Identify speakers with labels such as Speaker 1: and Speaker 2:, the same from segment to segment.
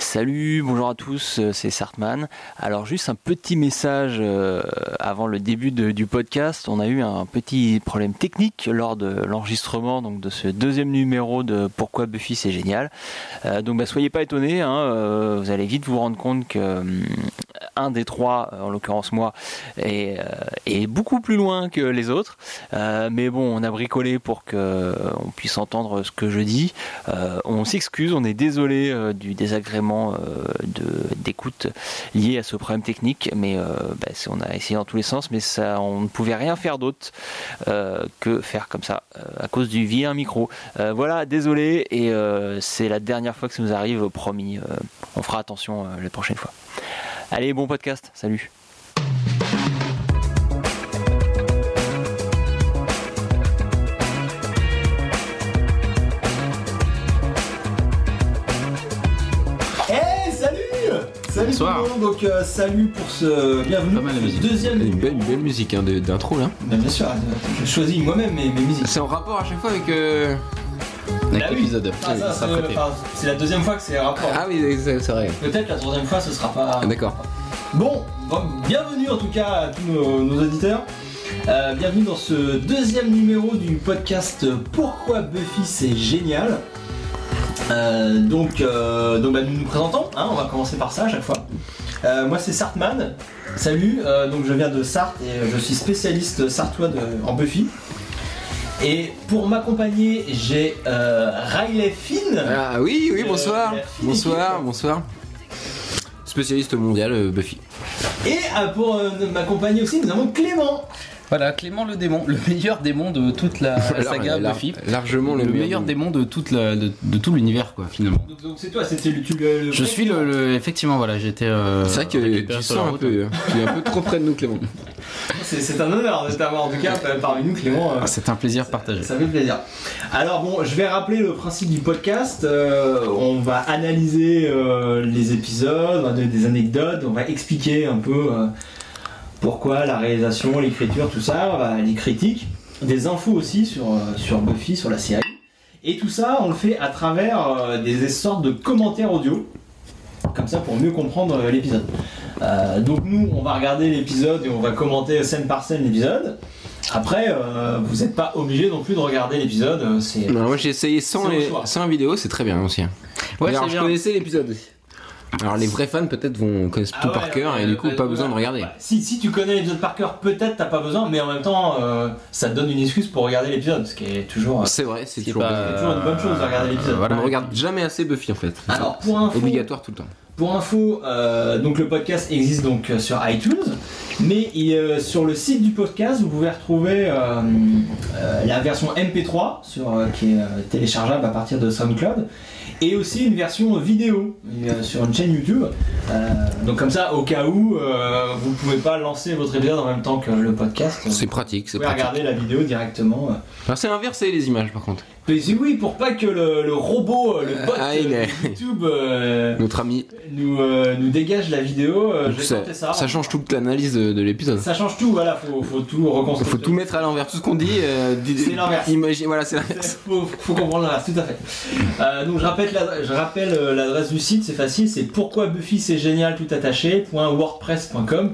Speaker 1: Salut, bonjour à tous, euh, c'est Sartman. Alors juste un petit message euh, avant le début de, du podcast. On a eu un petit problème technique lors de l'enregistrement donc de ce deuxième numéro de Pourquoi Buffy c'est génial. Euh, donc bah, soyez pas étonnés, hein, vous allez vite vous rendre compte que euh, un des trois, en l'occurrence moi, est, euh, est, beaucoup plus loin que les autres. Euh, mais bon, on a bricolé pour que euh, on puisse entendre ce que je dis. Euh, on s'excuse, on est désolé euh, du désagrément euh, d'écoute lié à ce problème technique, mais bah, on a essayé dans tous les sens, mais ça, on ne pouvait rien faire d'autre euh, que faire comme ça euh, à cause du vieil micro. Euh, voilà, désolé, et euh, c'est la dernière fois que ça nous arrive, promis. euh, on fera attention les prochaines fois. Allez, bon podcast, salut.
Speaker 2: Hey, salut Salut
Speaker 3: Bonsoir.
Speaker 2: tout le monde, donc euh, salut pour ce bienvenue
Speaker 3: Pas mal la
Speaker 2: pour ce
Speaker 3: musique.
Speaker 2: deuxième
Speaker 4: Une
Speaker 2: numéro.
Speaker 4: belle, une belle musique hein, de- d'intro là.
Speaker 2: Bah, bien sûr, je choisis moi-même mes, mes musiques.
Speaker 4: C'est en rapport à chaque fois avec, euh,
Speaker 3: Avec
Speaker 2: Bah oui.
Speaker 3: l'épisode.
Speaker 2: Ah, ça,
Speaker 3: Ça
Speaker 2: c'est-
Speaker 3: prêtait.
Speaker 2: enfin, c'est la deuxième fois que c'est rapport.
Speaker 4: Ah oui, c'est c'est vrai.
Speaker 2: Peut-être la troisième fois ce sera pas.
Speaker 4: Ah, D'accord.
Speaker 2: Bon, bon, bienvenue en tout cas à tous nos, nos auditeurs. Euh, bienvenue dans ce deuxième numéro du podcast Pourquoi Buffy c'est génial. Euh, donc, euh, donc bah, nous nous présentons, hein, on va commencer par ça à chaque fois. Euh, moi c'est Sartman, salut, euh, donc je viens de Sarthe et je suis spécialiste sartois de- en Buffy. Et pour m'accompagner, j'ai euh, Riley Finn.
Speaker 4: Ah oui, oui,
Speaker 2: Euh,
Speaker 4: bonsoir.
Speaker 2: la fille
Speaker 4: Bonsoir,
Speaker 2: qui-
Speaker 4: bonsoir. Spécialiste mondial euh, Buffy.
Speaker 2: Et euh, pour euh, m'accompagner aussi, nous avons Clément.
Speaker 3: Voilà, Clément le démon, le meilleur démon de toute la
Speaker 2: Ah,
Speaker 4: Alors, euh,
Speaker 3: saga
Speaker 4: lar-
Speaker 3: Buffy.
Speaker 4: Largement
Speaker 3: Le,
Speaker 4: le,
Speaker 3: meilleur démon de, toute la- de, de tout l'univers, quoi, finalement.
Speaker 2: Donc donc c'est toi, c'était le, tu le- le
Speaker 3: Je
Speaker 2: vrai
Speaker 3: suis le.
Speaker 2: Clément.
Speaker 3: le- effectivement, voilà, j'étais. euh,
Speaker 4: C'est
Speaker 2: Ah,
Speaker 4: vrai que
Speaker 3: récupéré
Speaker 4: tu
Speaker 3: sur la
Speaker 4: sens un
Speaker 3: route.
Speaker 4: peu. euh, Tu es un peu trop près de nous, Clément.
Speaker 2: C'est, c'est un honneur de t'avoir en tout cas euh, parmi nous, Clément. euh,
Speaker 3: Ah, C'est un plaisir partagé.
Speaker 2: Ça fait plaisir. Alors bon, je vais rappeler le principe du podcast. euh, on va analyser euh, les épisodes, on va donner des anecdotes, on va expliquer un peu euh, pourquoi la réalisation, l'écriture, tout ça, on va- les critiques, des infos aussi sur, euh, sur Buffy, sur la série. Et tout ça, on le fait à travers euh, des sortes de commentaires audio, comme ça pour mieux comprendre euh, l'épisode. Euh, donc nous, on va regarder l'épisode et on va commenter scène par scène l'épisode. Après, euh, vous n'êtes pas obligé non plus de regarder l'épisode. euh, C'est
Speaker 4: Non, moi j'ai essayé sans,
Speaker 2: C'est
Speaker 4: les,
Speaker 2: au choix.
Speaker 4: sans la vidéo, c'est très bien aussi.
Speaker 3: Ouais,
Speaker 4: Alors
Speaker 3: c'est
Speaker 4: je
Speaker 3: bien.
Speaker 4: connaissais l'épisode aussi. Alors les vrais fans peut-être vont connaissent
Speaker 2: Ah
Speaker 4: tout
Speaker 2: ouais,
Speaker 4: par cœur
Speaker 2: ouais,
Speaker 4: et du coup
Speaker 2: ouais,
Speaker 4: pas
Speaker 2: ouais.
Speaker 4: besoin de regarder.
Speaker 2: Ouais, Si, si tu connais l'épisode par cœur, peut-être t'as pas besoin, mais en même temps, euh, ça te donne une excuse pour regarder l'épisode, ce qui est toujours. euh,
Speaker 4: C'est vrai, c'est
Speaker 3: C'est
Speaker 4: toujours bien.
Speaker 3: pas-
Speaker 2: toujours une bonne chose de regarder l'épisode.
Speaker 3: Euh,
Speaker 4: On
Speaker 3: Voilà.
Speaker 4: ne regarde jamais assez Buffy en fait.
Speaker 2: Alors pour info,
Speaker 4: Obligatoire tout le temps.
Speaker 2: pour info, euh, donc le podcast existe donc euh, sur iTunes, mais il, euh, sur le site du podcast, vous pouvez retrouver euh, euh, la version MP3 sur, euh, qui est euh, téléchargeable à partir de SoundCloud, et aussi une version vidéo euh, sur une chaîne YouTube. Euh, donc comme ça, au cas où, euh, vous ne pouvez pas lancer votre épisode en même temps que le podcast.
Speaker 4: C'est pratique, c'est
Speaker 2: Vous pouvez
Speaker 4: pratique.
Speaker 2: regarder la vidéo directement. euh.
Speaker 4: Alors, c'est inversé les images par contre.
Speaker 2: Mais si oui, pour pas que le, le robot, euh, le bot
Speaker 4: Ah, il
Speaker 2: euh,
Speaker 4: est-
Speaker 2: YouTube euh,
Speaker 4: Notre ami.
Speaker 2: nous, euh, nous dégage la vidéo, euh,
Speaker 4: Donc,
Speaker 2: je vais
Speaker 4: ça,
Speaker 2: tenter ça.
Speaker 4: ça change toute l'analyse de, de l'épisode.
Speaker 2: Ça change tout, voilà, faut, faut tout reconstruire.
Speaker 4: Faut tout mettre à l'envers, tout ce qu'on dit. euh, dis-
Speaker 2: C'est l'inverse.
Speaker 4: Imagine, voilà, c'est l'inverse.
Speaker 2: Faut, faut comprendre l'inverse, tout à fait. Euh, donc je rappelle, l'adre- je rappelle euh, l'adresse du site, c'est facile, c'est pourquoi Buffy c'est génial tout attaché .wordpress.com.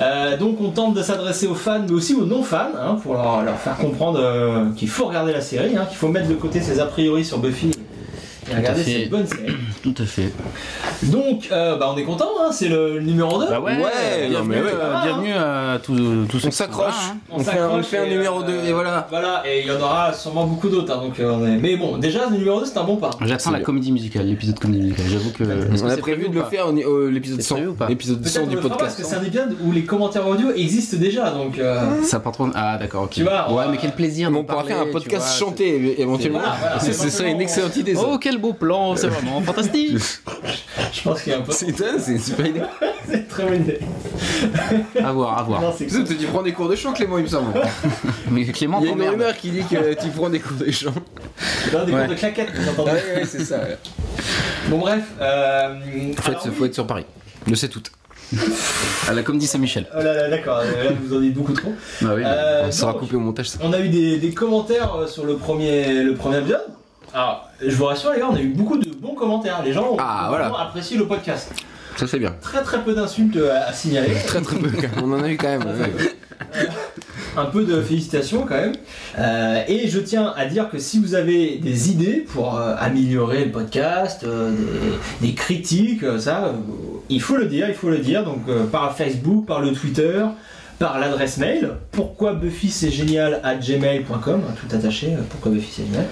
Speaker 2: Euh, donc on tente de s'adresser aux fans, mais aussi aux non-fans, hein, pour leur, leur faire comprendre euh, qu'il faut regarder la série, hein, qu'il faut mettre de côté ses a priori sur Buffy et regarder
Speaker 3: fait.
Speaker 2: cette bonne série.
Speaker 3: Tout à fait.
Speaker 2: Donc euh, bah, on est content, hein, c'est le le numéro 2.
Speaker 3: Bah ouais,
Speaker 4: Ouais, non,
Speaker 3: bienvenue,
Speaker 4: mais ouais.
Speaker 3: euh,
Speaker 2: Ah,
Speaker 3: bienvenue à tous, tous ceux
Speaker 4: On
Speaker 3: qui sont
Speaker 4: s'accroche.
Speaker 3: là, hein.
Speaker 4: On, fait un, on
Speaker 2: s'accroche
Speaker 4: fait un
Speaker 2: et,
Speaker 4: numéro
Speaker 2: euh,
Speaker 4: 2 et voilà.
Speaker 2: Voilà, et il y en aura sûrement beaucoup d'autres. hein, donc, euh, on est- Mais bon, déjà, le numéro 2, c'est un bon pas.
Speaker 3: J'attends
Speaker 4: C'est
Speaker 3: la
Speaker 4: bien.
Speaker 3: comédie musicale, l'épisode comédie musicale. J'avoue que. est-ce que
Speaker 4: On a
Speaker 3: c'est
Speaker 4: prévu
Speaker 3: ou
Speaker 4: de le
Speaker 3: pas
Speaker 4: faire au ni- au- l'épisode
Speaker 3: C'est prévu ou
Speaker 4: 100,
Speaker 3: pas
Speaker 4: l'épisode 100
Speaker 2: Peut-être
Speaker 4: du
Speaker 2: on le fera parce
Speaker 4: podcast. hein.
Speaker 2: que c'est un épisode où les commentaires audio existent déjà, donc euh,
Speaker 3: Ça part trop- Ah, d'accord, ok.
Speaker 2: Tu vois, on
Speaker 3: ouais,
Speaker 2: va-
Speaker 3: mais quel plaisir.
Speaker 4: Ah, Mais
Speaker 3: d'en
Speaker 4: on pourra
Speaker 3: parler,
Speaker 4: faire un
Speaker 3: tu
Speaker 4: podcast
Speaker 3: vois,
Speaker 4: chanté é- éventuellement.
Speaker 2: Voilà, voilà.
Speaker 4: Ce ce serait une excellente idée.
Speaker 3: c'est-
Speaker 4: ça.
Speaker 3: Oh, quel beau plan, c'est vraiment fantastique.
Speaker 2: je pense qu'il y a un peu.
Speaker 4: C'est dingue, c'est une super idée.
Speaker 2: C'est une très bonne idée.
Speaker 3: À voir, à voir.
Speaker 2: Non, c'est
Speaker 4: Tu sais, Tu prends des cours de chant, Clément, il me semble.
Speaker 3: Mais Clément,
Speaker 4: Il y a une
Speaker 3: t'emmerdes.
Speaker 4: rumeur qui dit que tu prends des cours de chant.
Speaker 2: Non, des
Speaker 3: Ouais.
Speaker 2: cours de claquettes, vous entendez.
Speaker 4: Ouais, ouais, c'est ça. ouais.
Speaker 2: Bon, bref. Euh...
Speaker 4: Faut
Speaker 2: alors,
Speaker 4: être,
Speaker 2: oui.
Speaker 4: faut être sur Paris. Je sais tout.
Speaker 3: À la comédie Saint-Michel.
Speaker 2: Oh là là, d'accord, euh, là, vous en dites beaucoup trop.
Speaker 3: Bah oui.
Speaker 2: Euh,
Speaker 4: On sera
Speaker 2: donc,
Speaker 4: coupé au montage, ça.
Speaker 2: On a eu des, des commentaires euh, sur le premier, le premier épisode. Alors, je vous rassure, les gars, on a eu beaucoup de bons commentaires. Les gens ont
Speaker 4: Ah,
Speaker 2: ont
Speaker 4: voilà.
Speaker 2: vraiment apprécié le podcast.
Speaker 4: Ça c'est bien.
Speaker 2: Très très peu d'insultes euh, à, à signaler.
Speaker 4: Très très peu. quand même. On en a eu quand même. ouais.
Speaker 2: un peu de félicitations quand même. Euh, et je tiens à dire que si vous avez des idées pour euh, améliorer le podcast, euh, des, des critiques, euh, ça, euh, il faut le dire, il faut le dire. Donc euh, par Facebook, par le Twitter, par l'adresse mail. Pourquoi Buffy c'est génial à gmail.com, hein, tout attaché. euh, Pourquoi Buffy c'est génial.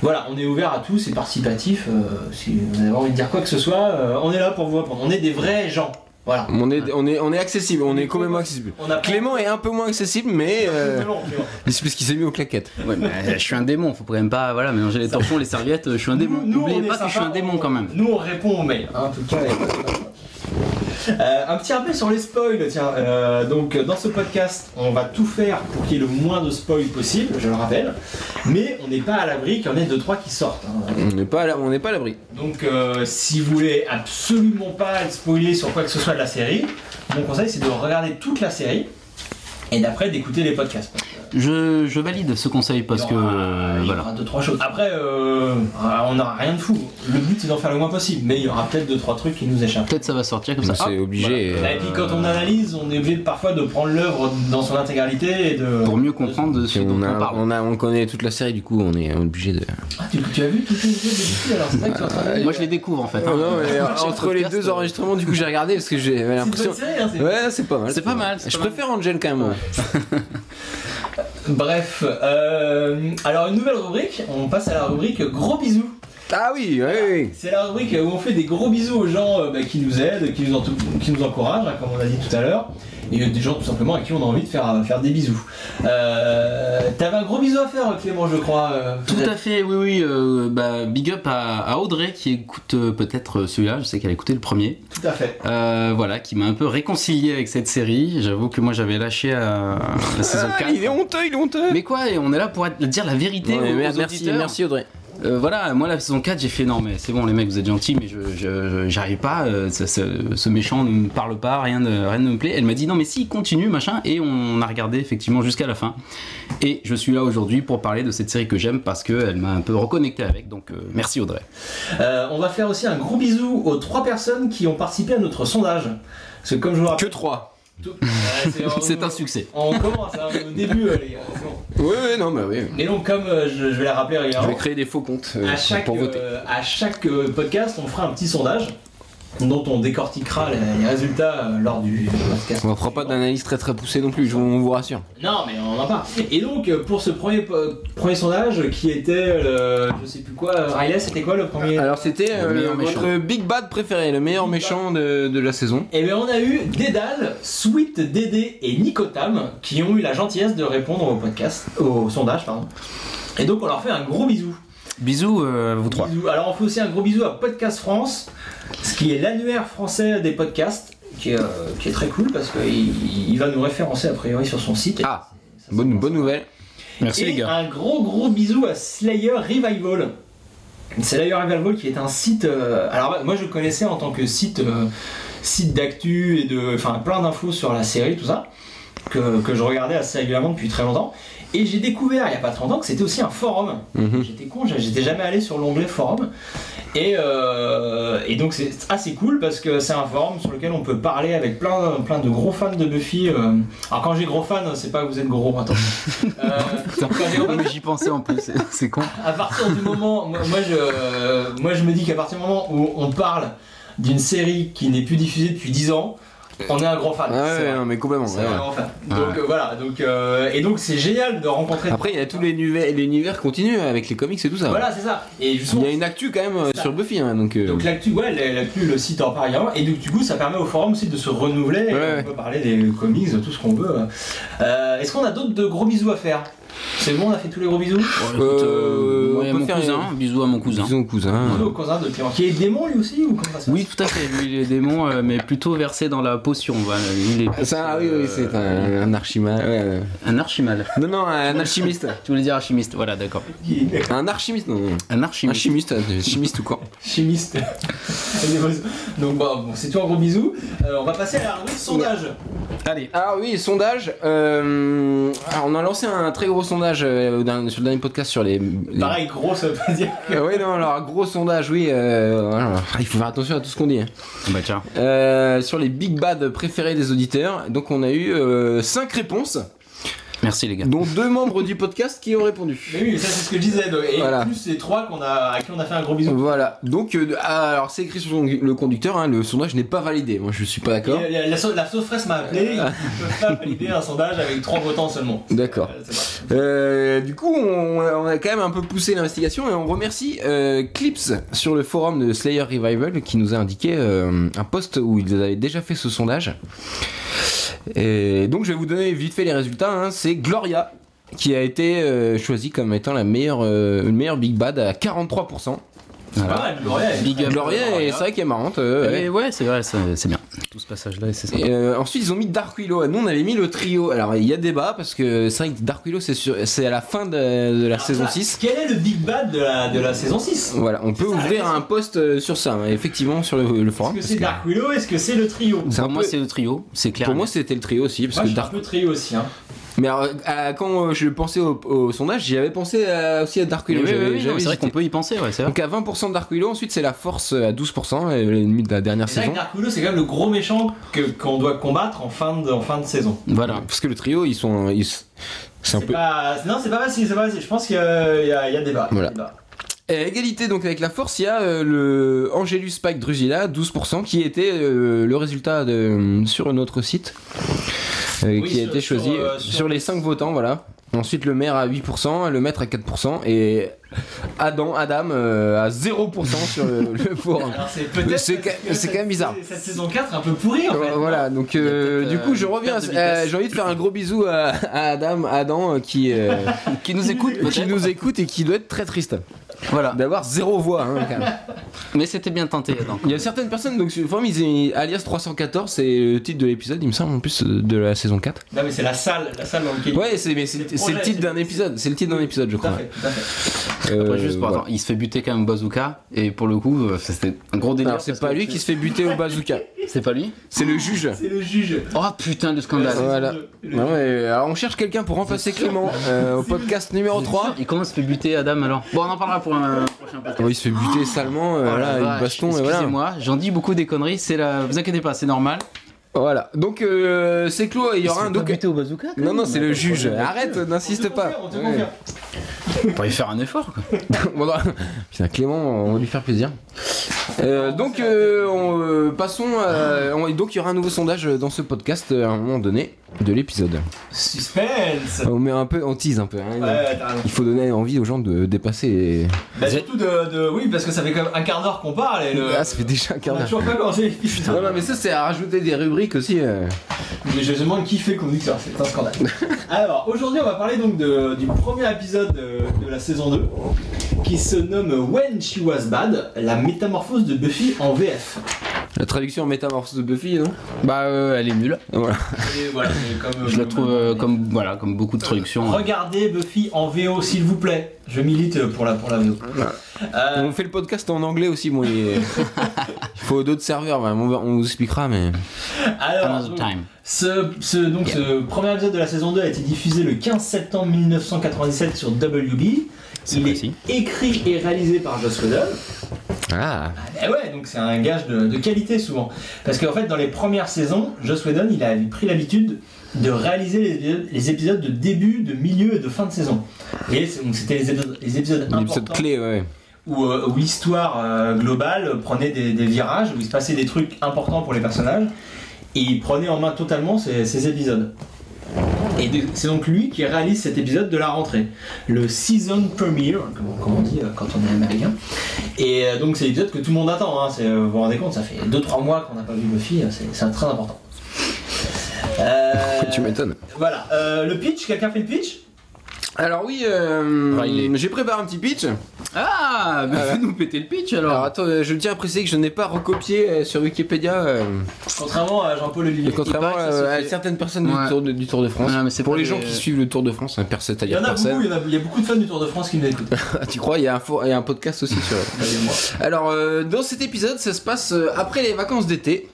Speaker 2: Voilà, on est ouvert à tout, c'est participatif. euh, si vous avez envie de dire quoi que ce soit, euh, on est là pour vous répondre. On est des vrais gens. Voilà.
Speaker 4: On est on est on est accessible. On est quand même accessible.
Speaker 2: On a
Speaker 4: Clément est un peu moins accessible, mais euh, c'est parce qu'il s'est mis aux claquettes.
Speaker 3: Ouais, mais euh, je suis un démon, faut quand même pas voilà, mélanger les torchons, les serviettes, euh, je suis un démon.
Speaker 2: Nous,
Speaker 3: N'oubliez
Speaker 2: on est
Speaker 3: pas que je suis
Speaker 2: sympa,
Speaker 3: un démon quand même.
Speaker 2: Nous, on répond aux mails. hein, en tout cas, Euh, un petit rappel sur les spoils, tiens. Euh, donc, dans ce podcast, on va tout faire pour qu'il y ait le moins de spoils possible, je le rappelle. Mais on n'est pas à l'abri qu'il y en ait deux trois qui sortent. hein.
Speaker 4: On n'est pas à la- on n'est pas à l'abri.
Speaker 2: Donc, euh, si vous voulez absolument pas être spoilé sur quoi que ce soit de la série, mon conseil c'est de regarder toute la série et d'après d'écouter les podcasts.
Speaker 3: Je, je valide ce conseil parce
Speaker 2: Il
Speaker 3: que
Speaker 2: y aura-
Speaker 3: euh,
Speaker 2: il y
Speaker 3: voilà.
Speaker 2: aura deux trois choses. Après, euh, on n'aura rien de fou. Le but c'est d'en faire le moins possible, mais il y aura peut-être deux trois trucs qui nous échappent.
Speaker 3: Peut-être ça va sortir comme ça.
Speaker 4: Donc, C'est
Speaker 3: Ah,
Speaker 4: obligé.
Speaker 2: Bah, Et
Speaker 4: euh,
Speaker 2: puis quand on analyse, on est obligé de- parfois de prendre l'œuvre dans son intégralité et de.
Speaker 3: pour mieux comprendre de ce
Speaker 4: si
Speaker 3: dont
Speaker 4: on,
Speaker 3: on
Speaker 4: a,
Speaker 3: parle.
Speaker 4: on, a, on connaît toute la série, du coup, on est obligé de.
Speaker 2: Ah, tu, tu as vu toutes les vidéos de Buffy, alors c'est vrai que tu es en train de-
Speaker 3: Euh, Moi je les découvre en fait. hein.
Speaker 4: Non, non, mais
Speaker 3: Moi, j'ai le
Speaker 4: entre les
Speaker 3: podcast,
Speaker 4: deux
Speaker 3: euh,
Speaker 4: enregistrements, du coup, j'ai regardé parce que j'ai
Speaker 2: C'est une bonne
Speaker 4: l'impression.
Speaker 2: série, hein, c'est-
Speaker 4: Ouais, c'est pas mal.
Speaker 3: C'est pas mal, c'est
Speaker 4: Je
Speaker 3: pas mal.
Speaker 4: préfère Angel quand même. hein.
Speaker 2: Bref, euh, alors une nouvelle rubrique, on passe à la rubrique gros bisous.
Speaker 4: Ah oui, oui, oui.
Speaker 2: C'est la rubrique où on fait des gros bisous aux gens euh, bah, qui nous aident, qui nous, entou- qui nous encouragent, hein, comme on l'a dit tout à l'heure, et euh, des gens tout simplement à qui on a envie de faire, euh, faire des bisous. Euh, T'avais un gros bisou à faire, Clément, je crois. euh,
Speaker 3: Tout à fait, oui, oui. euh, bah, big up à, à Audrey qui écoute euh, peut-être euh, celui-là, je sais qu'elle a écouté le premier.
Speaker 2: tout à fait.
Speaker 3: Euh, voilà, qui m'a un peu réconcilié avec cette série. J'avoue que moi j'avais lâché euh, la saison
Speaker 4: Ah,
Speaker 3: 4.
Speaker 4: il est honteux, il est honteux.
Speaker 3: Mais quoi, et on est là pour être- dire la vérité.
Speaker 4: Ouais,
Speaker 3: aux-
Speaker 4: mais
Speaker 3: aux
Speaker 4: merci,
Speaker 3: auditeurs.
Speaker 4: merci Audrey.
Speaker 3: Euh, voilà, moi la saison 4, j'ai fait non, mais c'est bon, les mecs, vous êtes gentils, mais je, je- je- j'arrive pas, euh, ce, ce- ce méchant ne me parle pas, rien ne, rien ne me plaît. Elle m'a dit non, mais si, continue, machin, et on a regardé effectivement jusqu'à la fin. Et je suis là aujourd'hui pour parler de cette série que j'aime parce qu'elle m'a un peu reconnecté avec, donc euh, merci Audrey.
Speaker 2: Euh, on va faire aussi un gros bisou aux trois personnes qui ont participé à notre sondage. Parce que comme je vous rappelle...
Speaker 4: Que 3.
Speaker 2: tout- Ouais,
Speaker 3: C'est un succès.
Speaker 2: On commence, hein, au début, euh, les gars. c'est bon.
Speaker 4: Oui, oui, non, mais oui.
Speaker 2: Mais donc, comme euh, je, je vais la rappeler
Speaker 4: Je
Speaker 2: régulièrement,
Speaker 4: vais créer des faux comptes euh,
Speaker 2: à chaque,
Speaker 4: pour voter.
Speaker 2: euh, à chaque euh, podcast, on fera un petit sondage dont on décortiquera les, les résultats euh, lors du podcast.
Speaker 4: On ne fera pas d'analyse très très poussée non plus, je vous, on vous rassure.
Speaker 2: Non, mais on en parle. Et donc, euh, pour ce premier, po- premier sondage qui était le. Je sais plus quoi, euh, Riley, c'était quoi le premier
Speaker 4: Alors c'était euh,
Speaker 3: Le meilleur méchant.
Speaker 4: votre Big Bad préféré, le meilleur
Speaker 2: Big
Speaker 4: méchant de, de la saison.
Speaker 2: Eh bien, on a eu Dédale, Sweet Dédé et Nicotam qui ont eu la gentillesse de répondre au podcast, au sondage, pardon. Et donc, on leur fait un gros bisou.
Speaker 3: Bisous, euh, vous trois.
Speaker 2: Bisous. Alors on fait aussi un gros bisou à Podcast France, ce qui est l'annuaire français des podcasts, qui est, euh, qui est très cool parce qu'il il va nous référencer a priori sur son site.
Speaker 4: Ah,
Speaker 2: Ça, c'est
Speaker 4: bonne,
Speaker 2: bon.
Speaker 4: bonne nouvelle.
Speaker 3: Merci
Speaker 2: Et un gros gros bisou à Slayer Revival. Slayer Revival qui est un site. euh, alors moi je le connaissais en tant que site, euh, site d'actu et de, enfin plein d'infos sur la série tout ça que, que je regardais assez régulièrement depuis très longtemps. Et j'ai découvert il n'y a pas très longtemps que c'était aussi un forum.
Speaker 4: Mhm.
Speaker 2: J'étais con, j'a- j'étais jamais allé sur l'onglet forum. Et, euh, et donc c'est assez cool parce que c'est un forum sur lequel on peut parler avec plein, plein de gros fans de Buffy. euh. Alors quand j'ai gros fan, c'est pas que vous êtes gros, attends. Euh, quand j'ai gros fans,
Speaker 3: Mais j'y pensais en plus, c'est- c'est con.
Speaker 2: à partir du moment, moi, moi, je, euh, moi je me dis qu'à partir du moment où on parle d'une série qui n'est plus diffusée depuis 10 ans, on est un grand fan.
Speaker 4: Ouais,
Speaker 2: C'est
Speaker 4: ouais,
Speaker 2: vrai.
Speaker 4: non, mais complètement.
Speaker 2: C'est
Speaker 4: ouais,
Speaker 2: un
Speaker 4: ouais.
Speaker 2: grand fan.
Speaker 3: Ouais.
Speaker 2: Donc euh, voilà, donc, euh, et donc c'est génial de rencontrer.
Speaker 4: Après, il y a tous les univers, l'univers continue avec les comics et tout ça.
Speaker 2: Voilà, c'est ça. Et justement,
Speaker 4: Il y a une actu quand même euh,
Speaker 2: Ça.
Speaker 4: sur Buffy, hein, donc. euh,
Speaker 2: Donc l'actu, ouais, la- l'actu, le site en parle également. Et donc, du coup, ça permet au forum aussi de se renouveler. et
Speaker 4: Ouais,
Speaker 2: on
Speaker 4: ouais.
Speaker 2: peut parler des comics, de tout ce qu'on veut. Euh, Est-ce qu'on a d'autres de gros bisous à faire C'est bon, on a fait tous les gros bisous
Speaker 3: écoute, euh,
Speaker 4: on
Speaker 3: moi et à
Speaker 4: peut
Speaker 3: mon
Speaker 4: faire
Speaker 3: cousin, bisous à mon cousin.
Speaker 4: Disons
Speaker 2: Bisous
Speaker 4: cousin.
Speaker 2: au cousin de Clément, qui est démon lui aussi ou comment ça se passe
Speaker 3: Oui, tout à fait, lui il est démon, euh, mais plutôt versé dans la potion. Voilà. Lui, il est plus,
Speaker 4: Ah, Ça, oui,
Speaker 3: euh,
Speaker 4: oui, c'est un, un archimage. ouais, euh.
Speaker 3: Un archimal.
Speaker 4: Non, non, un alchimiste.
Speaker 3: Tu voulais dire alchimiste, voilà, d'accord.
Speaker 2: Qui est
Speaker 4: Un archimiste, non. non.
Speaker 3: Un
Speaker 4: Un
Speaker 3: archimiste.
Speaker 4: chimiste, un chimiste ou quoi
Speaker 2: chimiste. donc bon, bon, c'est tout un gros bisou. Euh, on va passer à la rubrique sondage.
Speaker 3: Allez.
Speaker 4: Ah oui, sondage. euh, alors, on a ah, lancé un très gros sondage sondage euh, au dernier- sur le dernier podcast sur les. les-
Speaker 2: Pareil, gros, ça veut pas dire.
Speaker 4: Euh, oui, non, alors gros sondage, oui. euh, voilà. il faut faire attention à tout ce qu'on dit. hein.
Speaker 3: Bah tiens.
Speaker 4: Euh, sur les big bad préférés des auditeurs. Donc on a eu 5 réponses,
Speaker 3: Merci les gars.
Speaker 4: dont deux membres du podcast qui ont répondu.
Speaker 2: Mais oui, mais ça c'est ce que je disais. donc, Et
Speaker 4: Voilà.
Speaker 2: plus les trois qu'on a, à qui on a fait un gros bisou.
Speaker 4: Voilà. Donc euh, alors c'est écrit sur son- le conducteur, hein, le sondage n'est pas validé. Moi je suis pas
Speaker 2: Et
Speaker 4: d'accord.
Speaker 2: La, la, sau- la sauveresse m'a appelé, ils peuvent pas valider un sondage avec trois votants seulement.
Speaker 4: D'accord.
Speaker 2: Euh, c'est vrai.
Speaker 4: Euh, du coup, on, on a quand même un peu poussé l'investigation et on remercie euh, Clips sur le forum de Slayer Revival qui nous a indiqué euh, un post où ils avaient déjà fait ce sondage. Et donc, je vais vous donner vite fait les résultats. hein. C'est Gloria qui a été euh, choisie comme étant la meilleure, euh, une meilleure Big Bad à 43%.
Speaker 2: C'est pas mal, Gloria. elle-
Speaker 3: Big up.
Speaker 4: Gloria, et c'est vrai qu'elle est marrante. euh, ouais.
Speaker 3: Mais ouais, c'est vrai, ça- c'est bien. Tout ce passage-là, c'est ça.
Speaker 4: Et, euh, ensuite, ils ont mis Dark Willow. Nous, on avait mis le trio. Alors, il y a débat parce que c'est vrai que Dark Willow, c'est sur- c'est à la fin de, de la
Speaker 2: Alors,
Speaker 4: saison
Speaker 2: Ah, ça,
Speaker 4: 6.
Speaker 2: Quel est le Big Bad de la, de la saison 6
Speaker 4: Voilà, on peut
Speaker 2: ça, la
Speaker 4: ouvrir
Speaker 2: question.
Speaker 4: un post euh, sur ça, hein, effectivement, sur le, le
Speaker 2: Est-ce
Speaker 4: forum.
Speaker 2: que
Speaker 4: parce
Speaker 2: c'est
Speaker 4: que
Speaker 2: Dark Willow Est-ce que c'est le trio
Speaker 4: c'est
Speaker 3: Pour
Speaker 4: un
Speaker 3: moi,
Speaker 4: peu-
Speaker 3: c'est le trio, c'est clair.
Speaker 4: Pour moi, c'était le trio aussi, parce
Speaker 2: Moi, je
Speaker 4: que
Speaker 2: suis un
Speaker 4: Dark.
Speaker 2: peu trio aussi. Hein.
Speaker 4: Mais alors, à- quand euh, je pensais au, au sondage, j'y avais pensé à- aussi à Dark
Speaker 3: Oui,
Speaker 4: Willow.
Speaker 3: oui,
Speaker 4: j'avais-
Speaker 3: oui, non,
Speaker 4: j'avais
Speaker 3: mais c'est vrai
Speaker 4: hésité.
Speaker 3: qu'on peut y penser, ouais, c'est vrai.
Speaker 4: Donc à 20% Dark Willow, ensuite c'est la force euh, à 12%, euh, l'ennemi de la dernière
Speaker 2: C'est vrai
Speaker 4: saison.
Speaker 2: que Dark Willow, c'est quand même le gros méchant que- qu'on doit combattre en fin de, en fin de saison.
Speaker 3: Voilà.
Speaker 4: Parce que le trio, ils sont. ils s- C'est un
Speaker 2: C'est
Speaker 4: peu.
Speaker 2: pas- Non, c'est pas facile, c'est pas facile. Je pense qu'il y a, il y a- il y a débat.
Speaker 4: Voilà.
Speaker 2: Il y a débat.
Speaker 4: Et à égalité donc avec la force, il y a euh, le Angelus Spike Drusilla, 12%, qui était euh, le résultat de, sur notre site, euh,
Speaker 2: Oui,
Speaker 4: qui a
Speaker 2: sur-
Speaker 4: été choisi
Speaker 2: sur,
Speaker 4: sur,
Speaker 2: euh, sur-
Speaker 4: les 5 votants, voilà. Ensuite le maire à 8%, le maître à 4%, et Adam, Adam euh, à 0% sur le, le forum.
Speaker 2: Alors, c'est peut-être.
Speaker 4: C'est
Speaker 2: parce
Speaker 4: ca-
Speaker 2: que
Speaker 4: c'est
Speaker 2: cette-
Speaker 4: quand même bizarre.
Speaker 2: c'est- Cette saison 4 un peu pourrie en fait.
Speaker 4: Voilà, donc euh,
Speaker 3: peut-être,
Speaker 4: du coup
Speaker 3: euh,
Speaker 4: je
Speaker 3: une
Speaker 4: reviens,
Speaker 3: perte de
Speaker 4: euh,
Speaker 3: vitesse.
Speaker 4: j'ai envie de faire un gros bisou à, à Adam, Adam euh, qui, euh,
Speaker 3: Qui nous écoute,
Speaker 4: qui
Speaker 3: peut-être.
Speaker 4: nous écoute et qui doit être très triste
Speaker 3: Voilà.
Speaker 4: d'avoir zéro voix hein, quand même.
Speaker 3: Mais c'était bien tenté, Adam.
Speaker 4: Il y a certaines personnes, donc sur le forum, ils- alias 314, c'est le titre de l'épisode, il me semble, en plus euh, de la saison 4.
Speaker 2: Non, mais c'est la salle, la salle dans laquelle.
Speaker 4: Ouais, c'est, mais
Speaker 2: C'est
Speaker 4: c'est,
Speaker 2: le
Speaker 4: c'est le
Speaker 2: projet,
Speaker 4: titre
Speaker 2: c'est-
Speaker 4: d'un épisode, c'est le titre d'un épisode, je
Speaker 2: Tout à
Speaker 4: crois.
Speaker 2: fait, tout à fait.
Speaker 4: Euh,
Speaker 3: Après, juste pour
Speaker 4: voilà.
Speaker 3: attendre, il se fait buter quand même Bazooka, et pour le coup, euh, c'était un gros délire.
Speaker 4: Alors, c'est
Speaker 3: parce
Speaker 4: pas
Speaker 3: que
Speaker 4: lui
Speaker 3: tu-
Speaker 4: qui se fait buter au bazooka,
Speaker 3: C'est pas lui
Speaker 4: c'est le juge.
Speaker 2: C'est le juge.
Speaker 3: Oh putain, le
Speaker 2: La
Speaker 3: scandale.
Speaker 2: saison
Speaker 4: voilà.
Speaker 2: deux. Le-
Speaker 4: Non, mais, alors, on cherche quelqu'un pour remplacer Clément euh, au podcast numéro 3.
Speaker 3: Et comment se fait buter Adam alors Bon, on en parlera pour un prochain podcast.
Speaker 4: Oh, il se fait buter salement, euh, voilà,
Speaker 3: Oh la
Speaker 4: une
Speaker 3: vache,
Speaker 4: baston, et voilà.
Speaker 3: Excusez-moi, j'en dis beaucoup des conneries, c'est la... vous inquiétez pas, c'est normal.
Speaker 4: Voilà, donc euh, c'est clos, il y aura un. Donc...
Speaker 3: au bazooka
Speaker 4: Non, non, c'est le juge, arrête, n'insiste
Speaker 2: on te
Speaker 4: pas.
Speaker 2: confirme, On te
Speaker 4: Ouais.
Speaker 2: confirme.
Speaker 3: On pourrait faire un effort quoi.
Speaker 4: Bon, non. Putain, Clément, on va lui faire plaisir. Euh, donc, euh, on, euh, passons. à- on- donc, il y aura un nouveau sondage dans ce podcast euh, à un moment donné de l'épisode. Euh,
Speaker 2: Suspense.
Speaker 4: On met un peu, on tease un peu. hein.
Speaker 2: Ouais, t'as raison.
Speaker 4: Il faut donner envie aux gens de dépasser. les-
Speaker 2: Bah, surtout de, de- Oui, parce que ça fait quand même un quart d'heure qu'on parle et le.
Speaker 4: Ah, ça fait déjà un
Speaker 2: On
Speaker 4: quart
Speaker 2: a
Speaker 4: d'heure.
Speaker 2: toujours pas commencé. Putain.
Speaker 4: Non, non, mais ça, c'est à rajouter des rubriques aussi. euh.
Speaker 2: Mais je me demande qui fait le conducteur, c'est un scandale. Alors, aujourd'hui, on va parler donc de- du premier épisode de, de la saison 2 qui se nomme When She Was Bad, la métamorphose de Buffy en VF.
Speaker 4: La traduction en métamorphose de Buffy, non
Speaker 3: Bah, euh, elle est nulle.
Speaker 2: Et voilà, c'est comme,
Speaker 3: Je la trouve euh, comme, voilà, comme beaucoup de traductions. euh.
Speaker 2: Regardez Buffy en VO, s'il vous plaît. Je milite pour la, pour la VO. Euh,
Speaker 4: On fait le podcast en anglais aussi, bon. Il il faut d'autres serveurs, vraiment, on va- on vous expliquera, mais.
Speaker 2: alors,
Speaker 3: Another time.
Speaker 2: Ce, ce- donc, ce premier épisode de la saison 2 a été diffusé le 15 septembre 1997 sur WB.
Speaker 3: C'est
Speaker 2: Il
Speaker 3: précis.
Speaker 2: est écrit et réalisé par Joss Whedon.
Speaker 4: Ah
Speaker 2: Eh ouais, donc c'est un gage de, de qualité souvent. Parce qu'en fait, dans les premières saisons, Joss Whedon, il a pris l'habitude de réaliser les, épisodes- les épisodes de début, de milieu et de fin de saison. Et c'est- donc c'était les épisodes, les épisodes
Speaker 4: L'épisode
Speaker 2: importants
Speaker 4: clé, ouais.
Speaker 2: où, euh, où l'histoire euh, globale prenait des, des virages, où il se passait des trucs importants pour les personnages, et il prenait en main totalement ces, ces épisodes. Et de- c'est donc lui qui réalise cet épisode de la rentrée, le season premiere, comme, comme on dit euh, quand on est américain. Et euh, donc c'est l'épisode que tout le monde attend, hein, c'est- euh, vous vous rendez compte, ça fait 2-3 mois qu'on n'a pas vu Buffy, euh, c'est c'est très important. Euh,
Speaker 4: Tu m'étonnes.
Speaker 2: voilà, Euh, le pitch, quelqu'un fait le pitch
Speaker 4: Alors oui, euh,
Speaker 3: Riley.
Speaker 4: j'ai préparé un petit pitch.
Speaker 3: Ah, mais fais-nous péter le pitch alors.
Speaker 4: Alors attends, euh, je tiens à préciser que je n'ai pas recopié euh, sur Wikipédia, euh,
Speaker 2: Contrairement à Jean-Paul Olivier.
Speaker 4: contrairement
Speaker 3: paraît que ça
Speaker 4: euh,
Speaker 3: se
Speaker 4: à
Speaker 3: fait-
Speaker 4: certaines personnes
Speaker 3: Ouais.
Speaker 4: du, tour de, du Tour de France.
Speaker 3: Ouais, mais c'est
Speaker 4: Pour
Speaker 3: pas
Speaker 4: les
Speaker 3: des-
Speaker 4: gens qui suivent le Tour de France, hein, perso-
Speaker 2: Il y
Speaker 4: c'est-à-dire
Speaker 2: en a beaucoup,
Speaker 4: personne.
Speaker 2: il y en a- il y a beaucoup de fans du Tour de France qui nous écoutent.
Speaker 4: Ah, tu crois, il y, a un for- il y a un podcast aussi sur...
Speaker 2: Croyez-moi.
Speaker 4: Alors, euh, dans cet épisode, ça se passe euh, après les vacances d'été.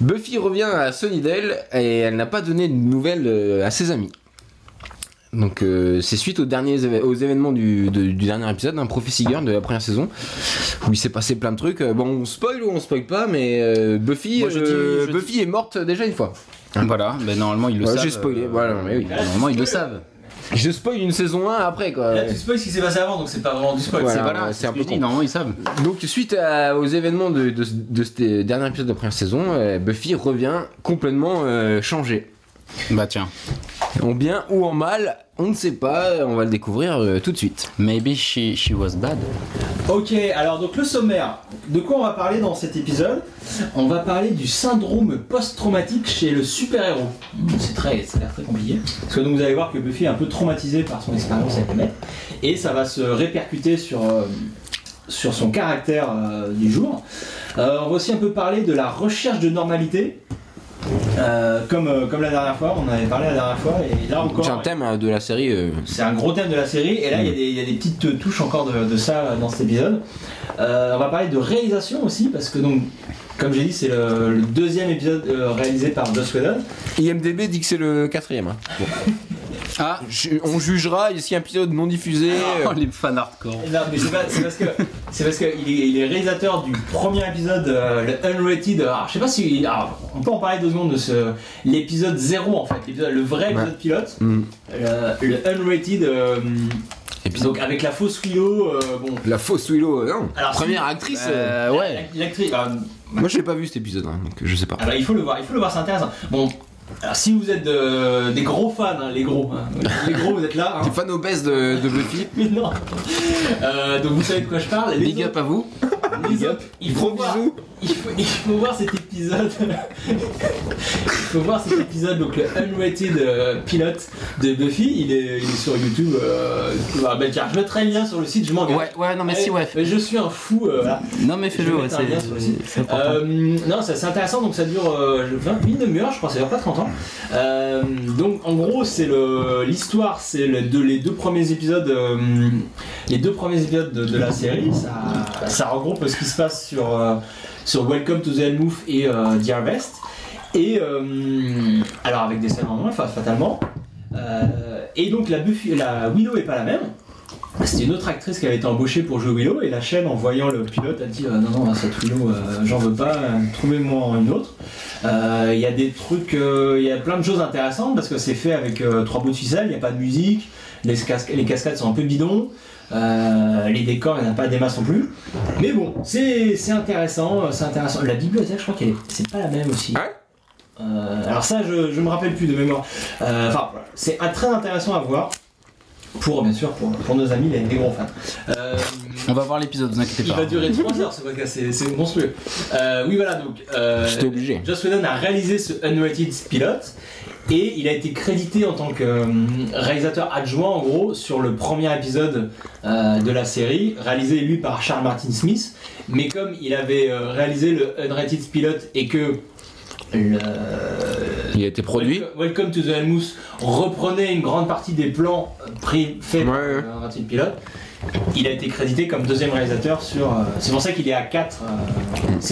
Speaker 4: Buffy revient à Sunnydale et elle n'a pas donné de nouvelles euh, à ses amis. Donc euh, c'est suite aux derniers éve- aux événements du, de- du dernier épisode, un Prophecy Girl de la première saison, où il s'est passé plein de trucs. Euh, Bon, on spoil ou on spoil pas, mais euh, Buffy,
Speaker 3: Moi, je
Speaker 4: euh,
Speaker 3: dis- je
Speaker 4: Buffy est morte déjà une fois.
Speaker 3: Voilà, ben normalement ils le
Speaker 4: Ouais,
Speaker 3: savent. euh,
Speaker 4: j'ai spoilé, voilà, mais oui.
Speaker 3: Normalement ils le savent.
Speaker 4: Je spoil une saison 1 après quoi.
Speaker 2: Là, tu spoil ce qui s'est passé avant, donc c'est pas vraiment du spoil.
Speaker 4: Voilà.
Speaker 3: C'est voilà,
Speaker 4: ouais, c'est
Speaker 3: c'est
Speaker 4: un
Speaker 3: un
Speaker 4: peu
Speaker 3: peu
Speaker 4: con.
Speaker 3: Normalement ils savent.
Speaker 4: Donc suite à- aux événements de, de, de ce dernier épisode de la première saison, euh, Buffy revient complètement euh, changée.
Speaker 3: Bah tiens.
Speaker 4: En bien ou en mal, on ne sait pas, on va le découvrir euh, tout de suite.
Speaker 3: Maybe she, she was bad.
Speaker 2: Ok, alors donc le sommaire. De quoi on va parler dans cet épisode On va parler du syndrome post-traumatique chez le super-héros. Hmm, C'est très, ça a l'air très compliqué. Parce que donc vous allez voir que Buffy est un peu traumatisée par son expérience avec Emmett, et ça va se répercuter sur euh, sur son caractère euh, du jour. Euh, on va aussi un peu parler de la recherche de normalité. Euh, comme, euh, comme la dernière fois, on en avait parlé la dernière fois, et là encore.
Speaker 4: C'est un thème euh, de la série. euh,
Speaker 2: C'est un gros thème de la série, et là il y a des- il y, a des petites euh, touches encore de, de ça euh, dans cet épisode. Euh, on va parler de réalisation aussi, parce que donc, comme j'ai dit, c'est le, le deuxième épisode euh, réalisé par Joss Whedon.
Speaker 4: IMDB dit que c'est le quatrième. hein. Bon.
Speaker 3: Ah
Speaker 4: Ju- on jugera ici un épisode non diffusé.
Speaker 3: Oh,
Speaker 4: euh,
Speaker 3: les fans hardcore.
Speaker 2: Non, mais c'est pas- c'est parce que c'est parce que il est, il est réalisateur du premier épisode, euh, le Unrated. Alors, je sais pas si alors, on peut en parler deux secondes de ce l'épisode 0 en fait, l'épisode- le vrai épisode pilote,
Speaker 4: hmm.
Speaker 2: le, le Unrated. euh,
Speaker 4: Épisode-
Speaker 2: donc avec la fausse Willow, euh, bon.
Speaker 4: La fausse Willow, euh, non.
Speaker 2: Alors,
Speaker 4: Première
Speaker 2: si-
Speaker 4: actrice. euh,
Speaker 3: Euh, ouais.
Speaker 2: L'actrice. alors,
Speaker 4: Moi, je l'ai pas vu cet épisode, hein, donc je sais pas.
Speaker 2: Ah bah, il faut le voir, il faut le voir, c'est intéressant. Bon, alors si vous êtes euh, des gros fans, hein, les gros, hein, les gros, vous êtes là.
Speaker 4: T'es
Speaker 2: hein.
Speaker 4: fan obèse de, de Buffy
Speaker 2: Mais non. Euh, donc vous savez de quoi je parle. Les
Speaker 4: Big
Speaker 2: autres-
Speaker 4: up à vous.
Speaker 2: les autres, il faut
Speaker 4: Gros
Speaker 2: voir,
Speaker 4: bisous.
Speaker 2: il faut, il faut voir cet épisode. il faut voir cet épisode, donc le unrated euh, pilote de Buffy. Il est, il est sur YouTube. euh, bah, bah, tiens, je mettrai le lien sur le site. Je m'en
Speaker 3: Ouais, ouais, non mais si, ouais.
Speaker 2: Je suis un fou. euh, voilà.
Speaker 3: Non mais
Speaker 2: Je
Speaker 3: fais-le,
Speaker 2: vais
Speaker 3: ouais,
Speaker 2: mettre un lien sur le site.
Speaker 3: c'est c'est important.
Speaker 2: Euh, non, ça, c'est intéressant, donc ça dure euh, 20 minutes, demi-heure, je crois, ça dure pas 30 ans. Euh, donc en gros, c'est le l'histoire, c'est le- de- les deux premiers épisodes, euh, les deux premiers épisodes de, de la série. Ça, ça regroupe ce qui se passe sur, euh, sur Welcome to the Hellmouth et euh, Dear Vest. Et euh, alors avec des scènes en moins, fa- fatalement. Euh, et donc la, Buffy- la Willow est pas la même. C'était Ah, une autre actrice qui avait été embauchée pour jouer Willow et la chaîne en voyant le pilote a dit euh, non non cette Willow euh, j'en veux pas euh, trouvez-moi une autre. Euh, Il y a des trucs euh, il y a plein de choses intéressantes parce que c'est fait avec euh, trois bouts de ficelle il n'y a pas de musique les, casca- les cascades sont un peu bidons euh, les décors il n'y en a pas des masses non plus mais bon c'est c'est intéressant euh, c'est intéressant la bibliothèque je crois qu'elle est- c'est pas la même aussi.
Speaker 4: Hein
Speaker 2: Euh, alors ça je je me rappelle plus de mémoire Euh, enfin voilà, c'est un- très intéressant à voir pour bien sûr pour, pour nos amis les, les gros fans. Euh,
Speaker 3: On va voir l'épisode, vous inquiétez
Speaker 2: il
Speaker 3: pas.
Speaker 2: va durer 3 heures ce podcast, c'est- c'est monstrueux. Euh, oui voilà donc euh,
Speaker 4: J'étais obligé.
Speaker 2: Joss Whedon a réalisé ce Unrated pilote et il a été crédité en tant que euh, réalisateur adjoint en gros sur le premier épisode euh, de la série, réalisé lui par Charles Martin Smith. Mais comme il avait euh, réalisé le Unrated pilote et que le,
Speaker 4: Il a été produit.
Speaker 2: Welcome- Welcome to the Hellmouth reprenait une grande partie des plans euh, pris, faits
Speaker 4: Ouais,
Speaker 2: par
Speaker 4: ouais.
Speaker 2: euh, Ratchet Pilote. Il a été crédité comme deuxième réalisateur sur. euh, c'est pour ça qu'il est à euh, 4.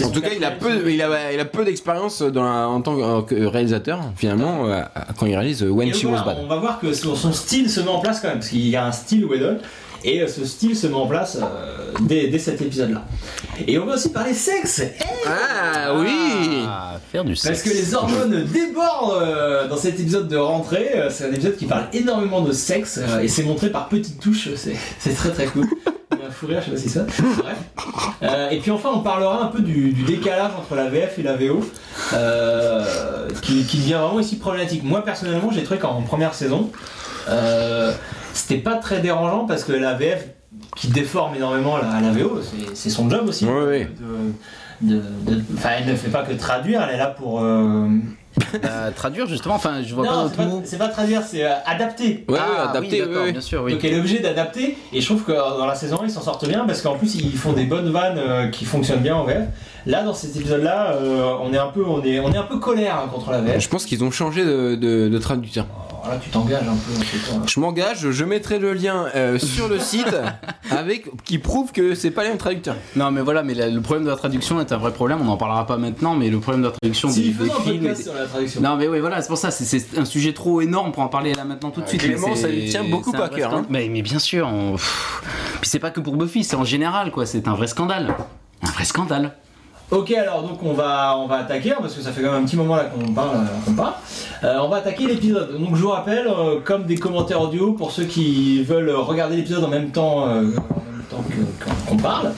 Speaker 4: En tout cas, il a peu, il a, il a peu d'expérience dans la- en tant que réalisateur, finalement, euh, quand il réalise euh, When She Was Bad.
Speaker 2: bah, On va voir que son, son style se met en place quand même, parce qu'il y a un style Weddle, et euh, ce style se met en place euh, dès, dès cet épisode-là. Et on va aussi parler sexe
Speaker 4: Ah oui
Speaker 3: Ah, faire du
Speaker 2: Parce
Speaker 3: sexe.
Speaker 2: que les hormones débordent euh, dans cet épisode de rentrée. Euh, C'est un épisode qui parle énormément de sexe euh, et c'est montré par petites touches. C'est c'est très très cool. Il y a un fou rire, je sais pas si ça. Bref. Euh, et puis enfin, on parlera un peu du, du décalage entre la VF et la VO euh, qui, qui devient vraiment ici problématique. Moi personnellement, j'ai trouvé qu'en première saison, euh, c'était pas très dérangeant parce que la VF qui déforme énormément la, la VO, c'est- c'est son job aussi.
Speaker 4: Ouais, ouais.
Speaker 2: De, de- de- enfin, elle ne fait pas que traduire, elle est là pour. euh,
Speaker 3: Euh, traduire justement, enfin je vois pas
Speaker 2: Non, c'est
Speaker 3: d'autres
Speaker 2: pas,
Speaker 3: mots.
Speaker 2: c'est pas traduire, c'est euh, adapter.
Speaker 4: Ouais, ouais,
Speaker 3: Ah, oui,
Speaker 4: adapté, ouais,
Speaker 3: d'accord,
Speaker 4: ouais.
Speaker 3: bien sûr, oui.
Speaker 2: Donc elle est obligée d'adapter et je trouve que euh, dans la saison 1 ils s'en sortent bien parce qu'en plus ils font des bonnes vannes euh, qui fonctionnent bien en VF. Là dans cet euh, épisode là on est un peu on est on est un peu colère hein, contre la VF.
Speaker 4: Je pense qu'ils ont changé de, de, de traducteur.
Speaker 2: voilà, tu t'engages un peu. c'est quoi.
Speaker 4: Je m'engage, je mettrai le lien euh, sur le site avec qui prouve que c'est pas les mêmes traducteurs.
Speaker 3: Non, mais voilà, mais la- le problème de la traduction est un vrai problème. On n'en parlera pas maintenant, mais le problème de la traduction
Speaker 2: Si,
Speaker 3: des,
Speaker 2: faisons
Speaker 3: des
Speaker 2: un
Speaker 3: films.
Speaker 2: podcast
Speaker 3: et des-
Speaker 2: sur la traduction.
Speaker 3: Non, mais oui, voilà, c'est pour ça. c'est- C'est un sujet trop énorme pour en parler là maintenant tout de
Speaker 4: Ouais,
Speaker 3: suite.
Speaker 4: Clément,
Speaker 3: mais c'est-
Speaker 4: ça lui tient beaucoup
Speaker 3: c'est un
Speaker 4: à
Speaker 3: vrai
Speaker 4: cœur,
Speaker 3: scandale.
Speaker 4: hein.
Speaker 3: Mais, mais bien sûr. on- pff. Puis c'est pas que pour Buffy, c'est en général, quoi. C'est un vrai scandale. Un vrai scandale.
Speaker 2: Ok, alors donc on va, on va attaquer, hein, parce que ça fait quand même un petit moment là qu'on parle. euh, qu'on parle. Euh, on va attaquer l'épisode. Donc je vous rappelle, euh, comme des commentaires audio, pour ceux qui veulent euh, regarder l'épisode en même temps, euh, en même temps que- qu'on- qu'on parle.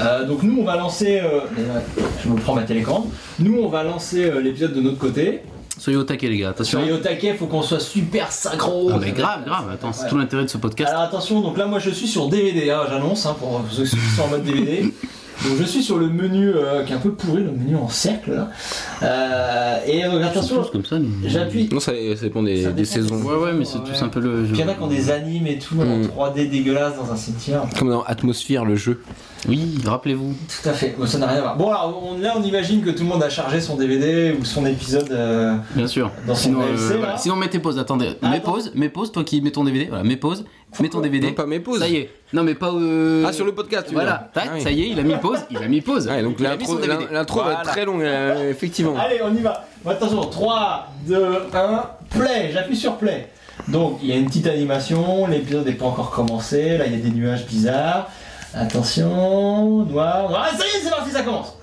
Speaker 2: Euh, donc nous on va lancer, euh, euh, je me prends ma télécommande, nous on va lancer euh, l'épisode de notre côté.
Speaker 3: Soyez au taquet, les gars. Attention.
Speaker 2: Soyez au taquet, faut qu'on soit super sagro.
Speaker 3: Ah, mais grave, grave. Attends, c'est
Speaker 2: Ouais.
Speaker 3: tout l'intérêt de ce podcast.
Speaker 2: Alors attention, donc là moi je suis sur DVD, hein, j'annonce hein, pour ceux qui sont en mode DVD. Donc je suis sur le menu euh, qui est un peu pourri, le menu en cercle là. Euh, et euh, attention,
Speaker 3: Tous comme ça. mais-
Speaker 2: j'appuie.
Speaker 4: Non, ça, ça dépend
Speaker 2: Ça
Speaker 4: des, des
Speaker 2: dépend des
Speaker 4: saisons.
Speaker 3: Ouais, ouais, mais c'est tous un peu le.
Speaker 2: Il y en a qui ont des animes et tout
Speaker 4: Mm.
Speaker 2: en 3D dégueulasse dans un cimetière.
Speaker 4: Comme dans Atmosphère, le jeu.
Speaker 3: Oui, rappelez-vous.
Speaker 2: Tout à fait, ça n'a rien à voir. Bon alors on, là on imagine que tout le monde a chargé son DVD ou son épisode. euh,
Speaker 3: Bien sûr.
Speaker 2: Dans son
Speaker 3: sinon,
Speaker 2: DLC, là.
Speaker 3: voilà. sinon, mets tes pauses. Attendez,
Speaker 2: Ah,
Speaker 3: mets
Speaker 2: attends.
Speaker 3: pause, mets pause. Toi qui mets ton DVD, voilà, mets pause, mets ton DVD.
Speaker 4: Non, pas mes pauses.
Speaker 3: Ça y est. Non, mais pas. euh,
Speaker 4: Ah, sur le podcast, tu veux dire.
Speaker 3: Voilà, tac,
Speaker 4: Ah oui.
Speaker 3: ça y est, il a mis pause, il a mis pause.
Speaker 4: Ouais, donc
Speaker 3: il a mis son
Speaker 4: l'intro
Speaker 3: DVD.
Speaker 4: l'in- l'intro va être
Speaker 3: Voilà.
Speaker 4: très longue, euh, effectivement.
Speaker 2: Allez, on y va. Bon, attention, 3, 2, 1, play. J'appuie sur play. Donc, il y a une petite animation. L'épisode n'est pas encore commencé. Là, il y a des nuages bizarres. Attention, noir, noir. Ah, ça y est, c'est parti, ça commence.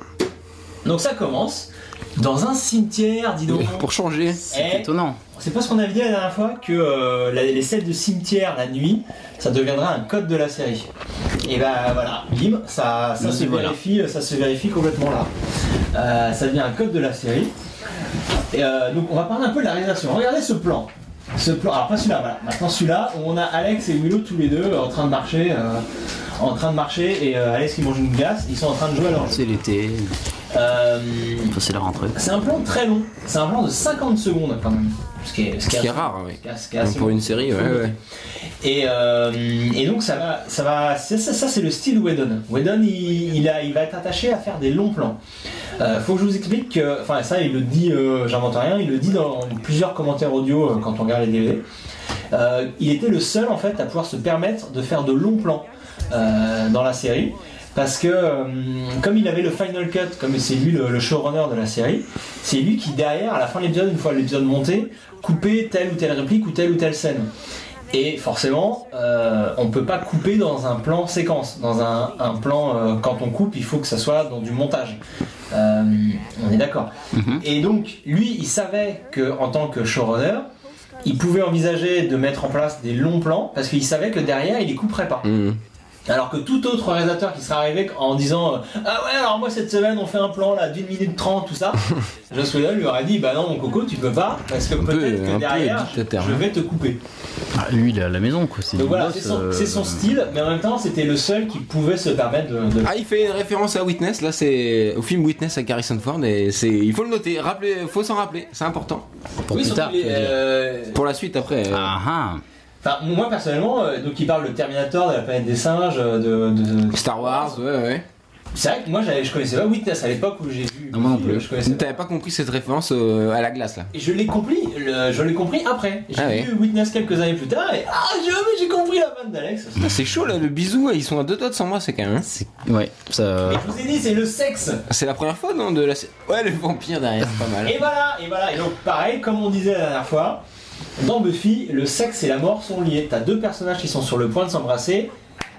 Speaker 2: Donc, ça commence dans un cimetière, dis donc.
Speaker 4: Pour changer.
Speaker 3: C'est
Speaker 2: Eh,
Speaker 3: étonnant.
Speaker 2: c'est pas ce qu'on avait dit la dernière fois que euh, la- les scènes de cimetière la nuit, ça deviendra un code de la série. Et bah voilà, bim, ça, ça
Speaker 3: Nous
Speaker 2: se
Speaker 3: y voilà.
Speaker 2: vérifie, ça se vérifie complètement là. Euh, ça devient un code de la série. Et, euh, donc on va parler un peu de la réalisation. Regardez ce plan. Ce plan, alors pas celui-là, voilà. Maintenant celui-là où on a Alex et Willow tous les deux en train de marcher, euh, en train de marcher et euh, Alex qui mange une glace, ils sont en train de jouer à leur jeu.
Speaker 3: C'est l'été,
Speaker 2: Euh,
Speaker 3: enfin, c'est la rentrée.
Speaker 2: c'est un plan très long, c'est un plan de 50 secondes quand même. Ce qui est, ce qui
Speaker 4: Ce
Speaker 2: est
Speaker 4: qui
Speaker 2: assez-
Speaker 4: est rare, oui.
Speaker 2: ce qui est assez- ce qui est assez
Speaker 4: Pour
Speaker 2: long.
Speaker 4: une série, ouais, ouais.
Speaker 2: Et, euh, et donc ça va, ça va, ça, ça, ça, c'est le style Whedon. Whedon, il, il a, il va être attaché à faire des longs plans. Euh, faut que je vous explique que, enfin ça, il le dit, euh, j'invente rien, il le dit dans plusieurs commentaires audio euh, quand on regarde les DVD. Euh, il était le seul en fait à pouvoir se permettre de faire de longs plans euh, dans la série. Parce que euh, comme il avait le final cut, comme c'est lui le, le showrunner de la série, c'est lui qui derrière, à la fin de l'épisode, une fois l'épisode monté, coupait telle ou telle réplique ou telle ou telle scène. Et forcément, euh, on peut pas couper dans un plan séquence. Dans un, un plan, euh, quand on coupe, il faut que ça soit dans du montage. Euh, on est d'accord.
Speaker 3: Mhm.
Speaker 2: Et donc, lui, il savait que en tant que showrunner, il pouvait envisager de mettre en place des longs plans parce qu'il savait que derrière, il les couperait pas.
Speaker 4: Mm.
Speaker 2: Alors que tout autre réalisateur qui serait arrivé en disant euh, Ah ouais, alors moi cette semaine on fait un plan là d'une minute trente, tout ça, Joss Whedon lui aurait dit Bah non, mon coco, tu peux pas parce que
Speaker 4: peu-
Speaker 2: peut-être
Speaker 4: un
Speaker 2: que
Speaker 4: peu
Speaker 2: derrière,
Speaker 4: dictateur,
Speaker 2: je
Speaker 4: hein.
Speaker 2: vais te couper.
Speaker 3: Ah, lui, il est à la maison, quoi. C'est
Speaker 2: Donc
Speaker 3: du
Speaker 2: voilà,
Speaker 3: boss,
Speaker 2: c'est son,
Speaker 3: euh,
Speaker 2: c'est son style, mais en même temps, c'était le seul qui pouvait se permettre de. de-
Speaker 4: Ah, il fait une référence à Witness, là c'est au film Witness avec Harrison Ford et c'est il faut le noter, rappeler, faut s'en rappeler, c'est important.
Speaker 3: Pour
Speaker 2: Oui,
Speaker 3: plus
Speaker 2: surtout
Speaker 3: tard.
Speaker 2: les-
Speaker 3: tu veux dire.
Speaker 2: euh,
Speaker 4: Pour la suite après. euh,
Speaker 3: Ah ah.
Speaker 2: enfin, moi personnellement, euh, donc il parle de Terminator, de la planète des singes, euh, de. de-
Speaker 4: Star Wars, ouais ouais.
Speaker 2: C'est vrai que moi j'avais- je connaissais pas Witness à l'époque où j'ai vu.
Speaker 3: Non, Ah, moi non
Speaker 2: euh,
Speaker 3: plus.
Speaker 2: Je connaissais pas.
Speaker 4: T'avais pas compris cette référence euh, à la glace là.
Speaker 2: Et je l'ai compris, le- je l'ai compris après. J'ai
Speaker 4: Ah ouais.
Speaker 2: vu Witness quelques années plus tard et ah je- mais j'ai compris la vanne d'Alex.
Speaker 4: Putain, Ah, C'est chaud là, le bisou, ils sont à deux doigts de sans moi, c'est quand même. hein.
Speaker 3: C'est- Ouais, ça. euh,
Speaker 2: Et je vous ai dit c'est le sexe.
Speaker 4: C'est la première fois non de la. sé- Ouais, le vampire derrière, c'est pas mal.
Speaker 2: Et voilà, et voilà. Et donc pareil, comme on disait la dernière fois, dans Buffy, le sexe et la mort sont liés. T'as deux personnages qui sont sur le point de s'embrasser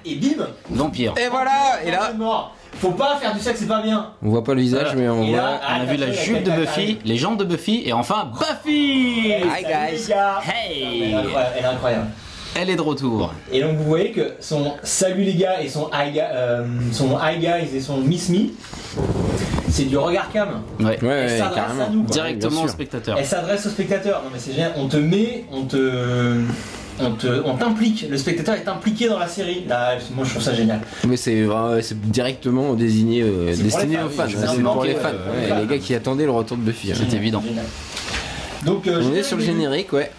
Speaker 2: et bim,
Speaker 3: Vampire.
Speaker 4: Et voilà, et
Speaker 2: c'est
Speaker 4: là,
Speaker 2: mort. Faut pas faire du sexe, c'est pas bien.
Speaker 4: on voit pas le visage,
Speaker 3: Voilà.
Speaker 4: mais on
Speaker 2: Et
Speaker 4: voit.
Speaker 2: là,
Speaker 3: On a vu la jupe de Buffy, les jambes de Buffy, et enfin Buffy
Speaker 4: Hi,
Speaker 2: salut,
Speaker 4: guys.
Speaker 2: les gars. Elle est
Speaker 3: Hey
Speaker 2: incroyable, elle est incroyable.
Speaker 3: Elle est de retour.
Speaker 2: Et donc vous voyez que son salut les gars et son hi, ga- euh, son hi guys et son miss me, c'est du regard cam.
Speaker 3: Ouais.
Speaker 4: Ouais,
Speaker 2: Elle
Speaker 4: ouais,
Speaker 2: s'adresse à
Speaker 4: carrément.
Speaker 2: nous, quoi.
Speaker 3: Directement
Speaker 4: Ouais,
Speaker 3: au
Speaker 4: bien sûr.
Speaker 3: spectateur.
Speaker 2: Elle s'adresse au spectateur. Non mais c'est génial. On te met, on te, on te, on t'implique. Le spectateur est impliqué dans la série. Là, moi je trouve ça génial.
Speaker 4: Mais c'est euh, c'est directement désigné, euh,
Speaker 2: C'est pour les
Speaker 4: destiné
Speaker 2: fans,
Speaker 4: aux
Speaker 2: oui,
Speaker 4: fans. hein,
Speaker 2: c'est
Speaker 4: C'est
Speaker 2: vraiment
Speaker 4: pour les
Speaker 2: que,
Speaker 4: fans.
Speaker 2: euh,
Speaker 4: ouais,
Speaker 2: voilà.
Speaker 4: les gars qui attendaient le retour de Buffy. hein.
Speaker 3: C'est évident.
Speaker 2: Génial. Donc euh,
Speaker 4: On
Speaker 2: j'ai
Speaker 4: est sur le
Speaker 2: aimé-
Speaker 4: générique, ouais.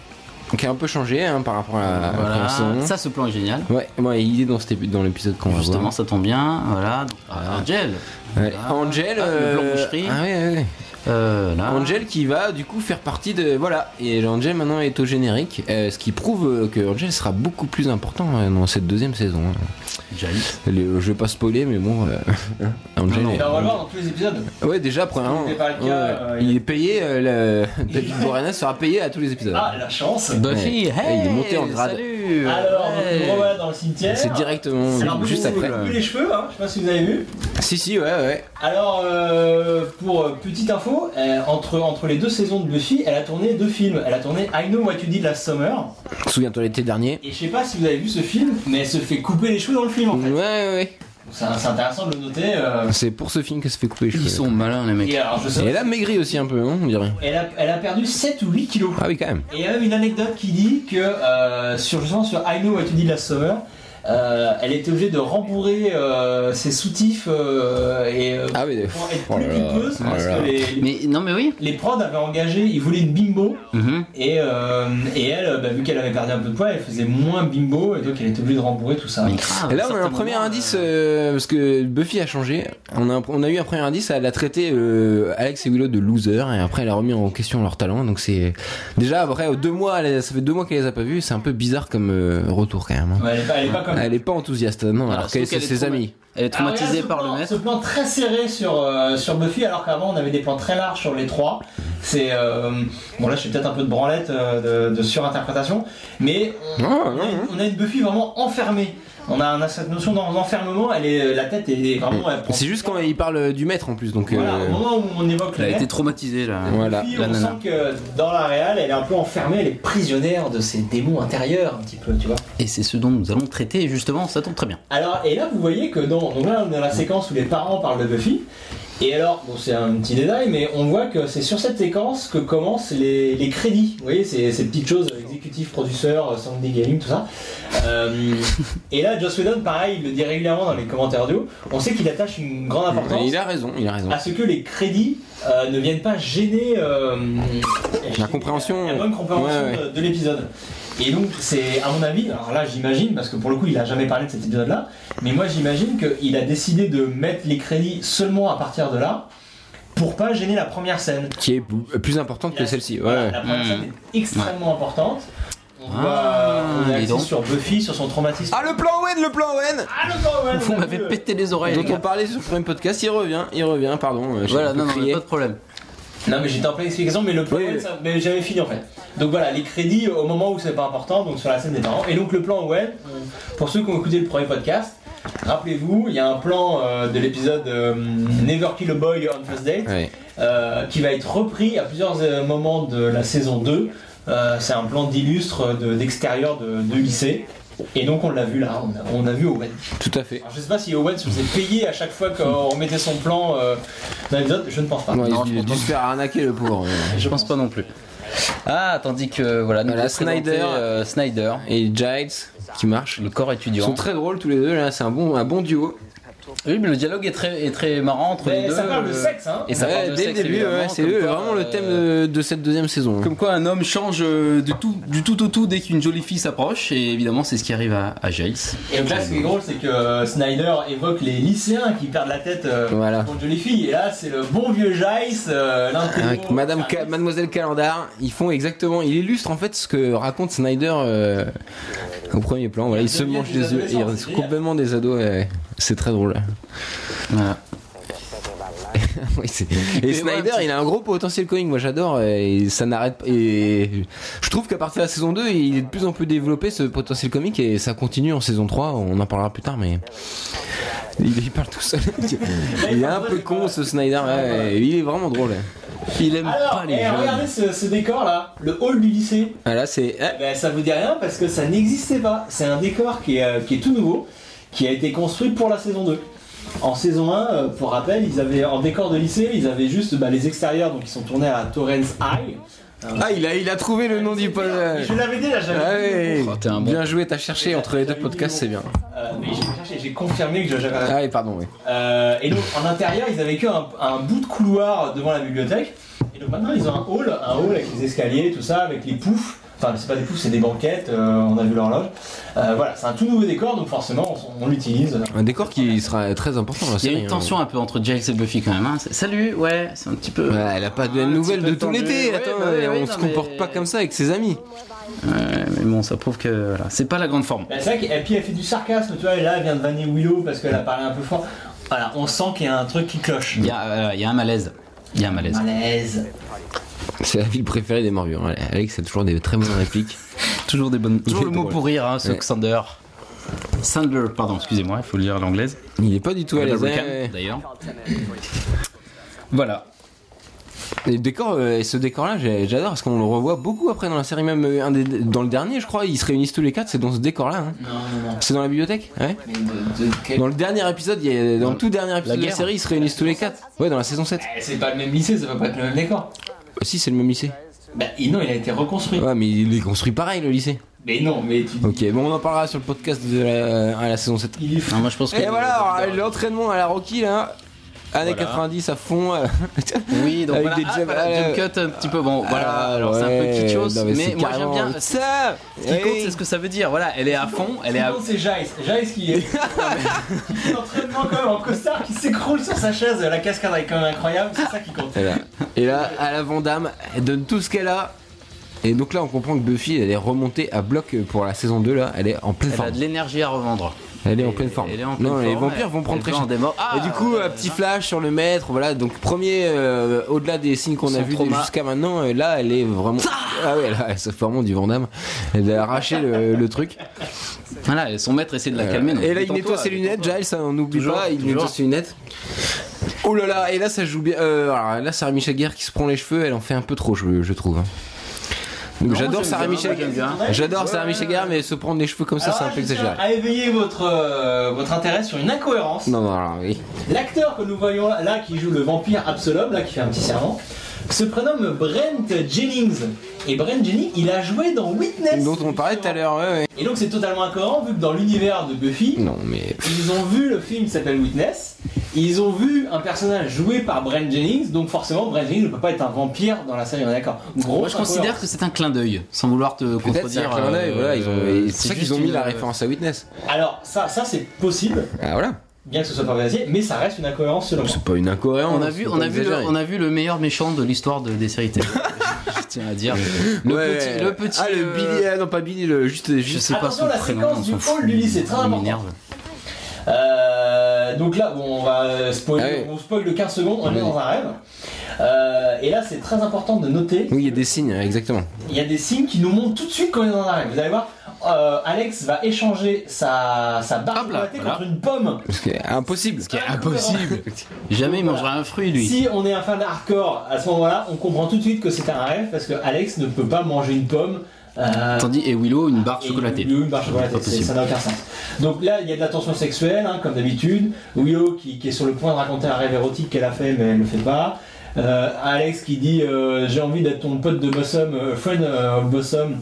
Speaker 4: Qui a un peu changé hein, par rapport à la
Speaker 3: Voilà.
Speaker 4: saison.
Speaker 3: Ça, ce plan est génial.
Speaker 4: Ouais, ouais, il est dans, cet épi- dans l'épisode qu'on va
Speaker 3: Justement,
Speaker 4: voir.
Speaker 3: ça tombe bien. Voilà. Donc, Angel.
Speaker 4: Ouais.
Speaker 3: Ah,
Speaker 4: Angel, euh,
Speaker 3: ah, le blanc boucherie.
Speaker 4: ah ouais, ouais, ouais.
Speaker 3: Euh, là.
Speaker 4: Angel qui va du coup faire partie de voilà et Angel maintenant est au générique euh, ce qui prouve euh, que Angel sera beaucoup plus important euh, dans cette deuxième saison. hein.
Speaker 3: Jaïs.
Speaker 4: Le- je vais pas spoiler mais bon euh, hein, Angel.
Speaker 3: Non, non.
Speaker 2: Et
Speaker 4: est-
Speaker 2: ben, on va le voir dans tous les épisodes.
Speaker 4: Ouais déjà premièrement
Speaker 2: C'était pas le cas,
Speaker 4: ouais,
Speaker 2: euh,
Speaker 4: il est payé euh, le- David Boreanaz sera payé à tous les épisodes.
Speaker 2: Ah, la chance
Speaker 3: Buffy,
Speaker 4: Ouais.
Speaker 3: hey,
Speaker 4: Il est monté en grade.
Speaker 3: Salut
Speaker 2: Alors,
Speaker 3: Ouais.
Speaker 2: nous revoilà dans le cimetière.
Speaker 4: euh, C'est directement
Speaker 2: Alors,
Speaker 4: juste
Speaker 2: vous-
Speaker 4: après.
Speaker 2: vous coupez les cheveux, hein, je sais pas si vous avez vu.
Speaker 4: Si si ouais ouais.
Speaker 2: Alors, euh, pour euh, petite info, euh, entre, entre les deux saisons de Buffy, elle a tourné deux films. Elle a tourné I Know What You Did Last Summer,
Speaker 4: Souviens-toi l'été dernier.
Speaker 2: et je sais pas si vous avez vu ce film, mais elle se fait couper les cheveux dans le film en
Speaker 4: Ouais
Speaker 2: fait.
Speaker 4: ouais.
Speaker 2: C'est c'est intéressant de le noter. euh.
Speaker 4: C'est pour ce film que se fait couper les cheveux.
Speaker 3: Ils sont malins les mecs.
Speaker 2: Et alors, je sais
Speaker 4: Et
Speaker 2: pas-
Speaker 4: elle a maigri aussi un peu, hein, on dirait.
Speaker 2: elle a, elle a perdu 7 ou 8 kilos.
Speaker 4: Ah oui, quand même.
Speaker 2: Et il y a même une anecdote qui dit que euh, sur, justement sur I Know What You Did Last Summer, euh, elle était obligée de rembourrer euh, ses soutifs euh, et, euh,
Speaker 4: Ah oui.
Speaker 2: pour être
Speaker 4: Oh
Speaker 2: plus
Speaker 4: là là,
Speaker 2: pulpeuse
Speaker 4: oh
Speaker 2: parce
Speaker 4: là
Speaker 2: que
Speaker 4: là.
Speaker 2: les,
Speaker 3: Mais non mais oui.
Speaker 2: les prods avaient engagé, ils voulaient une bimbo
Speaker 3: Mhm.
Speaker 2: et, euh, et elle, bah, vu qu'elle avait perdu un peu de poids, elle faisait moins bimbo et donc elle était obligée de rembourrer tout ça.
Speaker 3: Mais grave,
Speaker 4: Et là, on a un
Speaker 3: certainement,
Speaker 4: premier
Speaker 3: euh,
Speaker 4: indice, euh, parce que Buffy a changé. On a, un- on a eu un premier indice, elle a traité euh, Alex et Willow de loser, et après elle a remis en question leur talent. Donc c'est. Déjà, après, euh, deux mois, elle- ça fait deux mois qu'elle les a pas vus, c'est un peu bizarre comme euh, retour quand même. hein.
Speaker 2: Ouais, elle, est pas, elle est pas comme
Speaker 4: Elle est pas enthousiaste, non, alors,
Speaker 3: surtout
Speaker 4: qu'elle c'est
Speaker 3: qu'elle est
Speaker 4: ses
Speaker 3: trauma-
Speaker 4: amis.
Speaker 3: Elle est
Speaker 2: Alors, Ah, regarde
Speaker 3: traumatisée
Speaker 2: ce
Speaker 3: par le
Speaker 2: plan-
Speaker 3: maître.
Speaker 2: Ce plan très serré sur, euh, sur Buffy, alors qu'avant on avait des plans très larges sur les trois. C'est euh, bon là, je suis peut-être un peu de branlette euh, de, de surinterprétation, mais on,
Speaker 4: Non,
Speaker 3: Ah,
Speaker 2: on
Speaker 4: non,
Speaker 2: a,
Speaker 4: non.
Speaker 2: on a une Buffy vraiment enfermée. On a, on a cette notion d'en- d'enfermement. Elle est la tête est vraiment. elle prend-
Speaker 4: C'est juste quand il parle euh, du maître en plus, donc.
Speaker 2: Voilà,
Speaker 4: euh,
Speaker 2: au moment où on évoque le
Speaker 3: Elle a été
Speaker 2: maître,
Speaker 3: traumatisée là.
Speaker 4: Voilà.
Speaker 2: Buffy, euh,
Speaker 3: la
Speaker 2: on
Speaker 3: nana.
Speaker 2: sent que dans la réal, elle est un peu enfermée. Elle est prisonnière de ses démons intérieurs, un petit peu, tu vois.
Speaker 3: Et c'est ce dont nous allons traiter justement, ça tombe très bien.
Speaker 2: Alors, et là, vous voyez que dans, donc là, on est dans la séquence où les parents parlent de Buffy. Et alors, bon, c'est un petit détail, mais on voit que c'est sur cette séquence que commencent les, les crédits. Vous voyez, ces, ces petites choses, euh, exécutif, producteur, euh, Sunday Gaming, tout ça. Euh, et là, Joss Whedon, pareil, il le dit régulièrement dans les commentaires audio. On sait qu'il attache une grande importance Ah,
Speaker 4: Il a raison, il a raison.
Speaker 2: à ce que les crédits euh, ne viennent pas gêner euh,
Speaker 4: La compréhension.
Speaker 2: la bonne compréhension
Speaker 4: Ouais, ouais.
Speaker 2: de, de l'épisode. Et donc c'est à mon avis, alors là j'imagine, parce que pour le coup il a jamais parlé de cet épisode là, mais moi j'imagine qu'il a décidé de mettre les crédits seulement à partir de là pour pas gêner la première scène.
Speaker 4: Qui est bou- plus importante que
Speaker 2: La-
Speaker 4: celle-ci,
Speaker 2: voilà,
Speaker 4: ouais.
Speaker 2: La première
Speaker 3: Mm.
Speaker 2: scène est extrêmement importante. On voit
Speaker 3: Ah,
Speaker 2: on est
Speaker 3: dis
Speaker 2: axé
Speaker 3: donc.
Speaker 2: sur Buffy, sur son traumatisme.
Speaker 4: Ah, le plan Owen, le plan Owen
Speaker 2: Ah, le temps, ouais,
Speaker 3: Vous
Speaker 2: on a
Speaker 3: m'avez
Speaker 2: vu, euh,
Speaker 3: pété les oreilles.
Speaker 4: Dont on parlait sur le premier podcast, il revient, il revient, pardon. euh, j'ai un
Speaker 3: Voilà,
Speaker 4: peu
Speaker 3: non, non, mais
Speaker 4: crié.
Speaker 3: pas de problème.
Speaker 2: Non mais j'étais en pleine explication mais le plan
Speaker 4: Oui,
Speaker 2: Owen,
Speaker 4: oui.
Speaker 2: ça- mais j'avais fini en fait. Donc voilà les crédits euh, au moment où c'est pas important donc sur la scène des parents et donc le plan Owen pour ceux qui ont écouté le premier podcast rappelez-vous il y a un plan euh, de l'épisode euh, Never Kill a Boy on First Date
Speaker 4: Ouais.
Speaker 2: euh, qui va être repris à plusieurs euh, moments de la saison 2. Euh, c'est un plan d'illustre euh, de- d'extérieur de, de lycée. Et donc on l'a vu là, on a, on a vu Owen.
Speaker 4: Tout à fait.
Speaker 2: Alors, je sais pas si Owen se faisait payer à chaque fois qu'on mettait son plan euh, dans l'épisode, je ne pense pas.
Speaker 4: Ouais,
Speaker 3: Ah, non,
Speaker 4: il
Speaker 3: je
Speaker 4: a dû
Speaker 3: pense
Speaker 4: se faire arnaquer le pauvre. ouais.
Speaker 3: Je pense pas non plus. Ah, tandis que voilà, nous
Speaker 4: Voilà,
Speaker 3: vous présentez,
Speaker 4: Snyder.
Speaker 3: euh, Snyder,
Speaker 4: Et Giles qui marche.
Speaker 3: le corps
Speaker 4: Ils
Speaker 3: étudiant.
Speaker 4: sont très drôles tous les deux là, c'est un bon, un bon duo.
Speaker 3: Oui, mais le dialogue est très, est très marrant entre les
Speaker 2: Mais
Speaker 3: deux.
Speaker 2: ça parle de
Speaker 3: euh,
Speaker 2: sexe, hein
Speaker 3: Et ça
Speaker 4: Ouais,
Speaker 3: parle de
Speaker 4: dès
Speaker 3: sexe,
Speaker 4: le début,
Speaker 3: évidemment,
Speaker 4: ouais, c'est
Speaker 3: comme
Speaker 4: eux,
Speaker 3: quoi,
Speaker 4: vraiment
Speaker 3: euh,
Speaker 4: le thème de, de cette deuxième saison.
Speaker 3: Comme quoi un homme change euh, du tout, du tout au tout dès qu'une jolie fille s'approche, et évidemment c'est ce qui arrive à, à Jace.
Speaker 2: Et donc là, ce qui est drôle, c'est que euh, Snyder évoque les lycéens qui perdent la tête euh,
Speaker 4: Voilà.
Speaker 2: pour une jolie fille. Et là, c'est le bon vieux Jace, euh, l'intello,
Speaker 4: Avec Madame
Speaker 2: ça-
Speaker 4: Ca- Mademoiselle Calendar, ils font exactement, il illustre en fait ce que raconte Snyder euh, au premier plan. Voilà,
Speaker 2: Ils
Speaker 4: ils se
Speaker 2: deviennent
Speaker 4: mangent
Speaker 2: des
Speaker 4: des yeux, et
Speaker 2: adolescents,
Speaker 4: ils
Speaker 2: c'est
Speaker 4: sont
Speaker 2: génial.
Speaker 4: complètement des ados. ouais. C'est très drôle.
Speaker 3: Voilà.
Speaker 4: Oui, c'est- et
Speaker 3: ouais,
Speaker 4: Snyder,
Speaker 3: petit-
Speaker 4: il a un gros potentiel comique, moi j'adore, euh, et ça n'arrête pas. Et je trouve qu'à partir de la saison 2, il est de plus en plus développé ce potentiel comique, et ça continue en saison 3, on en parlera plus tard, mais. Il, il parle tout seul. il est un peu con ce Snyder, ouais, il est vraiment drôle.
Speaker 3: Il aime
Speaker 2: Alors,
Speaker 3: pas les
Speaker 2: et
Speaker 3: gens.
Speaker 2: regardez ce, décor là, le hall du lycée.
Speaker 4: Ah, là, c'est.
Speaker 2: Eh ben, ça vous dit rien parce que ça n'existait pas. C'est un décor qui est, euh, qui est tout nouveau, qui a été construit pour la saison 2. En saison 1, euh, pour rappel, ils avaient en décor de lycée, ils avaient juste bah, les extérieurs, donc ils sont tournés à Torrance High.
Speaker 4: Ah, il a, il a trouvé le nom du pod.
Speaker 2: Mais Je l'avais dit là, j'avais.
Speaker 4: Ah ouais,
Speaker 3: Oh, t'es un bon.
Speaker 4: bien joué, t'as cherché entre les deux podcasts, c'est bien.
Speaker 2: Euh, mais j'ai cherché, j'ai confirmé que j'avais.
Speaker 4: Ah, et pardon, oui.
Speaker 2: Euh, et donc en intérieur, ils avaient qu'un un bout de couloir devant la bibliothèque. Et donc maintenant, ils ont un hall, un hall avec les escaliers, tout ça, avec les poufs. Enfin, c'est pas des poufs, c'est des banquettes, euh, on a vu l'horloge. Euh, voilà, c'est un tout nouveau décor, donc forcément, on, on l'utilise.
Speaker 4: Un décor qui sera très important dans la
Speaker 3: Il y
Speaker 4: série.
Speaker 3: a une
Speaker 4: hein.
Speaker 3: tension un peu entre Giles et Buffy quand même. hein. C'est- Salut, ouais, c'est un petit peu.
Speaker 4: Ouais, elle a pas de
Speaker 3: Un petit
Speaker 4: nouvelles
Speaker 3: peu
Speaker 4: de tout
Speaker 3: tendu.
Speaker 4: l'été.
Speaker 3: Ouais,
Speaker 4: Attends,
Speaker 3: bah ouais,
Speaker 4: on
Speaker 3: ouais,
Speaker 4: se
Speaker 3: non,
Speaker 4: comporte
Speaker 3: mais-
Speaker 4: pas comme ça avec ses amis.
Speaker 3: Ouais, mais bon, ça prouve que voilà, c'est pas la grande forme.
Speaker 2: Bah, c'est vrai qu'elle puis elle fait du sarcasme, tu vois, et là elle vient de vanner Willow parce qu'elle a parlé un peu fort. Voilà, on sent qu'il y a un truc qui cloche.
Speaker 3: Il y a, euh, il y a un malaise. Il y a un malaise.
Speaker 2: Malaise.
Speaker 4: C'est la ville préférée des morvures. Allez, Alex a toujours des très bonnes répliques.
Speaker 3: Toujours des bonnes. Toujours le
Speaker 4: est
Speaker 3: mot
Speaker 4: drôle.
Speaker 3: pour rire, hein, ce
Speaker 4: Ouais.
Speaker 3: Xander. Sandler, pardon, excusez-moi, il faut le dire à l'anglaise.
Speaker 4: Il est pas du tout à l'aise.
Speaker 3: Double cam,
Speaker 4: hein.
Speaker 3: D'ailleurs. Voilà.
Speaker 4: Et le décor, euh, et ce décor-là, j'ai- j'adore parce qu'on le revoit beaucoup après dans la série, même euh, un des- dans le dernier, je crois. Ils se réunissent tous les quatre, c'est dans ce décor-là. hein.
Speaker 2: Non, non, non.
Speaker 4: C'est dans la bibliothèque ouais.
Speaker 2: Mais de, de quel-
Speaker 4: Dans le dernier épisode, il y a- dans le tout dernier épisode de la
Speaker 3: guerre.
Speaker 4: série, ils se réunissent tous les quatre. Ouais, dans la saison 7.
Speaker 2: Eh, C'est pas le même lycée, ça va pas être le même décor.
Speaker 4: Euh, Si, c'est le même lycée.
Speaker 2: Bah il- non, il a été reconstruit.
Speaker 4: Ouais, mais il est construit pareil le lycée.
Speaker 2: Mais non, mais tu.
Speaker 4: Ok, bon, on en parlera sur le podcast de la, à la saison 7.
Speaker 2: Il est fou.
Speaker 3: Non, moi je pense que.
Speaker 4: Et voilà, alors, l'entraînement à la Rocky là. Années
Speaker 3: Voilà.
Speaker 4: 90 à fond. euh,
Speaker 3: Oui, donc
Speaker 4: Avec
Speaker 3: voilà,
Speaker 4: des
Speaker 3: ah,
Speaker 4: jump-
Speaker 3: voilà,
Speaker 4: euh,
Speaker 3: jump cut un petit peu. Bon, voilà,
Speaker 4: ah,
Speaker 3: alors c'est un peu
Speaker 4: ouais,
Speaker 3: kitschos,
Speaker 4: non,
Speaker 3: mais,
Speaker 4: c'est
Speaker 3: moi j'aime
Speaker 4: carrément-
Speaker 3: bien. Ce
Speaker 4: Ça
Speaker 3: qui compte,
Speaker 4: hey.
Speaker 3: c'est ce que ça veut dire. Voilà, elle est à fond, elle est à.
Speaker 2: Sinon, c'est Jace. Jace qui est. qui fait l'entraînement quand même en costard, qui s'écroule sur sa chaise. La cascade est quand même incroyable, c'est ça qui compte.
Speaker 4: Voilà. Et là, à la Vandame, elle donne tout ce qu'elle a. Et donc là, on comprend que Buffy, elle est remontée à bloc euh, pour la saison 2. Là, elle est en pleine
Speaker 3: Elle a
Speaker 4: forme.
Speaker 3: de l'énergie à revendre.
Speaker 4: Elle est en pleine forme.
Speaker 3: Elle est en pleine
Speaker 4: Non, les
Speaker 3: forme,
Speaker 4: vampires
Speaker 3: elle-
Speaker 4: vont prendre
Speaker 3: elle
Speaker 4: très
Speaker 3: vend
Speaker 4: cher.
Speaker 3: des morts. Ah,
Speaker 4: Et du coup,
Speaker 3: euh,
Speaker 4: un petit flash sur le maître, voilà. Donc premier, euh, au-delà des signes qu'on a
Speaker 3: Son
Speaker 4: vus
Speaker 3: trauma.
Speaker 4: jusqu'à maintenant, euh, là, elle est vraiment. Ah ouais, là, elle se fait vraiment du Vandame. Elle a arraché le, le truc.
Speaker 3: Voilà, son maître essaie de la calmer. donc
Speaker 4: Euh, et là, il
Speaker 3: détends-toi,
Speaker 4: nettoie ses lunettes.
Speaker 3: détends-toi.
Speaker 4: Giles, ça, on n'oublie
Speaker 3: Toujours,
Speaker 4: pas, il
Speaker 3: toujours.
Speaker 4: nettoie ses lunettes. Oh là là, et là, ça joue bien. Euh, alors là, Sarah Michel Guerre qui se prend les cheveux, elle en fait un peu trop, je, je trouve. hein. Donc
Speaker 3: Non,
Speaker 4: j'adore
Speaker 3: j'aime
Speaker 4: Sarah
Speaker 3: bien,
Speaker 2: Ah
Speaker 4: Michel
Speaker 3: moi, j'aime bien.
Speaker 4: J'adore Sarah Michel Guerre, mais se prendre les cheveux comme ça,
Speaker 2: Alors
Speaker 4: c'est un
Speaker 2: là,
Speaker 4: peu
Speaker 2: Ah, je tiens
Speaker 4: exagéré.
Speaker 2: À éveiller votre, euh, votre intérêt sur une incohérence.
Speaker 4: Non, non, alors, oui.
Speaker 2: L'acteur que nous voyons là, là, qui joue le vampire Absalom, là, qui fait un petit serment, se prénomme Brent Jennings. Et Brent Jennings, il a joué dans Witness.
Speaker 4: Dont on parlait tout à l'heure, ouais, ouais.
Speaker 2: Et donc c'est totalement incohérent, vu que dans l'univers de Buffy,
Speaker 4: Non, mais.
Speaker 2: ils ont vu le film qui s'appelle Witness, ils ont vu un personnage joué par Brent Jennings, donc forcément Brent Jennings ne peut pas être un vampire dans la série, on est d'accord. Gros
Speaker 3: Moi, je considère que c'est un clin d'œil, sans vouloir te
Speaker 4: Peut-être c'est un
Speaker 3: contredire.
Speaker 4: clin d'œil,
Speaker 3: euh,
Speaker 4: voilà, ils ont-
Speaker 3: euh,
Speaker 4: c'est ça qu'ils
Speaker 3: juste
Speaker 4: ont mis
Speaker 3: une-
Speaker 4: la référence à Witness.
Speaker 2: Alors ça, ça c'est possible,
Speaker 4: Ah voilà,
Speaker 2: bien que ce soit pas vérifié, mais ça reste une incohérence selon moi.
Speaker 4: c'est pas une incohérence.
Speaker 3: On a vu,
Speaker 4: c'est
Speaker 3: on
Speaker 4: pas
Speaker 3: a vu, le,
Speaker 4: exagéré.
Speaker 3: on a vu le meilleur méchant de l'histoire de, des séries télé. je tiens à dire.
Speaker 2: Euh,
Speaker 3: Le
Speaker 4: Ouais.
Speaker 3: petit, le petit.
Speaker 4: Ah, le
Speaker 3: euh,
Speaker 4: Billy, ah non, pas Billy, le, juste,
Speaker 3: Je
Speaker 4: juste.
Speaker 3: sais pas
Speaker 2: Attention,
Speaker 3: son
Speaker 2: la
Speaker 3: prénom.
Speaker 2: séquence
Speaker 3: on
Speaker 2: du
Speaker 3: s'en
Speaker 2: hall
Speaker 3: fout.
Speaker 2: du lycée, très
Speaker 3: Il
Speaker 2: important.
Speaker 3: m'énerve.
Speaker 2: Euh, donc là, bon, on va euh, spoiler,
Speaker 4: Ah oui.
Speaker 2: on spoil de 15 secondes, on est
Speaker 4: Oui.
Speaker 2: dans un rêve. Euh, et là, c'est très important de noter,
Speaker 4: Oui, il y a des signes, exactement.
Speaker 2: il y a des signes qui nous montrent tout de suite qu'on est dans un rêve. Vous allez voir, euh, Alex va échanger sa, sa barre
Speaker 3: Hop là,
Speaker 2: chocolatée
Speaker 3: Ah, voilà.
Speaker 2: contre une pomme.
Speaker 4: Parce que- impossible.
Speaker 3: Qui est impossible. Jamais il mangera un fruit lui.
Speaker 2: Si on est un fan hardcore, à ce moment-là, on comprend tout de suite que c'est un rêve parce que Alex ne peut pas manger une pomme. euh,
Speaker 3: Tandis et Willow une barre
Speaker 2: et
Speaker 3: chocolatée.
Speaker 2: Willow, une barre chocolatée,
Speaker 3: Pas
Speaker 2: c'est-
Speaker 3: possible.
Speaker 2: ça n'a aucun sens. Donc là, il y a de la tension sexuelle, hein, comme d'habitude. Willow qui, qui est sur le point de raconter un rêve érotique qu'elle a fait, mais elle ne le fait pas. Euh, Alex qui dit euh, J'ai envie d'être ton pote de Bossum, euh, friend euh, of Bossum.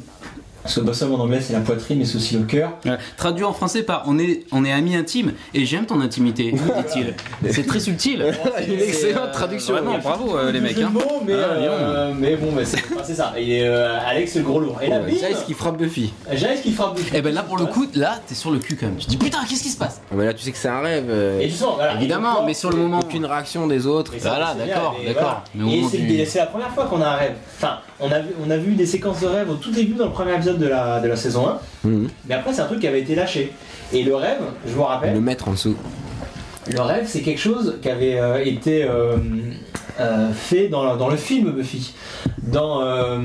Speaker 2: Parce que Bossum en anglais, c'est la poitrine, mais c'est aussi le cœur.
Speaker 3: Ouais. Euh, Traduit en français par on est on est amis intimes et j'aime ton intimité, me dit-il. C'est très subtil.
Speaker 4: Une
Speaker 2: euh,
Speaker 4: excellente traduction.
Speaker 3: Vraiment, bravo euh, les
Speaker 2: Jeu
Speaker 3: mecs.
Speaker 2: de
Speaker 3: hein.
Speaker 2: mots, mais,
Speaker 3: Ah,
Speaker 2: euh, mais bon, bah, c'est enfin, c'est ça. Et euh, Alex, le gros lourd. Et là,
Speaker 4: Ouais,
Speaker 2: bim,
Speaker 4: Giles qui frappe Buffy.
Speaker 2: Giles Euh, qui frappe.
Speaker 3: Et ben là pour le coup, là t'es sur le cul quand même. Tu te dis putain qu'est-ce qui se passe
Speaker 4: Ah, Mais là, tu sais que c'est un rêve. euh,
Speaker 2: Et tu sens, voilà.
Speaker 3: Évidemment, mais sur le moment.
Speaker 4: Aucune réaction des autres.
Speaker 2: Et ça,
Speaker 3: Voilà,
Speaker 2: c'est bien,
Speaker 3: d'accord,
Speaker 2: mais
Speaker 3: d'accord.
Speaker 2: voilà.
Speaker 3: Mais au
Speaker 2: Et
Speaker 3: moment
Speaker 2: c'est
Speaker 3: du-
Speaker 2: c'est la première fois qu'on a un rêve. Enfin, on a, vu, on a vu des séquences de rêve au tout début dans le premier épisode de la, de la saison 1,
Speaker 4: Mhm.
Speaker 2: mais après c'est un truc qui avait été lâché. Et le rêve, je vous
Speaker 4: Le
Speaker 2: rappelle,
Speaker 4: mettre en dessous.
Speaker 2: le rêve c'est quelque chose qui avait euh, été euh, euh, fait dans, le- dans le film Buffy. Dans euh,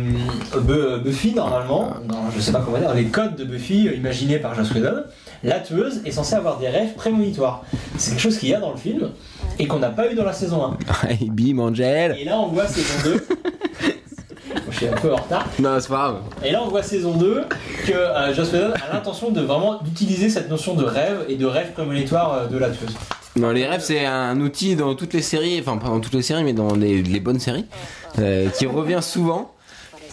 Speaker 2: Bu- Buffy, normalement, dans, je sais pas comment dire, dans les codes de Buffy euh, imaginés par Joss Whedon, la tueuse est censée avoir des rêves prémonitoires. C'est quelque chose qu'il y a dans le film et qu'on n'a pas eu dans la saison 1.
Speaker 4: Hey, Bim, Angel.
Speaker 2: Et là, on voit saison 2. Je suis un peu en retard.
Speaker 4: Non, c'est pas grave.
Speaker 2: Et là, on voit saison 2 que euh, Joss Whedon a l'intention de vraiment d'utiliser cette notion de rêve et de rêve prémonitoire euh, de la tueuse.
Speaker 4: Non, les rêves, c'est un outil dans toutes les séries, enfin pas dans toutes les séries, mais dans les, les bonnes séries, euh, qui revient souvent.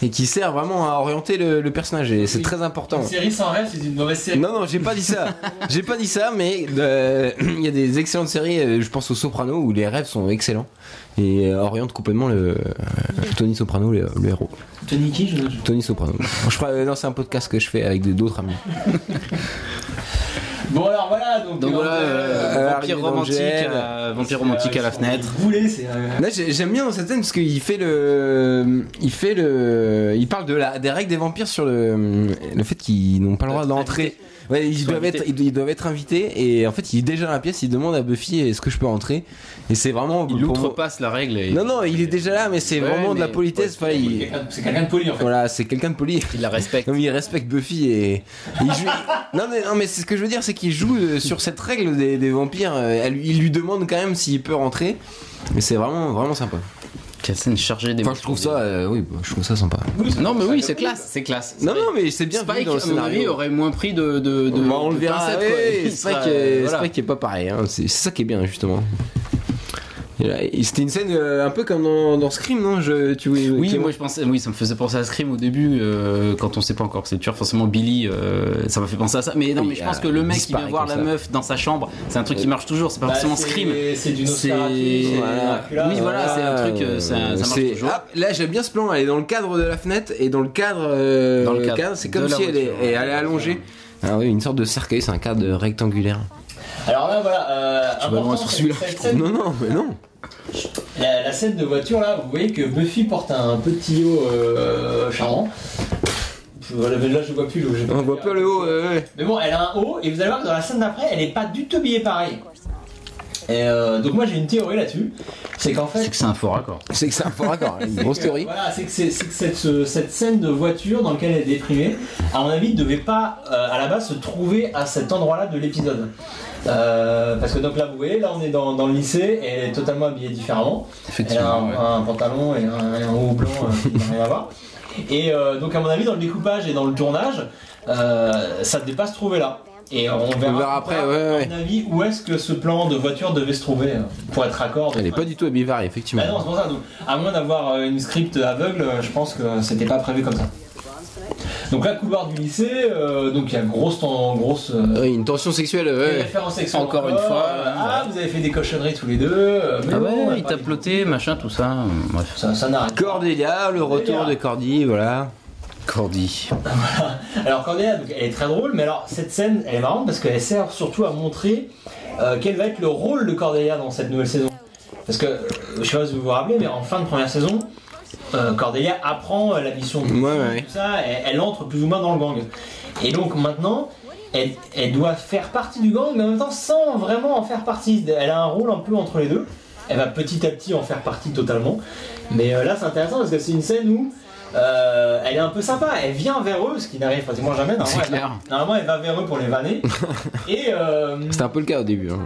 Speaker 4: et qui sert vraiment à orienter le, le personnage. Et c'est très important.
Speaker 2: Une série sans rêve, c'est une mauvaise série.
Speaker 4: Non, non, j'ai pas dit ça. J'ai pas dit ça, mais euh, il y a des excellentes séries. euh, Je pense au Soprano où les rêves sont excellents et euh, orientent complètement le euh, Tony Soprano, le, le héros.
Speaker 5: Tony qui je- je-
Speaker 4: Tony Soprano. Je crois, euh, non, c'est un podcast que je fais avec des- d'autres amis.
Speaker 5: Bon alors voilà, donc,
Speaker 3: Donc
Speaker 5: euh,
Speaker 3: voilà,
Speaker 5: euh,
Speaker 3: euh,
Speaker 4: Harry
Speaker 3: vampire romantique,
Speaker 4: Angel.
Speaker 3: euh, vampire romantique à la fenêtre.
Speaker 5: Vous voulez, c'est. euh,
Speaker 4: Là, j'ai- j'aime bien dans cette scène parce qu'il fait le, il fait le, il parle de la des règles des vampires sur le, le fait qu'ils n'ont pas le droit d'entrer. Ouais, ils
Speaker 3: Sont
Speaker 4: doivent
Speaker 3: invités.
Speaker 4: être, ils do- ils doivent être invités et en fait, il est déjà dans la pièce. Il demande à Buffy est-ce que je peux entrer Et c'est vraiment
Speaker 3: Il
Speaker 4: pour
Speaker 3: outrepasse la règle. Et...
Speaker 4: moi- Non, non, il est déjà là, mais c'est
Speaker 3: Ouais,
Speaker 4: vraiment de la
Speaker 3: mais-
Speaker 4: politesse. Enfin,
Speaker 2: C'est
Speaker 4: il-
Speaker 2: quelqu'un- C'est quelqu'un de poli en fait.
Speaker 4: voilà, c'est quelqu'un de poli.
Speaker 3: Il la respecte.
Speaker 4: Non, mais il respecte Buffy et. et il joue- non, mais, non, mais c'est ce que je veux dire, c'est qu'il joue euh, sur cette règle des, des vampires. euh, elle- il lui demande quand même s'il peut rentrer. Mais c'est vraiment, vraiment sympa.
Speaker 3: Quelle scène chargée des
Speaker 4: Enfin, je trouve ça, euh, oui, je trouve ça sympa.
Speaker 3: Non, mais oui, c'est classe, c'est classe.
Speaker 4: Non, non, mais c'est bien vu
Speaker 3: Spike,
Speaker 4: dans le
Speaker 3: à mon avis,
Speaker 4: scénario.
Speaker 3: aurait moins pris de. de, de
Speaker 4: Bah, on le
Speaker 3: de
Speaker 4: verra.
Speaker 3: pincettes,
Speaker 4: ouais,
Speaker 3: quoi.
Speaker 4: ouais,
Speaker 3: Il
Speaker 4: Spike,
Speaker 3: sera-
Speaker 4: euh,
Speaker 3: voilà.
Speaker 4: Spike est pas pareil. hein, C'est c'est ça qui est bien, justement. Et là, et C'était une scène euh, un peu comme dans, dans Scream, non je, tu,
Speaker 3: Oui,
Speaker 4: tu-
Speaker 3: moi je pensais, oui, ça me faisait penser à Scream au début, euh, quand on sait pas encore que c'est le tueur, forcément Billy, euh, ça m'a fait penser à ça. Mais non,
Speaker 4: Oui,
Speaker 3: mais je pense
Speaker 4: euh,
Speaker 3: que le mec qui
Speaker 4: disparaît
Speaker 3: vient voir la
Speaker 4: comme ça.
Speaker 3: meuf dans sa chambre, c'est un truc qui marche toujours, c'est pas
Speaker 2: Bah,
Speaker 3: forcément
Speaker 2: c'est-
Speaker 3: Scream.
Speaker 2: C'est du
Speaker 3: C'est-
Speaker 2: Nosferatu. c'est du
Speaker 3: Voilà.
Speaker 2: Dracula.
Speaker 3: Oui, voilà. c'est un truc, euh,
Speaker 4: euh,
Speaker 3: ça- ça marche
Speaker 4: c'est-
Speaker 3: toujours.
Speaker 4: Ah, là, j'aime bien ce plan. Elle est dans le cadre de la fenêtre et dans le cadre. euh,
Speaker 3: Dans le cadre
Speaker 4: c'est
Speaker 3: de
Speaker 4: comme
Speaker 3: la
Speaker 4: si elle est,
Speaker 3: voiture.
Speaker 4: elle est allongée. Ah oui, une sorte de cercueil, c'est un cadre rectangulaire.
Speaker 2: Alors là, voilà. Euh,
Speaker 4: Tu vas loin
Speaker 2: important,
Speaker 4: sur
Speaker 2: c'est-
Speaker 4: celui-là.
Speaker 2: cette
Speaker 4: je trouve.
Speaker 2: scène-
Speaker 4: Non, non, mais non.
Speaker 2: La, la scène de voiture là, vous voyez que Buffy porte un petit haut euh, charmant. Je- voilà, mais Là, je vois plus le. je-
Speaker 4: On voit pas le haut. euh, ouais.
Speaker 2: Mais bon, elle a un haut et vous allez voir que dans la scène d'après, elle est pas du tout habillée pareil. Et euh, donc moi j'ai une théorie là-dessus, c'est qu'en fait
Speaker 3: C'est que c'est un faux raccord.
Speaker 4: C'est que c'est un faux raccord. Une grosse théorie.
Speaker 2: Voilà, c'est que, c'est- c'est que cette, ce- cette scène de voiture dans laquelle elle est déprimée, à mon avis, ne devait pas euh, à la base se trouver à cet endroit-là de l'épisode. Euh, parce que donc là, vous voyez, là on est dans, dans le lycée et elle est totalement habillée différemment. Elle a un,
Speaker 3: ouais.
Speaker 2: un pantalon et un, et un haut blanc euh, qui n'a rien à voir. Et euh, donc, à mon avis, dans le découpage et dans le tournage, euh, ça ne devait pas se trouver là. Et on verra,
Speaker 4: On verra après,
Speaker 2: à
Speaker 4: ouais, ouais.
Speaker 2: mon avis, où est-ce que ce plan de voiture devait se trouver euh, pour être raccord.
Speaker 4: Elle est pas du tout habillée
Speaker 2: Bah
Speaker 4: pareil,
Speaker 2: non,
Speaker 4: effectivement.
Speaker 2: c'est pour ça. Donc, à moins d'avoir euh, une script aveugle, euh, je pense que c'était pas prévu comme ça. Donc là, couloir du lycée, euh, donc il y a grosse, ten- grosse euh,
Speaker 4: Oui, une tension sexuelle. ouais, ouais.
Speaker 2: référence sexuelle.
Speaker 3: Encore une fois,
Speaker 2: euh,
Speaker 3: hein.
Speaker 2: ah, vous avez fait des cochonneries tous les deux. euh, mais
Speaker 3: Ah
Speaker 2: bon, on va
Speaker 3: ouais, il
Speaker 2: pas
Speaker 3: t'a
Speaker 2: les-
Speaker 3: ploté, machin, tout ça. euh, Bref.
Speaker 2: Ça, ça n'arrête. pas.
Speaker 4: Cordelia, le retour de Cordy, voilà.
Speaker 3: Cordy.
Speaker 2: Alors Cordelia, donc, elle est très drôle, mais alors cette scène, elle est marrante parce qu'elle sert surtout à montrer euh, quel va être le rôle de Cordelia dans cette nouvelle saison. Parce que, euh, je sais pas si vous vous rappelez, mais en fin de première saison, euh, Cordelia apprend euh, la mission de
Speaker 4: Ouais, ouais, ouais.
Speaker 2: tout ça, elle, elle entre plus ou moins dans le gang. Et donc maintenant, elle, elle doit faire partie du gang, mais en même temps sans vraiment en faire partie. Elle a un rôle un peu entre les deux. Elle va petit à petit en faire partie totalement. Mais euh, là, c'est intéressant parce que c'est une scène où euh, elle est un peu sympa. Elle vient vers eux, ce qui n'arrive quasiment jamais.
Speaker 4: Ah
Speaker 2: Normalement,
Speaker 3: C'est
Speaker 2: elle va-
Speaker 3: clair.
Speaker 2: normalement, elle va vers eux pour les vanner. et euh,
Speaker 4: C'était un peu le cas au début. hein,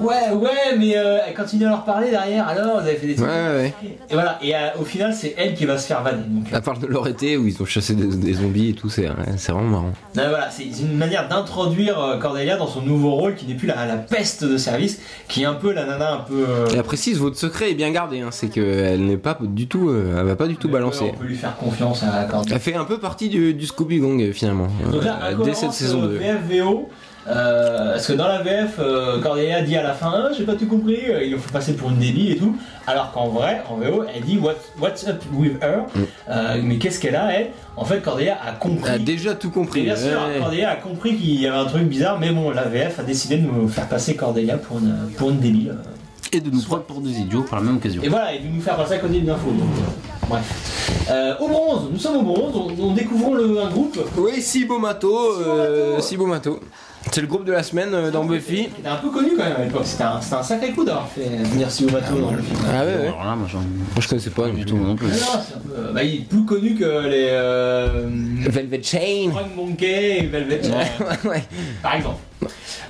Speaker 2: ouais, ouais, mais euh, elle continue à leur parler derrière. Alors, vous avez fait des
Speaker 4: Ouais,
Speaker 2: trucs.
Speaker 4: ouais, ouais. Ah.
Speaker 2: Et voilà. Et euh, au final, c'est elle qui va se faire vanner. Donc, euh,
Speaker 4: À part de leur été où ils ont chassé des, des zombies et tout, c'est ouais, c'est vraiment marrant.
Speaker 2: Non, mais voilà, c'est une manière d'introduire euh, Cordelia dans son nouveau rôle qui n'est plus la, la peste de service, qui est un peu la nana un peu. euh,
Speaker 4: Et elle précise, votre secret est bien gardé, hein, c'est qu'elle n'est pas du tout, euh, elle va pas du tout
Speaker 2: on peut-
Speaker 4: balancer.
Speaker 2: On peut lui faire confiance à Cordelia.
Speaker 4: Elle fait un peu partie du, du Scooby Gang euh, finalement,
Speaker 2: Donc
Speaker 4: euh,
Speaker 2: là,
Speaker 4: dès cette saison 2.
Speaker 2: VF, VO. euh, parce que dans la VF, euh, Cordelia dit à la fin, Ah, j'ai pas tout compris, euh, il faut passer pour une débile et tout. Alors qu'en vrai, en VO, elle dit What, What's up with her Euh, Mais qu'est-ce qu'elle a, elle En fait, Cordelia a compris.
Speaker 4: Mm. Elle a déjà tout
Speaker 2: Et
Speaker 4: compris.
Speaker 2: bien sûr,
Speaker 4: ouais.
Speaker 2: Cordelia a compris qu'il y avait un truc bizarre, mais bon, la VF a décidé de nous faire passer Cordelia pour une, pour une débile.
Speaker 3: Et de nous prendre pour des idiots par la même occasion.
Speaker 2: Et voilà, il veut nous faire passer à côté d'une info. donc, euh, bref. Euh, au bronze, nous sommes au bronze, on, on découvrons le, un groupe
Speaker 4: Oui, Sibomato, euh, Sibomato. C'est le groupe de la semaine euh, dans Buffy.
Speaker 2: qui était un peu connu quand même à l'époque. C'était un, c'était un sacré coup d'avoir fait venir Sio Mato dans le film.
Speaker 4: Ah ouais, ouais.
Speaker 3: Alors là, moi j'en.
Speaker 4: Moi je connaissais pas hein.
Speaker 3: Du tout, non plus.
Speaker 2: Ah non, c'est un peu- euh, bah, il est plus connu que les. Euh,
Speaker 4: Velvet Chain.
Speaker 2: Frank Monkey et Velvet Chain,
Speaker 4: Ouais.
Speaker 2: par exemple.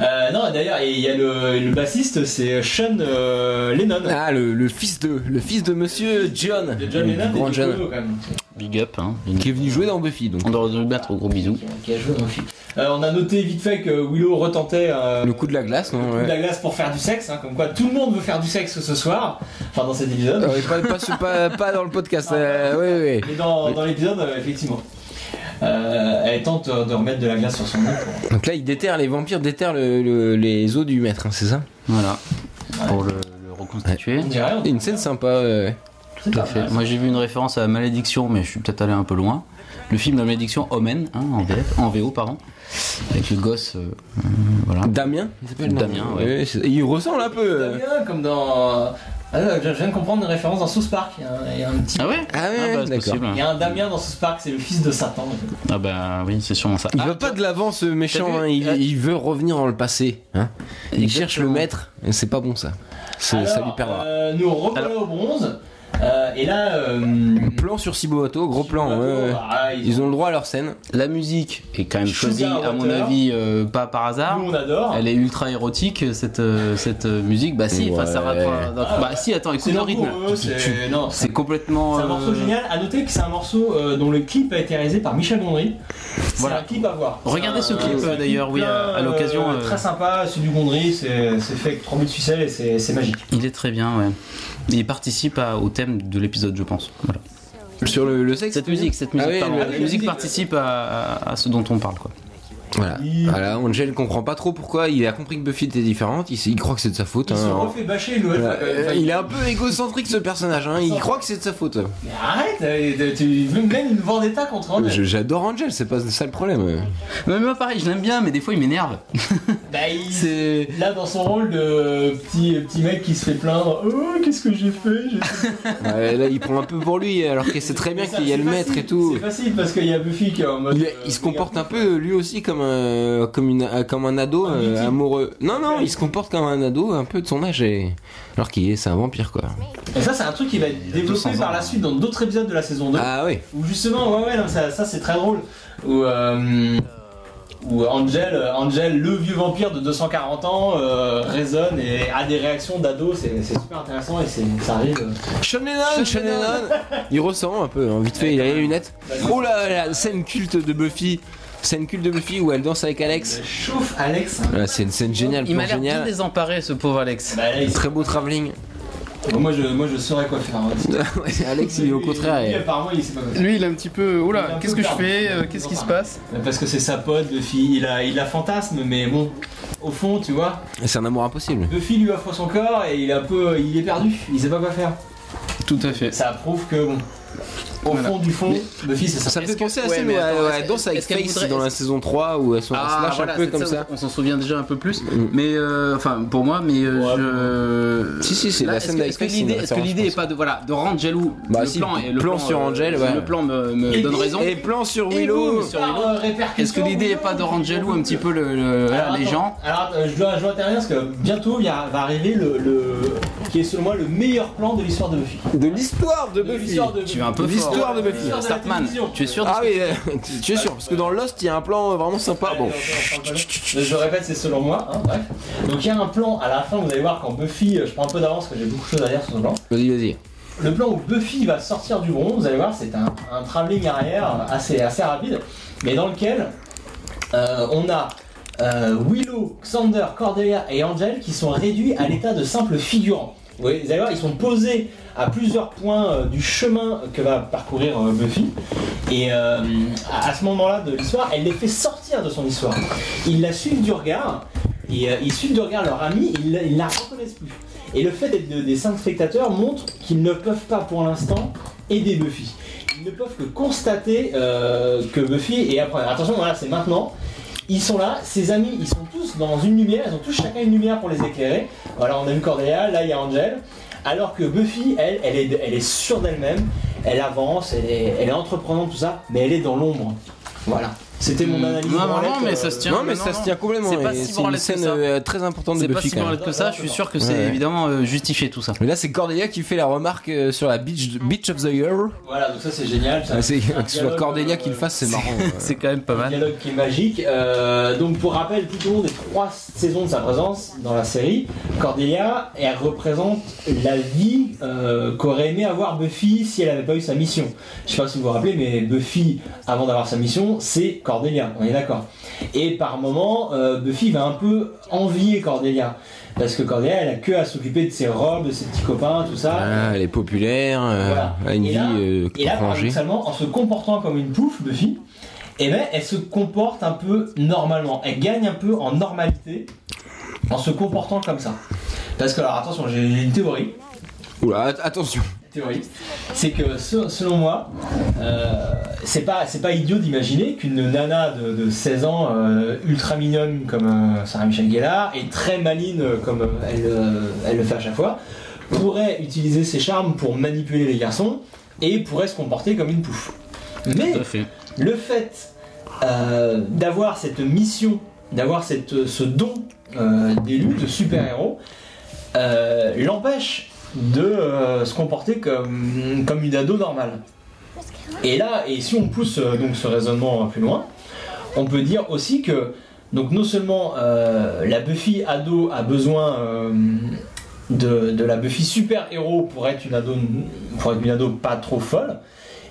Speaker 2: Euh, non, d'ailleurs, et il y a le, le bassiste, c'est Sean euh, Lennon.
Speaker 4: Ah, le, le fils de le fils de Monsieur John,
Speaker 2: De John
Speaker 4: Le
Speaker 2: Lennon,
Speaker 4: grand
Speaker 2: et du
Speaker 4: John,
Speaker 2: Colo, quand même.
Speaker 3: Big up, hein.
Speaker 4: qui est venu jouer dans Buffy. Donc
Speaker 3: On doit se battre, gros bisous.
Speaker 2: Qui a joué dans le film. Euh, on a noté vite fait que Willow retentait euh,
Speaker 4: le coup de la glace, non
Speaker 2: le coup
Speaker 4: ouais.
Speaker 2: de la glace pour faire du sexe, hein, comme quoi tout le monde veut faire du sexe ce soir, enfin dans cet épisode.
Speaker 4: Euh, pas, pas, sur- pas- pas dans le podcast. euh, oui, oui.
Speaker 2: Mais dans, dans l'épisode, euh, effectivement. Euh, elle tente euh, de remettre de la glace sur son nez. pour-
Speaker 4: Donc là, ils déterrent, les vampires déterrent le- le- les os du maître, hein, c'est ça
Speaker 3: Voilà. Pour le, le reconstituer.
Speaker 2: On dirait. on-
Speaker 4: Une scène sympa. euh, ouais, ouais.
Speaker 2: c'est
Speaker 3: Tout à
Speaker 2: pas
Speaker 3: fait.
Speaker 2: mal.
Speaker 3: Moi j'ai vu une référence à Malédiction, mais je suis peut-être allé un peu loin. Le film de la Malédiction, Omen, hein, en, VF, en VO, pardon. Avec le gosse. euh, euh, voilà.
Speaker 4: Damien il s'appelle, non
Speaker 3: Damien, ouais.
Speaker 4: c'est- Il ressemble un peu. euh.
Speaker 2: Damien, comme dans. Ah, là, je viens de comprendre une référence dans South Park. Il y a un, il y a un petit.
Speaker 3: Ah ouais
Speaker 4: Ah ouais,
Speaker 3: bah, c'est
Speaker 4: d'accord.
Speaker 3: possible.
Speaker 2: Il y a un Damien dans South Park, c'est le fils de Satan. en fait.
Speaker 3: Ah bah oui, c'est sûrement ça.
Speaker 4: Il
Speaker 3: Ah,
Speaker 4: va pas de l'avant ce méchant,
Speaker 3: vu
Speaker 4: hein, il,
Speaker 3: Ah.
Speaker 4: il veut revenir dans le passé. hein. Il
Speaker 3: Exactement.
Speaker 4: cherche le maître, et c'est pas bon ça. C'est- ça
Speaker 2: Alors,
Speaker 4: lui perdra.
Speaker 2: euh, nous revoilà au bronze. euh, et là. euh,
Speaker 4: Plan sur Siboato, gros plan.
Speaker 2: Bah,
Speaker 4: ouais, ouais.
Speaker 2: ah, ils
Speaker 4: Ils ont le droit à leur scène.
Speaker 3: La musique est quand même
Speaker 2: Sugar
Speaker 3: choisie, à
Speaker 2: Water.
Speaker 3: mon avis, euh, pas par hasard.
Speaker 2: Nous on adore.
Speaker 3: Elle est ultra érotique cette, euh, cette euh, musique. Bah si, enfin, ça
Speaker 4: Ouais.
Speaker 3: raconte-
Speaker 2: Ah,
Speaker 3: bah si, attends,
Speaker 2: c'est
Speaker 3: écoute le rythme.
Speaker 2: langoureux, c'est
Speaker 3: Tu-
Speaker 2: non, c'est
Speaker 3: C'est complètement.
Speaker 2: c'est un morceau
Speaker 3: euh,
Speaker 2: génial. À noter que c'est un morceau euh, dont le clip a été réalisé par Michel Gondry. C'est
Speaker 3: Voilà.
Speaker 2: un clip à voir.
Speaker 3: Regardez ce
Speaker 2: Euh,
Speaker 3: clip,
Speaker 2: c'est un
Speaker 3: d'ailleurs,
Speaker 2: clip
Speaker 3: oui,
Speaker 2: plein,
Speaker 3: à- à l'occasion,
Speaker 2: euh,
Speaker 3: euh,
Speaker 2: Très sympa, c'est du Gondry, c'est c'est fait avec 3000 ficelles et c'est c'est magique.
Speaker 3: Il est très bien, ouais. Il participe à- au thème de l'épisode, je pense. Voilà.
Speaker 4: Sur le, le sexe.
Speaker 3: Cette musique, cette musique,
Speaker 4: Ah oui,
Speaker 3: pardon.
Speaker 4: le-
Speaker 3: la
Speaker 2: la
Speaker 3: musique
Speaker 2: musique.
Speaker 3: participe à, à- à ce dont on parle, quoi.
Speaker 4: Voilà.
Speaker 2: Oui.
Speaker 4: voilà, Angel comprend pas trop pourquoi. Il a compris que Buffy était différente. Il, s- il croit que c'est de sa faute.
Speaker 2: Il se
Speaker 4: hein.
Speaker 2: refait bâcher le
Speaker 4: Voilà.
Speaker 2: enfin,
Speaker 4: Euh, Il est un peu égocentrique ce personnage. hein. Il croit que c'est de sa faute.
Speaker 2: mais Arrête, euh, tu veux même une vendetta contre Angel.
Speaker 4: Je- J'adore Angel, c'est pas ça le problème.
Speaker 3: Mais moi, pareil, je l'aime bien, mais des fois, il m'énerve.
Speaker 2: Bah, il-
Speaker 3: C'est.
Speaker 2: Là, dans son rôle de euh, petit, petit mec qui se fait plaindre, oh, qu'est-ce que j'ai fait J'ai-
Speaker 4: Ouais, là, il prend un peu pour lui, alors que c'est très bien
Speaker 2: Mais ça,
Speaker 4: qu'il y a
Speaker 2: c'est
Speaker 4: le maître
Speaker 2: facile,
Speaker 4: et tout.
Speaker 2: C'est facile parce qu'il y a Buffy qui est en mode.
Speaker 4: Il,
Speaker 2: euh,
Speaker 4: il se comporte un peu lui aussi comme un, comme une, euh, comme un ado
Speaker 2: Un
Speaker 4: euh,
Speaker 2: victime.
Speaker 4: amoureux. Non non, il se comporte comme un ado un peu de son âge et alors qu'il est c'est un vampire quoi.
Speaker 2: Et ça, c'est un truc qui va être développé
Speaker 3: 200
Speaker 2: par
Speaker 3: ans.
Speaker 2: la suite dans d'autres épisodes de la saison 2.
Speaker 4: Ah oui.
Speaker 2: Où justement, ouais, ouais, non, ça, ça, c'est très drôle. Où, euh, où Angel, euh, Angel, le vieux vampire de 240 ans, euh, résonne et a des réactions d'ado. C'est c'est super intéressant et c'est- ça arrive. euh,
Speaker 4: Sean Lennon, Sean Lennon. Il ressemble un peu, hein, vite fait, il a les lunettes. Oh là la scène culte de Buffy, scène culte de Buffy où elle danse avec Alex.
Speaker 2: Chauffe Alex.
Speaker 4: Voilà, c'est une scène géniale,
Speaker 3: Il
Speaker 4: plan
Speaker 3: m'a l'air bien
Speaker 4: génial.
Speaker 3: désemparé, ce pauvre Alex.
Speaker 2: Bah, Alex,
Speaker 4: Très beau travelling.
Speaker 2: moi, je, moi je saurais quoi faire. hein.
Speaker 4: Ouais, Alex il est au
Speaker 2: Lui, lui,
Speaker 4: contraire.
Speaker 2: apparemment, il sait pas quoi faire.
Speaker 6: Lui, il est un petit peu. Oh
Speaker 2: Il est
Speaker 6: là,
Speaker 2: un
Speaker 6: qu'est-ce
Speaker 2: peu
Speaker 6: que je
Speaker 2: tard.
Speaker 6: fais euh, Qu'est-ce qui se passe
Speaker 2: Parce que c'est sa pote, Buffy, il a, il la fantasme, mais bon, au fond, tu vois.
Speaker 4: et- C'est un amour impossible.
Speaker 2: Buffy lui offre son corps et il est un peu, il est perdu, il sait pas quoi faire.
Speaker 6: Tout à fait.
Speaker 2: Ça prouve que bon, au fond du fond, Buffy c'est ça.
Speaker 4: Ça me fait
Speaker 3: Est-ce que-
Speaker 4: penser à
Speaker 3: ouais,
Speaker 4: celle où
Speaker 3: mais
Speaker 4: elle-
Speaker 3: attends,
Speaker 4: où elle
Speaker 3: est-ce-
Speaker 4: danse avec
Speaker 3: est-ce qu'elle
Speaker 4: Face
Speaker 3: voudrait-
Speaker 4: dans la saison 3 où elle se lâche
Speaker 3: Ah, voilà,
Speaker 4: un peu
Speaker 3: c'est
Speaker 4: comme Ah, ça. Mm.
Speaker 3: on s'en souvient déjà un peu plus. Mais euh, enfin, pour moi, mais euh, je.
Speaker 4: Si, si, c'est
Speaker 3: Là,
Speaker 4: la
Speaker 3: est-ce
Speaker 4: scène
Speaker 3: que-
Speaker 4: d'Alex
Speaker 3: Est-ce que
Speaker 4: Mack, c'est une
Speaker 3: l'idée, est-ce que
Speaker 4: référence,
Speaker 3: l'idée
Speaker 4: je
Speaker 3: est pas de voilà de rendre jaloux
Speaker 4: Bah
Speaker 3: le
Speaker 4: si,
Speaker 3: plan et le
Speaker 4: plan
Speaker 3: plan,
Speaker 4: sur
Speaker 3: euh,
Speaker 4: Angel, ouais.
Speaker 3: Le plan me, me donne raison.
Speaker 4: Et plan sur
Speaker 3: Et
Speaker 4: Willow.
Speaker 3: boum, sur Willow. Est-ce que l'idée est pas de rendre jaloux un petit peu le, le- voilà, les gens
Speaker 2: euh, Alors euh, je dois, je dois intervenir parce que bientôt il y a- va arriver le, le- qui est selon moi le meilleur plan de l'histoire de Buffy.
Speaker 4: De l'histoire de
Speaker 2: De
Speaker 4: Buffy.
Speaker 2: l'histoire de
Speaker 3: Tu vas un peu
Speaker 4: L'histoire
Speaker 3: fort.
Speaker 4: de Buffy.
Speaker 2: L'histoire de la
Speaker 3: Startman,
Speaker 2: télévision.
Speaker 3: tu es sûr de-
Speaker 4: Ah oui, euh, tu- tu es sûr, parce que dans Lost, il y a un plan vraiment sympa. Bon,
Speaker 2: Je répète, c'est selon moi. hein, bref. Donc il y a un plan à la fin, vous allez voir quand Buffy, euh, je prends un peu d'avance parce que j'ai beaucoup de choses à dire sur ce plan.
Speaker 4: vas-y, vas-y.
Speaker 2: Le plan où Buffy va sortir du bronze, vous allez voir, c'est un, un travelling arrière assez, assez rapide, mais dans lequel euh, on a euh, Willow, Xander, Cordelia et Angel qui sont réduits à l'état de simples figurants. Vous voyez, vous allez voir, ils sont posés à plusieurs points euh, du chemin que va parcourir euh, Buffy. Et euh, à à ce moment-là de l'histoire, elle les fait sortir de son histoire. Ils la suivent du regard, et euh, ils suivent du regard leur ami, ils, la- ils la reconnaissent plus. Et le fait d'être de- des cinq spectateurs montre qu'ils ne peuvent pas pour l'instant aider Buffy. Ils ne peuvent que constater euh, que Buffy est après. Attention, voilà, c'est maintenant. Ils sont là, ses amis, ils sont tous dans une lumière, ils ont tous chacun une lumière pour les éclairer. Voilà, on a vu Cordelia, là il y a Angel. Alors que Buffy, elle, elle est, elle est sûre d'elle-même, elle avance, elle est, elle est entreprenante, tout ça, mais elle est dans l'ombre. Voilà. C'était mon analyse.
Speaker 3: Hmm. Non,
Speaker 2: branlette,
Speaker 3: non, mais ça
Speaker 2: euh,
Speaker 3: se tient.
Speaker 4: Non, mais
Speaker 3: mais
Speaker 4: ça
Speaker 3: non,
Speaker 4: se
Speaker 3: non.
Speaker 4: tient complètement.
Speaker 3: C'est pas
Speaker 4: et
Speaker 3: si
Speaker 4: C'est une
Speaker 3: branlette que
Speaker 4: scène
Speaker 3: ça.
Speaker 4: euh, très importante de
Speaker 3: C'est pas
Speaker 4: Buffy
Speaker 3: si
Speaker 4: quand même.
Speaker 3: branlette que ça, je suis sûr que c'est
Speaker 4: Ouais.
Speaker 3: évidemment euh, justifié tout ça.
Speaker 4: Mais là, c'est Cordelia qui fait la remarque euh, sur la Beach, beach of the Year.
Speaker 2: Voilà, donc ça c'est génial. ça.
Speaker 4: Ah, c'est que ce soit
Speaker 2: dialogue,
Speaker 4: Cordelia
Speaker 2: euh,
Speaker 4: qui le fasse, c'est marrant. ouais.
Speaker 3: C'est quand même pas
Speaker 2: Un
Speaker 3: mal.
Speaker 2: dialogue qui est magique. Euh, donc pour rappel, tout au long des trois saisons de sa présence dans la série, Cordelia, elle représente la vie euh, qu'aurait aimé avoir Buffy si elle n'avait pas eu sa mission. Je sais pas si vous vous rappelez, mais Buffy, avant d'avoir sa mission, c'est Cordelia, on est d'accord. Et par moment, euh, Buffy va un peu envier Cordelia. Parce que Cordelia, elle a que à s'occuper de ses robes, de ses petits copains, tout ça.
Speaker 4: Ah, elle est populaire, euh,
Speaker 2: Voilà.
Speaker 4: a une
Speaker 2: Et
Speaker 4: vie
Speaker 2: là-
Speaker 4: euh,
Speaker 2: Et là,
Speaker 4: rangée.
Speaker 2: paradoxalement, en se comportant comme une pouffe, Buffy, eh ben, elle se comporte un peu normalement. Elle gagne un peu en normalité en se comportant comme ça. Parce que, alors attention, j'ai une théorie.
Speaker 4: Oula, att- attention.
Speaker 2: théorie c'est que se- selon moi, euh, c'est pas, c'est pas idiot d'imaginer qu'une nana de, de 16 ans, euh, ultra mignonne comme euh, Sarah Michel Gellar et très maline euh, comme euh, elle, euh, elle le fait à chaque fois, pourrait utiliser ses charmes pour manipuler les garçons et pourrait se comporter comme une pouffe. Mais
Speaker 3: Tout à fait.
Speaker 2: le fait euh, d'avoir cette mission, d'avoir cette, ce don euh, d'élu, de super-héros, euh, l'empêche de euh, se comporter comme, comme une ado normale. Et là, et si on pousse euh, donc ce raisonnement plus loin, on peut dire aussi que donc non seulement euh, la Buffy ado a besoin euh, de, de la Buffy super héros pour être une ado pour être une ado pas trop folle,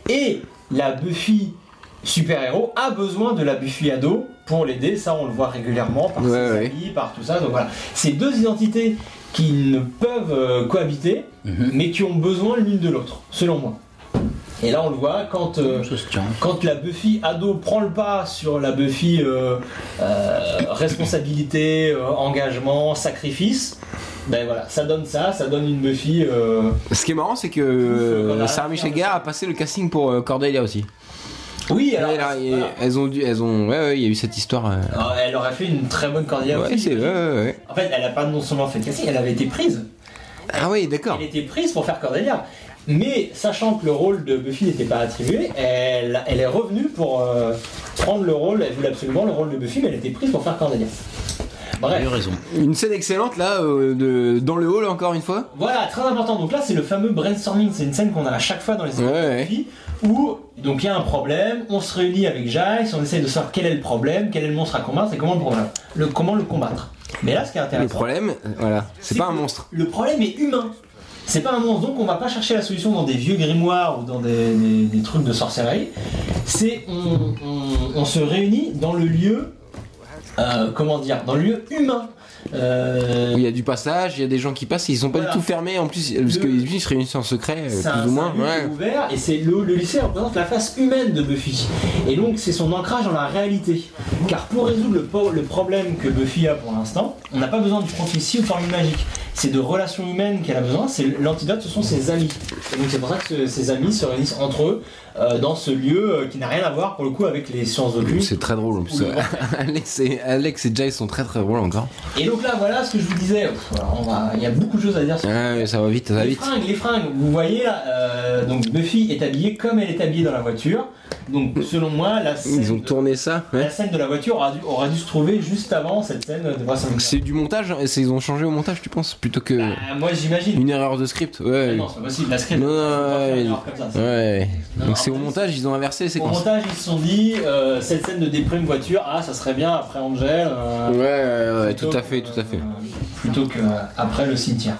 Speaker 2: et la Buffy super héros a besoin de la Buffy ado pour l'aider. Ça, on le voit régulièrement par
Speaker 4: Ouais,
Speaker 2: ses
Speaker 4: ouais.
Speaker 2: amis, par tout ça. Donc voilà, ces deux identités qui ne peuvent euh, cohabiter,
Speaker 3: Mhm.
Speaker 2: mais qui ont besoin l'une de l'autre, selon moi. Et là, on le voit quand euh,
Speaker 3: Ça se tient.
Speaker 2: quand la Buffy ado prend le pas sur la Buffy euh, euh, responsabilité, euh, engagement, sacrifice, ben voilà, ça donne ça, ça donne une Buffy. euh,
Speaker 4: Ce qui est marrant, c'est que
Speaker 2: Voilà.
Speaker 4: euh, Sarah Michel Gellar a passé le casting pour euh, Cordelia aussi.
Speaker 2: Oui, alors,
Speaker 4: Ouais, là, et-
Speaker 2: voilà.
Speaker 4: Elles ont dû, elles ont, ouais, ouais, il y a eu cette histoire. euh,
Speaker 2: Alors, elle aurait fait une très bonne cordiale.
Speaker 4: Ouais, c'est, ouais, ouais, ouais.
Speaker 2: En fait, elle a pas non seulement fait le casting, elle avait été prise.
Speaker 4: Ah oui, d'accord.
Speaker 2: Elle était prise pour faire Cordelia. Mais sachant que le rôle de Buffy n'était pas attribué, elle, elle est revenue pour euh, prendre le rôle, elle voulait absolument le rôle de Buffy, mais elle était prise pour faire Cordelia.
Speaker 3: T'as
Speaker 2: Bref.
Speaker 3: eu raison.
Speaker 4: Une scène excellente là, euh, de, dans le hall encore une fois.
Speaker 2: Voilà, très important. Donc là, c'est le fameux brainstorming. C'est une scène qu'on a à chaque fois dans les
Speaker 4: Ouais,
Speaker 2: émissions
Speaker 4: ouais.
Speaker 2: où donc il y a un problème, on se réunit avec Jace, on essaye de savoir quel est le problème, quel est le monstre à combattre et comment le problème, le comment le combattre. Mais là, ce qui est
Speaker 4: Le
Speaker 2: intéressant,
Speaker 4: problème, euh, voilà, c'est pas
Speaker 2: que
Speaker 4: un monstre.
Speaker 2: Le problème est humain. C'est pas un monstre, donc on va pas chercher la solution dans des vieux grimoires ou dans des, des- des trucs de sorcellerie. C'est on, on- on se réunit dans le lieu, euh, comment dire, dans le lieu humain. Euh,
Speaker 4: Il y a du passage, il y a des gens qui passent, ils sont pas
Speaker 2: Voilà.
Speaker 4: du tout fermés en plus, euh, parce
Speaker 2: Le-
Speaker 4: que les ils se réunissent en secret, euh,
Speaker 2: C'est un-
Speaker 4: plus ou moins.
Speaker 2: c'est un lieu
Speaker 4: ouais.
Speaker 2: qui est ouvert et c'est le, le lycée représente la face humaine de Buffy. Et donc c'est son ancrage dans la réalité. Car pour résoudre le, po- le problème que Buffy a pour l'instant, on n'a pas besoin de prophétie ou de formule magique. C'est de relations humaines qu'elle a besoin. C'est l'antidote, ce sont ses amis. Et donc c'est pour ça que ce- ses amis se réunissent entre eux euh, dans ce lieu euh, qui n'a rien à voir pour le coup avec les sciences occultes.
Speaker 4: C'est très drôle en plus.
Speaker 2: Ou le-
Speaker 4: Alex et, Alex et Jay sont très très drôles encore.
Speaker 2: Et donc là voilà ce que je vous disais. Pff, alors, on va- Il y a beaucoup de choses à dire sur
Speaker 4: Ah, ouais, ça va vite, ça va
Speaker 2: les
Speaker 4: vite.
Speaker 2: fringues, les fringues, vous voyez là, euh, donc Buffy est habillée comme elle est habillée dans la voiture. Donc selon moi, la scène,
Speaker 4: Ils ont
Speaker 2: de,
Speaker 4: tourné ça. ouais.
Speaker 2: la scène de la voiture aura dû, aura dû se trouver juste avant cette scène de Brassens.
Speaker 4: C'est du montage, hein, et c'est- ils ont changé au montage, tu penses, plutôt que
Speaker 2: Bah, moi j'imagine.
Speaker 4: une erreur de script. Ouais.
Speaker 2: Ah Non, c'est pas possible, la script.
Speaker 4: Non,
Speaker 2: on peut pas faire
Speaker 4: ouais,
Speaker 2: une erreur comme ça, c'est-
Speaker 4: Ouais.
Speaker 2: Non,
Speaker 4: Donc c'est au
Speaker 2: en fait,
Speaker 4: montage, ils ont inversé les
Speaker 2: Au
Speaker 4: séquences.
Speaker 2: montage, ils se sont dit, euh, cette scène de déprime voiture, ah ça serait bien après Angel. euh,
Speaker 4: Ouais, ouais, ouais, tout
Speaker 2: plutôt
Speaker 4: à fait,
Speaker 2: que,
Speaker 4: tout à fait.
Speaker 2: euh, plutôt que euh, après le cimetière.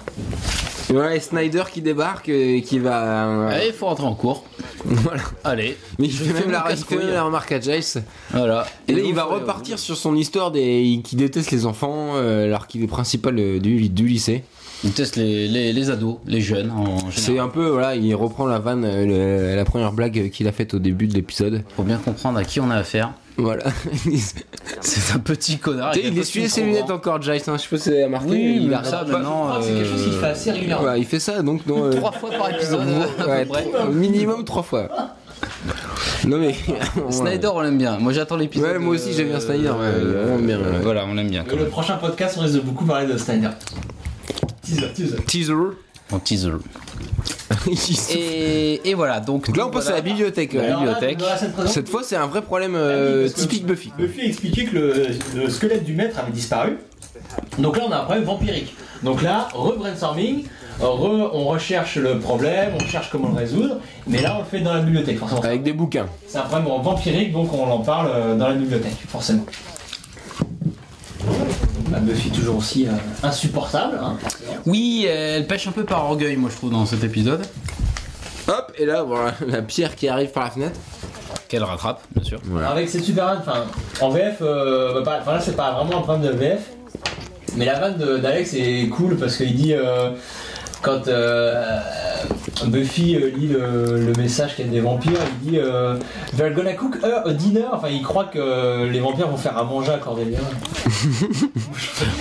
Speaker 4: Ouais, et Snyder qui débarque et qui va. euh,
Speaker 3: Allez, il faut rentrer en cours.
Speaker 4: Voilà.
Speaker 3: Allez.
Speaker 4: Mais il
Speaker 3: Je
Speaker 4: fait
Speaker 3: fais
Speaker 4: même,
Speaker 3: mon
Speaker 4: la, il fait
Speaker 3: casse-couille.
Speaker 4: même la remarque à Jace.
Speaker 3: Voilà.
Speaker 4: Et là, il
Speaker 3: donc,
Speaker 4: va
Speaker 3: euh,
Speaker 4: repartir sur son histoire des qui déteste les enfants, euh, alors qu'il est principal euh, du, du lycée.
Speaker 3: Il teste les, les, les ados, les jeunes en
Speaker 4: C'est
Speaker 3: général.
Speaker 4: un peu, voilà, il reprend la vanne, euh, le- la première blague qu'il a faite au début de l'épisode.
Speaker 3: Faut bien comprendre à qui on a affaire.
Speaker 4: Voilà.
Speaker 3: C'est un petit connard. avec
Speaker 4: Ah, il
Speaker 3: un
Speaker 4: essuie
Speaker 3: costume
Speaker 4: ses
Speaker 3: trop
Speaker 4: lunettes
Speaker 3: grand.
Speaker 4: encore, Jace. hein, Je sais pas si vous avez remarqué.
Speaker 3: Oui,
Speaker 4: il
Speaker 3: mais
Speaker 4: a-
Speaker 3: ça
Speaker 2: Bah, je
Speaker 3: maintenant.
Speaker 2: crois que c'est quelque chose qu'il fait assez régulièrement.
Speaker 4: Voilà, euh, il fait ça donc dans, euh,
Speaker 3: Trois fois par épisode. à peu
Speaker 4: ouais,
Speaker 3: près.
Speaker 4: trois- au minimum trois fois. Non mais
Speaker 3: Snyder, on l'aime bien. Moi, j'attends l'épisode.
Speaker 4: Ouais, moi aussi, j'aime bien Snyder, euh, ouais, on l'aime bien, ouais.
Speaker 3: euh, Voilà, on l'aime bien.
Speaker 2: Et le prochain podcast, on risque de beaucoup parler de Snyder. Teaser, teaser.
Speaker 4: teaser.
Speaker 3: On teaser. Et, et voilà, donc.
Speaker 4: Donc là, on passe à la bibliothèque.
Speaker 2: Alors là,
Speaker 3: bibliothèque.
Speaker 2: dans la scène présente,
Speaker 4: Cette fois, c'est un vrai problème euh,
Speaker 2: Ah oui, parce que-
Speaker 4: typique Buffy.
Speaker 2: Buffy expliquait que le, le squelette du maître avait disparu. Donc là, on a un problème vampirique. Donc là, re-brainstorming, re- on recherche le problème, on cherche comment le résoudre, mais là, on le fait dans la bibliothèque, forcément.
Speaker 4: Avec des bouquins.
Speaker 2: C'est un problème vampirique, donc on en parle euh, dans la bibliothèque, forcément. Donc, bah, Buffy toujours aussi euh, insupportable. hein.
Speaker 3: Oui, elle pêche un peu par orgueil, moi je trouve, dans cet épisode.
Speaker 4: Hop, et là, voilà, la pierre qui arrive par la fenêtre.
Speaker 3: Qu'elle rattrape, bien sûr.
Speaker 4: Voilà.
Speaker 2: Avec cette super vanne, enfin, en VF, euh, bah, pas- enfin, là c'est pas vraiment un problème de VF, mais la vanne de- d'Alex est cool parce qu'il dit euh, quand euh, Buffy euh, lit le, le message qu'il y a des vampires, il dit euh, They're gonna cook her a dinner, enfin il croit que les vampires vont faire à manger à Cordelia.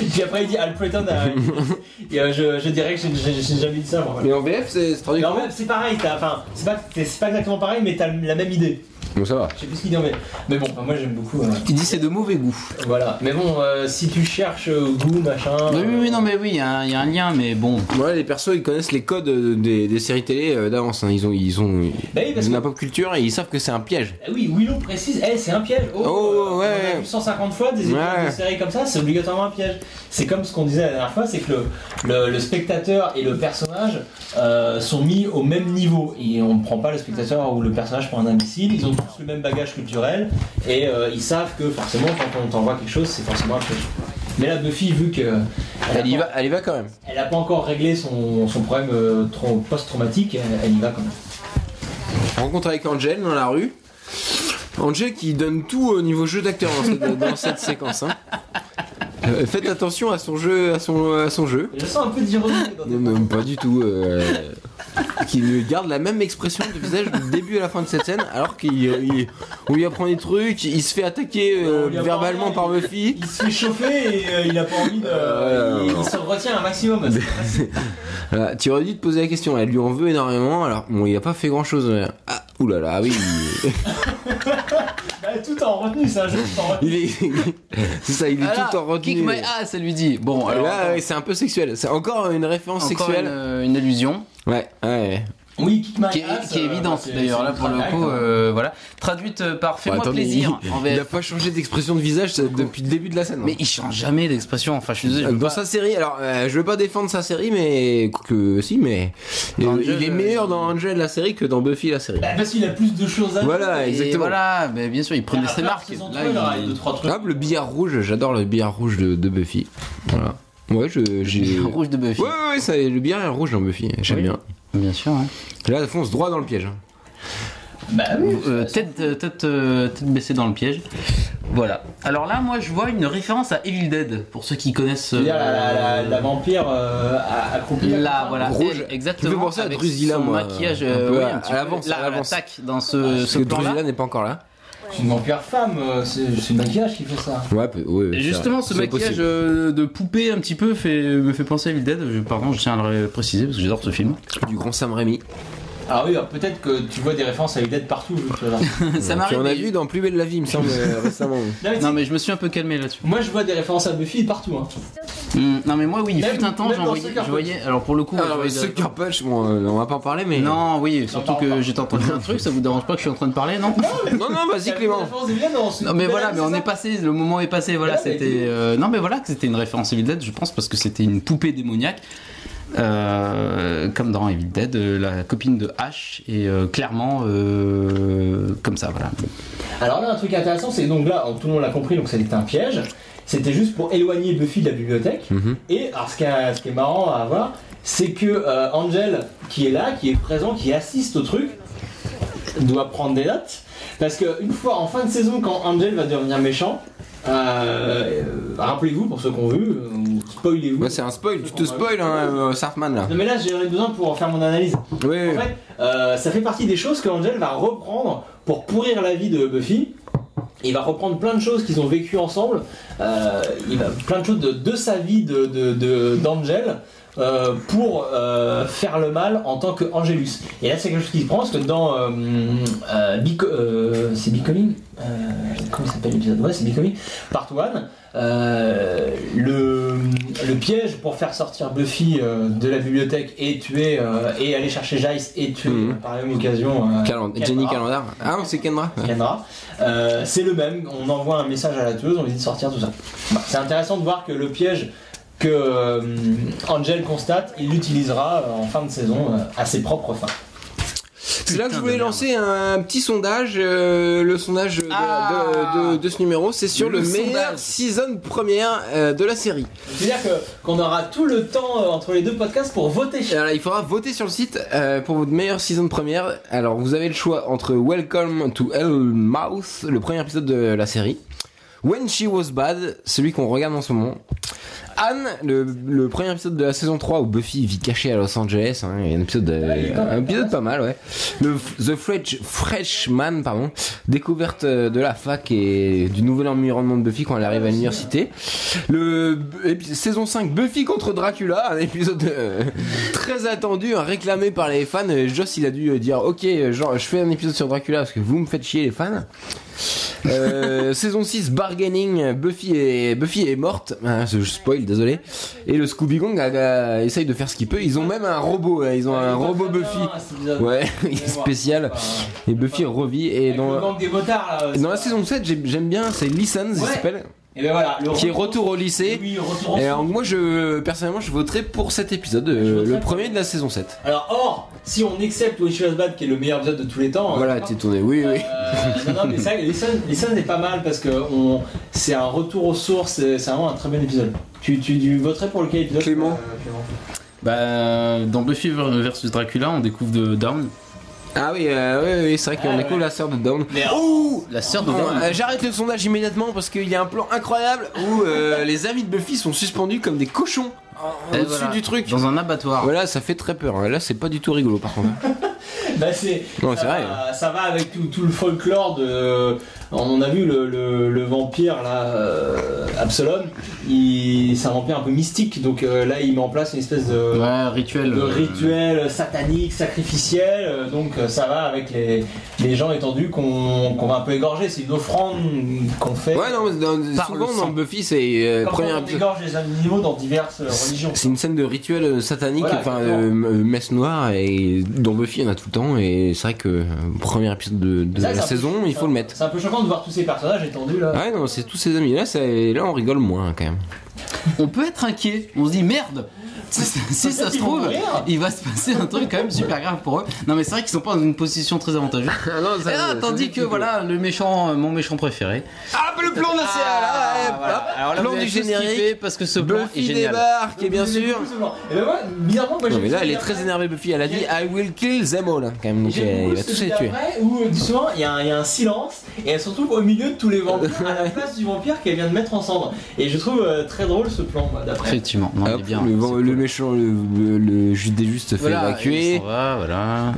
Speaker 2: Et puis après il dit I'll pretend I- Et, euh, je, je dirais que j'ai- j'ai j'ai jamais dit ça moi.
Speaker 4: Mais en VF, c'est c'est traduit.
Speaker 2: Mais en VF, c'est pareil, t'as- enfin, c'est pas, c'est- c'est pas exactement pareil, mais t'as la même idée.
Speaker 4: Bon, ça va.
Speaker 2: Je sais plus ce qu'il dit en VF. Mais bon, enfin, moi j'aime beaucoup. euh,
Speaker 3: Il dit c'est de mauvais goût.
Speaker 2: voilà, mais bon, euh, si tu cherches euh, goût, machin.
Speaker 4: Ah.
Speaker 3: Oui, oui,
Speaker 2: euh,
Speaker 3: oui, non, mais oui, il y, a un- il y a un lien, mais bon.
Speaker 4: Voilà, les persos, ils connaissent les codes euh, des, des séries télé euh, d'avance. hein. Ils ont, ils ont,
Speaker 2: Bah oui, parce
Speaker 4: ils ont
Speaker 2: que-
Speaker 4: la pop culture et ils savent que c'est un piège.
Speaker 2: Ah Oui, Willow précise, Eh, c'est un piège. Oh,
Speaker 4: Oh,
Speaker 2: euh,
Speaker 4: ouais.
Speaker 2: On a vu 150 fois des épisodes
Speaker 4: Ouais.
Speaker 2: de séries comme ça, c'est obligatoirement un piège. C'est comme ce qu'on disait la dernière fois, c'est que le, le, le spectateur et le personnage euh, sont mis au même niveau. Et on ne prend pas le spectateur ou le personnage pour un imbécile, ils ont tous le même bagage culturel et euh, ils savent que forcément, quand on t'envoie quelque chose, c'est forcément un piège. Mais là, Buffy, vu que.
Speaker 4: Elle y va, elle y va quand même.
Speaker 2: Elle n'a pas encore réglé son, son problème euh, tra- post-traumatique, elle, elle y va quand même.
Speaker 4: Rencontre avec Angel dans la rue. Angel qui donne tout au niveau jeu d'acteur dans cette, dans cette séquence. hein. Euh, faites attention à son jeu, à son, à son jeu.
Speaker 2: Je sens un peu d'ironie. dans tes-
Speaker 4: Non, non, pas du tout. euh, qui lui garde la même expression de visage du début à la fin de cette scène, alors qu'on lui apprend des trucs, il se fait attaquer euh,
Speaker 2: On lui apprend
Speaker 4: verbalement
Speaker 2: rien,
Speaker 4: par Buffy.
Speaker 2: Il se fait chauffer et euh, il a pas envie de.
Speaker 4: Euh,
Speaker 2: il,
Speaker 4: non.
Speaker 2: il se retient un maximum. c'est vrai.
Speaker 4: Voilà, Euh, tu aurais dû te poser la question, elle lui en veut énormément, alors bon, il a pas fait grand chose. Ah, oulala, ah oui.
Speaker 2: Bah, tout en retenue, c'est un jeu tout en retenue.
Speaker 4: il est- C'est ça, il est
Speaker 3: Voilà,
Speaker 4: tout en
Speaker 3: Kick
Speaker 4: retenu.
Speaker 3: my ass, elle ah, lui dit. Bon, alors.
Speaker 4: Là,
Speaker 3: attends,
Speaker 4: ouais, c'est un peu sexuel. C'est encore une référence
Speaker 3: encore
Speaker 4: sexuelle.
Speaker 3: Une, euh, une allusion
Speaker 4: Ouais, ouais.
Speaker 2: Oui, kick my
Speaker 3: qui est,
Speaker 2: ass,
Speaker 3: qui est
Speaker 2: euh,
Speaker 3: évidente
Speaker 2: c'est-
Speaker 3: d'ailleurs
Speaker 2: c'est
Speaker 3: là
Speaker 2: une
Speaker 3: pour le
Speaker 2: traque,
Speaker 3: coup
Speaker 2: hein.
Speaker 3: euh, voilà traduite euh, par fais-moi
Speaker 4: Attendez,
Speaker 3: plaisir en
Speaker 4: Bah, Il, il a
Speaker 3: VF
Speaker 4: pas changé d'expression de visage ça, depuis le début de la scène. hein.
Speaker 3: mais il change jamais d'expression enfin je suis désolé je
Speaker 4: Euh,
Speaker 3: peux
Speaker 4: Dans
Speaker 3: pas-
Speaker 4: sa série, alors euh, je veux pas défendre sa série, mais que si, mais euh,
Speaker 3: Angel,
Speaker 4: il est
Speaker 3: euh,
Speaker 4: meilleur dans Angel la série que dans Buffy la série.
Speaker 2: Bah, parce qu'il a plus de choses à
Speaker 4: Voilà,
Speaker 3: Et
Speaker 4: exactement.
Speaker 3: voilà mais bien sûr il prenait ses marques Là, il-
Speaker 2: Là, il y a deux, trois trucs.
Speaker 4: Hop, Ah, le billard rouge, j'adore le billard rouge de, de Buffy. Voilà. Ouais, je- j'ai.
Speaker 3: il-
Speaker 4: Ouais,
Speaker 3: rouge de Buffy
Speaker 4: ouais, ouais, ça, le billard est rouge dans Buffy, j'aime
Speaker 3: Oui.
Speaker 4: bien.
Speaker 3: bien sûr hein.
Speaker 4: Là, fonce droit dans le piège. hein.
Speaker 2: Bah oui.
Speaker 3: Euh, tête, euh, tête, euh, tête baissée dans le piège. Voilà. Alors là, moi, je vois une référence à Evil Dead, pour ceux qui connaissent. euh,
Speaker 2: Il y a la, la, la, la vampire euh, à- accroupie. là,
Speaker 3: Là,
Speaker 2: comme ça.
Speaker 3: voilà,
Speaker 4: Rouge.
Speaker 3: elle,
Speaker 4: Tu
Speaker 3: exactement.
Speaker 4: me fais penser à
Speaker 3: avec
Speaker 4: Drusilla,
Speaker 3: son
Speaker 4: moi,
Speaker 3: maquillage,
Speaker 4: un
Speaker 3: euh,
Speaker 4: peu
Speaker 3: oui,
Speaker 4: à-
Speaker 3: un petit
Speaker 4: à l'avance,
Speaker 3: peu. Là,
Speaker 4: à l'avance.
Speaker 3: l'attaque dans ce,
Speaker 4: Parce
Speaker 3: Euh, ce
Speaker 4: que
Speaker 3: plan-là.
Speaker 4: Drusilla n'est pas encore là.
Speaker 2: C'est une vampire femme, euh, c'est c'est le maquillage qui fait ça.
Speaker 4: Ouais, peut- ouais, ouais, c'est
Speaker 3: Justement,
Speaker 4: vrai.
Speaker 3: ce
Speaker 4: C'est
Speaker 3: maquillage
Speaker 4: possible.
Speaker 3: euh, de poupée un petit peu fait, me fait penser à Evil Dead. Je- pardon, je tiens à le préciser parce que j'adore ce film.
Speaker 4: Du grand Sam Raimi.
Speaker 2: Ah oui, alors peut-être que tu vois des références à Dead partout. vu que là.
Speaker 4: Puis
Speaker 3: Ça m'arrive.
Speaker 4: on a
Speaker 3: mais-
Speaker 4: vu dans Plus belle la vie, il me semble, euh, récemment.
Speaker 2: Non, mais tu
Speaker 3: Non, mais je me suis un peu calmé là-dessus.
Speaker 2: Moi je vois des références à Buffy partout. Hein.
Speaker 3: Hum, non, mais moi, oui, il
Speaker 2: Même-
Speaker 3: fut un temps,
Speaker 2: même
Speaker 3: j'en
Speaker 2: dans
Speaker 3: voyais-
Speaker 2: Sucker
Speaker 3: je voyais. Alors pour le coup, je
Speaker 4: Alors,
Speaker 3: voyais-
Speaker 4: Sucker Punch, bon, euh, on va pas en parler, mais.
Speaker 3: Non, oui,
Speaker 2: Non,
Speaker 3: surtout
Speaker 2: parle pas.
Speaker 3: que j'étais en train de dire un truc, ça vous dérange pas que je suis en train de parler, non
Speaker 4: non, non, vas-y, Clément.
Speaker 3: Non mais voilà, mais on est passé, le moment est passé, voilà,
Speaker 2: Voilà, mais-
Speaker 3: c'était... euh, non mais voilà, que c'était une référence Evil Dead, je pense, parce que c'était une poupée démoniaque. Euh, comme dans Evil Dead, euh, la copine de Ash est euh, clairement euh, comme ça, voilà.
Speaker 2: Alors là, un truc intéressant, c'est donc là, oh, tout le monde l'a compris, donc c'était un piège. C'était juste pour éloigner Buffy de la bibliothèque.
Speaker 4: Mhm.
Speaker 2: Et alors, ce qui est, ce qui est marrant à voir, c'est que euh, Angel, qui est là, qui est présent, qui assiste au truc, doit prendre des notes. Parce que une fois en fin de saison, quand Angel va devenir méchant, euh, euh, rappelez-vous pour ceux qui ont vu, euh, ou spoilez-vous.
Speaker 4: Ouais, Bah, c'est un spoil, tu te spoil, hein, euh, Sartman là.
Speaker 2: non mais là, j'en ai besoin pour en faire mon analyse.
Speaker 4: Oui,
Speaker 2: En fait, euh, ça fait partie des choses que Angel va reprendre pour pourrir la vie de Buffy. Il va reprendre plein de choses qu'ils ont vécues ensemble, Euh, il va, plein de choses de, de sa vie d'Angel de, de, d'Angel, euh, pour euh, faire le mal en tant que Angelus. Et là, c'est quelque chose qui se prend parce que dans euh, euh, Beco- euh, c'est Becoming, Euh, comment il s'appelle l'épisode Ouais, c'est Becoming, Part 1. euh, le, le piège pour faire sortir Buffy euh, de la bibliothèque et tuer euh, et aller chercher Giles et tuer
Speaker 4: Mhm.
Speaker 2: par la même occasion euh,
Speaker 4: Caland- Jenny
Speaker 2: Kendra.
Speaker 4: Calendar. Ah non, c'est Kendra.
Speaker 2: Kendra. Euh, c'est le même, on envoie un message à la tueuse, on lui dit de sortir tout ça. Bah, c'est intéressant de voir que le piège que euh, Angel constate, il l'utilisera euh, en fin de saison euh, à ses propres fins.
Speaker 4: C'est là que je
Speaker 3: Putain
Speaker 4: voulais
Speaker 3: de merde.
Speaker 4: lancer un petit sondage, euh, le sondage de, la-
Speaker 3: Ah.
Speaker 4: de, de- de ce numéro, c'est sur le,
Speaker 3: Le
Speaker 4: meilleur
Speaker 3: sondage.
Speaker 4: season première euh, de la série.
Speaker 2: C'est-à-dire que, qu'on aura tout le temps euh, entre les deux podcasts pour voter.
Speaker 4: Et alors, il faudra voter sur le site euh, pour votre meilleure season première. Alors vous avez le choix entre Welcome to Hellmouth, le premier épisode de la série, When She Was Bad, celui qu'on regarde en ce moment, Anne, le, le premier épisode de la saison 3 où Buffy vit cachée à Los Angeles, hein, il y a un épisode, de- un épisode pas mal, ouais. Le, The Fresh, Freshman, pardon, découverte euh, de la fac et du nouvel environnement de Buffy quand elle arrive à l'université. Le épi- saison 5 Buffy contre Dracula, un épisode euh, très attendu, hein, réclamé par les fans. Euh, Joss il a dû euh, dire ok, euh, genre je fais un épisode sur Dracula parce que vous me faites chier les fans. Euh, saison 6 Bargaining, euh, Buffy est, Buffy est morte, Ah, je spoil désolé. Et le Scooby Gong euh, essaye de faire ce qu'il peut. Ils ont même un robot, là. ils ont un robot Buffy. Ouais, il est spécial. Et Buffy revit et
Speaker 2: Et dans... Le
Speaker 4: dans,
Speaker 2: manque des motards là.
Speaker 4: dans la saison 7 j'ai- j'aime bien c'est Lissans il
Speaker 2: Ouais.
Speaker 4: s'appelle
Speaker 2: Et ben voilà, le
Speaker 4: qui est retour au lycée.
Speaker 2: Oui, retour en
Speaker 4: Et
Speaker 2: sous.
Speaker 4: alors, moi je personnellement je voterai pour cet épisode
Speaker 2: Je
Speaker 4: euh,
Speaker 2: voterai
Speaker 4: le
Speaker 2: pour-
Speaker 4: premier de la saison 7.
Speaker 2: Alors, or, si on accepte Wish Was Bad qui est le meilleur épisode de tous les temps,
Speaker 4: Voilà,
Speaker 2: hein,
Speaker 4: t'es tourné. Oui oui.
Speaker 2: Euh, non, non, mais ça, les scènes, les scènes, c'est pas mal parce que on, c'est un retour aux sources, c'est c'est vraiment un très bon épisode. Tu, tu, tu voterais pour lequel épisode
Speaker 4: Clément.
Speaker 2: Euh,
Speaker 3: Bah, dans Buffy versus Dracula, on découvre de Down,
Speaker 4: Ah oui, euh, oui, oui, c'est vrai qu'on
Speaker 2: Ah,
Speaker 4: découvre
Speaker 2: ouais.
Speaker 4: la sœur de Dawn.
Speaker 2: Mais-
Speaker 4: Ouh
Speaker 3: la sœur de
Speaker 4: Bon,
Speaker 3: Down.
Speaker 4: euh, J'arrête le sondage immédiatement parce qu'il y a un plan incroyable où euh, les amis de Buffy sont suspendus comme des cochons
Speaker 3: Et
Speaker 4: au-dessus
Speaker 3: voilà.
Speaker 4: du truc.
Speaker 3: Dans un abattoir.
Speaker 4: Voilà, ça fait très peur. hein. Là, c'est pas du tout rigolo par contre. Euh,
Speaker 2: Bah, c'est,
Speaker 4: Non,
Speaker 2: ça
Speaker 4: c'est vrai. hein.
Speaker 2: va- ça va avec tout, tout le folklore de. On a vu le, le- le vampire là, euh, Absalom, il- c'est un vampire un peu mystique, donc euh, là il met en place une espèce de.
Speaker 3: Ouais, rituel.
Speaker 2: de
Speaker 3: euh,
Speaker 2: rituel satanique, sacrificiel, euh, donc euh, ça va avec les, les gens étendus qu'on qu'on va un peu égorger, c'est une offrande qu'on fait.
Speaker 4: Ouais, non, mais dans-
Speaker 3: Par le
Speaker 4: souvent
Speaker 3: sang.
Speaker 4: dans Buffy, c'est euh,
Speaker 2: Comme
Speaker 4: premier
Speaker 2: on
Speaker 4: épisode.
Speaker 2: égorge les animaux dans diverses euh, religions.
Speaker 4: C'est une scène de rituel euh, satanique,
Speaker 2: Voilà,
Speaker 4: enfin
Speaker 2: exactement.
Speaker 4: euh, m- messe noire et dans Buffy il y en a tout le temps et c'est vrai que euh, premier épisode de, de
Speaker 2: Ça,
Speaker 4: la
Speaker 2: c'est un peu
Speaker 4: saison
Speaker 2: choquant.
Speaker 4: il faut le mettre. Ah,
Speaker 2: C'est un peu choquant de voir tous ces personnages étendus là.
Speaker 4: Ouais non c'est tous ces amis là c'est là on rigole moins quand même.
Speaker 3: On peut être inquiet. On se dit merde. Si, si ça se
Speaker 2: Ils vont
Speaker 3: trouve,
Speaker 2: mourir.
Speaker 3: il va se passer un truc quand même super grave pour eux. Non, mais c'est vrai qu'ils sont pas dans une position très avantageuse.
Speaker 4: Ah non
Speaker 3: Et là, tandis que voilà, le méchant, euh, mon méchant préféré.
Speaker 4: Ah le plan de la
Speaker 3: Ah,
Speaker 4: hop,
Speaker 3: voilà.
Speaker 4: hop,
Speaker 3: Alors là,
Speaker 4: plan
Speaker 3: vous avez
Speaker 4: du
Speaker 3: tous
Speaker 4: générique.
Speaker 3: kiffé parce que ce plan est
Speaker 4: Buffy
Speaker 3: génial.
Speaker 4: débarque et bien
Speaker 2: Vous aimez
Speaker 4: sûr.
Speaker 2: beaucoup ce genre. Et ben moi, bizarrement, moi,
Speaker 4: Non
Speaker 2: j'ai
Speaker 4: mais là
Speaker 2: vu
Speaker 4: elle est
Speaker 2: celui
Speaker 4: très
Speaker 2: d'après.
Speaker 4: énervée Buffy elle a dit I will kill them all hein, quand même donc
Speaker 2: J'ai
Speaker 4: euh,
Speaker 2: beaucoup
Speaker 4: il va tous
Speaker 2: celui
Speaker 4: les tuer.
Speaker 2: d'après Où euh, souvent il y, a un- il y a un silence et elle se retrouve au milieu de tous les vampires à la place du vampire qu'elle vient de mettre ensemble. Et je trouve euh, très drôle ce plan moi, d'après.
Speaker 3: Effectivement, non, il
Speaker 4: Hop,
Speaker 3: est bien.
Speaker 4: le,
Speaker 3: c'est
Speaker 4: le
Speaker 3: cool.
Speaker 4: méchant le, le, le juge des justes se fait
Speaker 3: Voilà,
Speaker 4: évacuer.
Speaker 3: il s'en va, voilà.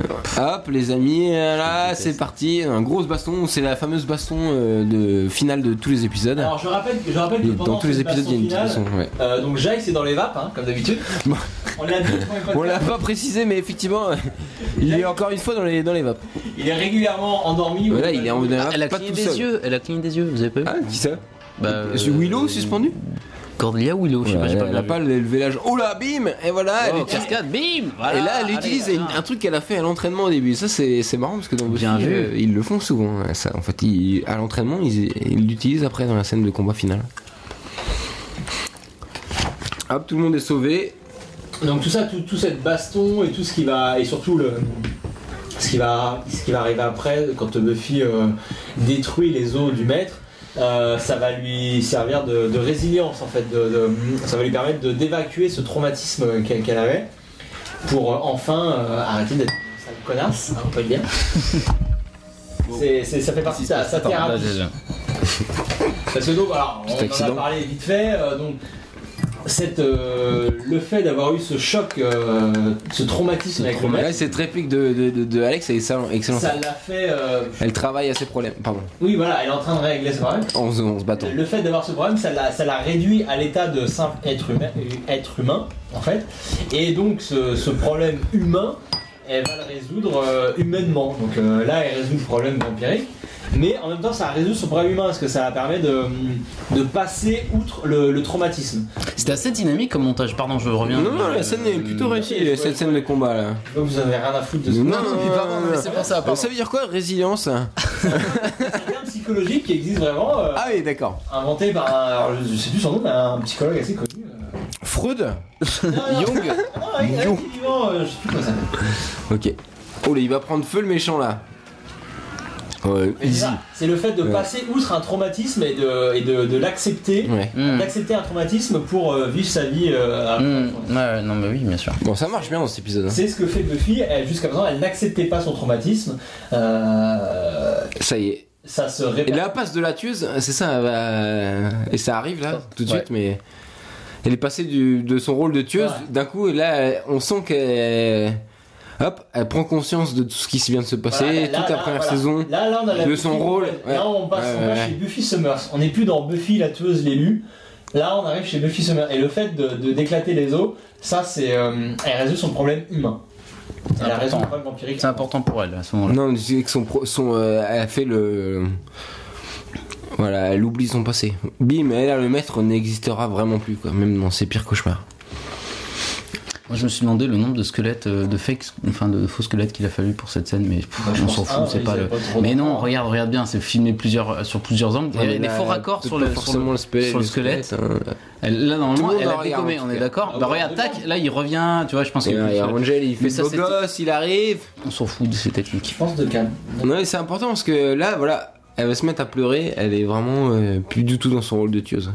Speaker 4: Hop les amis, euh, là
Speaker 3: déteste.
Speaker 4: c'est parti, un gros baston, c'est la fameuse baston euh, de finale de tous les épisodes.
Speaker 2: Alors je rappelle, je rappelle que
Speaker 4: Et
Speaker 2: pendant
Speaker 4: dans tous les
Speaker 2: cette
Speaker 4: épisodes il y a une petite
Speaker 2: baston
Speaker 4: baston.
Speaker 2: finale,
Speaker 4: ouais.
Speaker 2: euh, donc Jacques c'est dans les vapes hein, comme d'habitude. On l'a dit au premier podcast,
Speaker 4: On l'a pas précisé mais effectivement il est encore une fois dans les, dans les vapes.
Speaker 2: il est régulièrement endormi.
Speaker 4: Voilà il est en
Speaker 3: Ah, elle a
Speaker 4: pas
Speaker 3: cligné
Speaker 4: tout
Speaker 3: des
Speaker 4: seul.
Speaker 3: yeux, elle a cligné des yeux, vous avez pas vu
Speaker 4: Ah qui ça
Speaker 3: Bah,
Speaker 4: C'est Willow
Speaker 3: euh,
Speaker 4: suspendu
Speaker 3: Cordelia ou Willow, je sais pas, j'ai pas
Speaker 4: Elle a
Speaker 3: bien
Speaker 4: pas
Speaker 3: vu.
Speaker 4: le le vélage. Oh là bim Et voilà elle
Speaker 3: Oh,
Speaker 4: utilise-
Speaker 3: cascade, bim
Speaker 4: Et
Speaker 3: voilà,
Speaker 4: là, elle
Speaker 3: Ah, allez,
Speaker 4: utilise
Speaker 3: voilà.
Speaker 4: une- un truc qu'elle a fait à l'entraînement au début. Ça, c'est c'est marrant parce que dans Buffy,
Speaker 3: Bien vu.
Speaker 4: euh, ils le font souvent. hein, Ça, en fait, ils- à l'entraînement, ils ils l'utilisent après dans la scène de combat finale. Hop, tout le monde est sauvé.
Speaker 2: Donc tout ça, tout, tout cette baston et tout ce qui va et surtout le ce qui va ce qui va arriver après quand Buffy euh, détruit les os du maître. euh, ça va lui servir de, de résilience en fait, de- de- ça va lui permettre de d'évacuer ce traumatisme qu'elle qu'elle avait pour euh, enfin euh, arrêter d'être une sale connasse, hein, on peut le dire. C'est- c'est- ça fait partie de sa, sa
Speaker 3: Attends, là,
Speaker 2: thérapie.
Speaker 3: j'ai-
Speaker 2: Parce que donc, alors, on
Speaker 4: Petit
Speaker 2: en
Speaker 4: accident.
Speaker 2: a parlé vite fait, euh, donc cette, euh, le fait d'avoir eu ce choc, euh, ce traumatisme avec le
Speaker 4: Là,
Speaker 2: mec,
Speaker 4: cette réplique de, de, de, de Alex, elle est excellente. excellente.
Speaker 2: ça l'a fait. euh,
Speaker 4: Elle travaille à ses problèmes. Pardon,
Speaker 2: oui, voilà, elle est en train de régler ce problème.
Speaker 4: en, se- en se battant.
Speaker 2: Le fait d'avoir ce problème, ça l'a, ça l'a réduit à l'état de simple être humain, être humain, en fait. Et donc, ce, ce problème humain, elle va le résoudre euh, humainement. Donc euh, là, elle résout le problème vampirique. Mais en même temps, ça résout son problème humain, parce que ça permet de, de passer outre le, le traumatisme.
Speaker 3: C'était assez dynamique comme montage. Pardon, je reviens.
Speaker 4: Non, non, la scène est plutôt réussie, cette scène de combat là.
Speaker 2: Donc, vous avez rien à foutre de ce
Speaker 4: Non, non,
Speaker 3: puis pardon,
Speaker 4: non,
Speaker 3: mais
Speaker 4: non.
Speaker 3: c'est pour ça.
Speaker 4: Euh,
Speaker 3: pardon.
Speaker 4: Ça veut dire quoi, résilience hein?
Speaker 2: C'est un terme psychologique qui existe vraiment, euh,
Speaker 4: Ah oui, d'accord.
Speaker 2: inventé par un, alors, je, je sais plus son nom, mais un psychologue assez connu. euh.
Speaker 4: Freud
Speaker 2: non.
Speaker 4: Jung
Speaker 2: Ah, ouais, ouais,
Speaker 4: Yo.
Speaker 2: qui est vivant, euh, je sais plus comment ça s'appelle.
Speaker 4: Ok. Oh là, il va prendre feu le méchant là. Ouais,
Speaker 2: Mais c'est
Speaker 4: easy.
Speaker 2: ça, C'est le fait de
Speaker 4: Ouais.
Speaker 2: passer outre un traumatisme et de, et de, de l'accepter.
Speaker 4: Ouais.
Speaker 3: Mm.
Speaker 2: D'accepter un traumatisme pour euh, vivre sa vie. euh, après.
Speaker 3: Mm. Ouais, ouais, non, mais oui, bien sûr.
Speaker 4: Bon, ça marche bien dans cet épisode. hein.
Speaker 2: C'est ce que fait Buffy. Elle, jusqu'à présent, elle n'acceptait pas son traumatisme. Euh,
Speaker 4: Ça y est.
Speaker 2: ça se
Speaker 4: Et
Speaker 2: répète.
Speaker 4: là, passe de la tueuse, c'est ça, elle va- euh, et ça arrive là, tout de suite, mais. Elle est passée du- de son rôle de tueuse,
Speaker 2: Ouais.
Speaker 4: d'un coup, et là, elle- on sent qu'elle. Hop, elle prend conscience de tout ce qui vient de se passer,
Speaker 2: Voilà,
Speaker 4: toute la première
Speaker 2: voilà.
Speaker 4: saison.
Speaker 2: Là, là, on a la
Speaker 4: de
Speaker 2: Buffy
Speaker 4: son rôle,
Speaker 2: Là,
Speaker 4: ouais.
Speaker 2: on passe,
Speaker 4: Ouais,
Speaker 2: on va
Speaker 4: ouais,
Speaker 2: chez
Speaker 4: ouais.
Speaker 2: Buffy Summers. On n'est plus dans Buffy la tueuse l'élu. Là, on arrive chez Buffy Summers. Et le fait de de- d'éclater les os, ça, c'est. euh, elle résout son problème humain. Elle a
Speaker 3: important.
Speaker 2: résolu le problème vampirique.
Speaker 3: C'est important pour elle à ce moment-là.
Speaker 4: Non, mais c'est que son. pro- son euh, elle a fait le. Voilà, elle oublie son passé. Bim, elle, là, le maître n'existera vraiment plus, quoi, même dans ses pires cauchemars.
Speaker 3: Moi, je me suis demandé le nombre de squelettes, euh, de fakes, enfin de faux squelettes qu'il a fallu pour cette scène, mais pff,
Speaker 2: Bah, je
Speaker 3: on
Speaker 2: pense
Speaker 3: s'en
Speaker 2: pas,
Speaker 3: fout, c'est
Speaker 2: ils
Speaker 3: pas
Speaker 2: avaient
Speaker 3: le.
Speaker 2: pas trop de
Speaker 3: Mais non,
Speaker 2: temps.
Speaker 3: regarde, regarde bien, c'est filmé plusieurs, euh, sur plusieurs angles. Il y a des faux raccords sur le, sur le-
Speaker 4: forcément le, spé-
Speaker 3: sur le squelette.
Speaker 4: hein.
Speaker 3: Elle- là,
Speaker 4: Tout le
Speaker 3: normalement,
Speaker 4: monde
Speaker 3: elle
Speaker 4: en
Speaker 3: a
Speaker 4: regarde,
Speaker 3: dégommé,
Speaker 4: en
Speaker 3: on
Speaker 4: tout
Speaker 3: est
Speaker 4: cas.
Speaker 3: d'accord
Speaker 2: Ah
Speaker 3: Bah,
Speaker 2: ouais,
Speaker 3: regarde,
Speaker 2: on est
Speaker 3: tac, là, il revient, tu vois, je pense
Speaker 4: Et,
Speaker 3: que.
Speaker 4: euh, Angel, il fait
Speaker 3: ça,
Speaker 4: beau
Speaker 3: c'est-
Speaker 4: gosse, il arrive.
Speaker 3: On s'en fout de ces techniques.
Speaker 2: Je pense de calme.
Speaker 4: Non, mais c'est important parce que là, voilà, elle va se mettre à pleurer. Elle est vraiment euh, plus du tout dans son rôle de tueuse.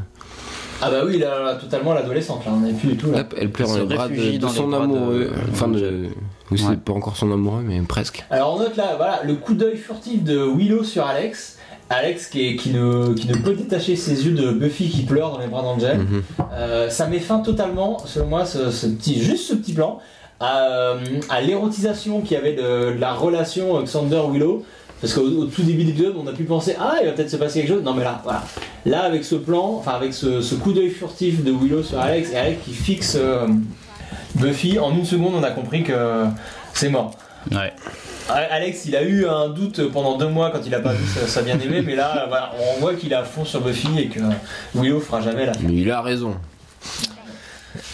Speaker 2: Ah bah oui, là, là, totalement l'adolescente, là, on n'est plus du tout là.
Speaker 4: Hop, elle pleure
Speaker 3: Elle
Speaker 4: dans
Speaker 3: se
Speaker 4: les bras de,
Speaker 3: réfugie
Speaker 4: de
Speaker 3: dans les
Speaker 4: son
Speaker 3: bras de-
Speaker 4: amoureux. Enfin, de. ou
Speaker 3: Ouais.
Speaker 4: c'est pas encore son amoureux, mais presque.
Speaker 2: Alors on note là, voilà, le coup d'œil furtif de Willow sur Alex. Alex qui, est- qui ne, qui ne peut détacher ses yeux de Buffy qui pleure dans les bras d'Angel.
Speaker 4: Mhm.
Speaker 2: Euh, ça met fin totalement, selon moi, ce, ce petit, juste ce petit plan, à, euh, à l'érotisation qu'il y avait de, de la relation Xander-Willow. Parce qu'au au tout début de l'épisode, on a pu penser Ah, il va peut-être se passer quelque chose. Non, mais là, voilà. Là, avec ce plan, enfin, avec ce, ce coup d'œil furtif de Willow sur Alex, et Alex qui fixe euh, Buffy, en une seconde, on a compris que c'est mort.
Speaker 3: Ouais.
Speaker 2: Ouais, Alex, il a eu un doute pendant deux mois quand il a pas vu sa, sa bien-aimée, mais là, voilà, on voit qu'il est à fond sur Buffy et que Willow fera jamais la.
Speaker 4: Mais il a raison.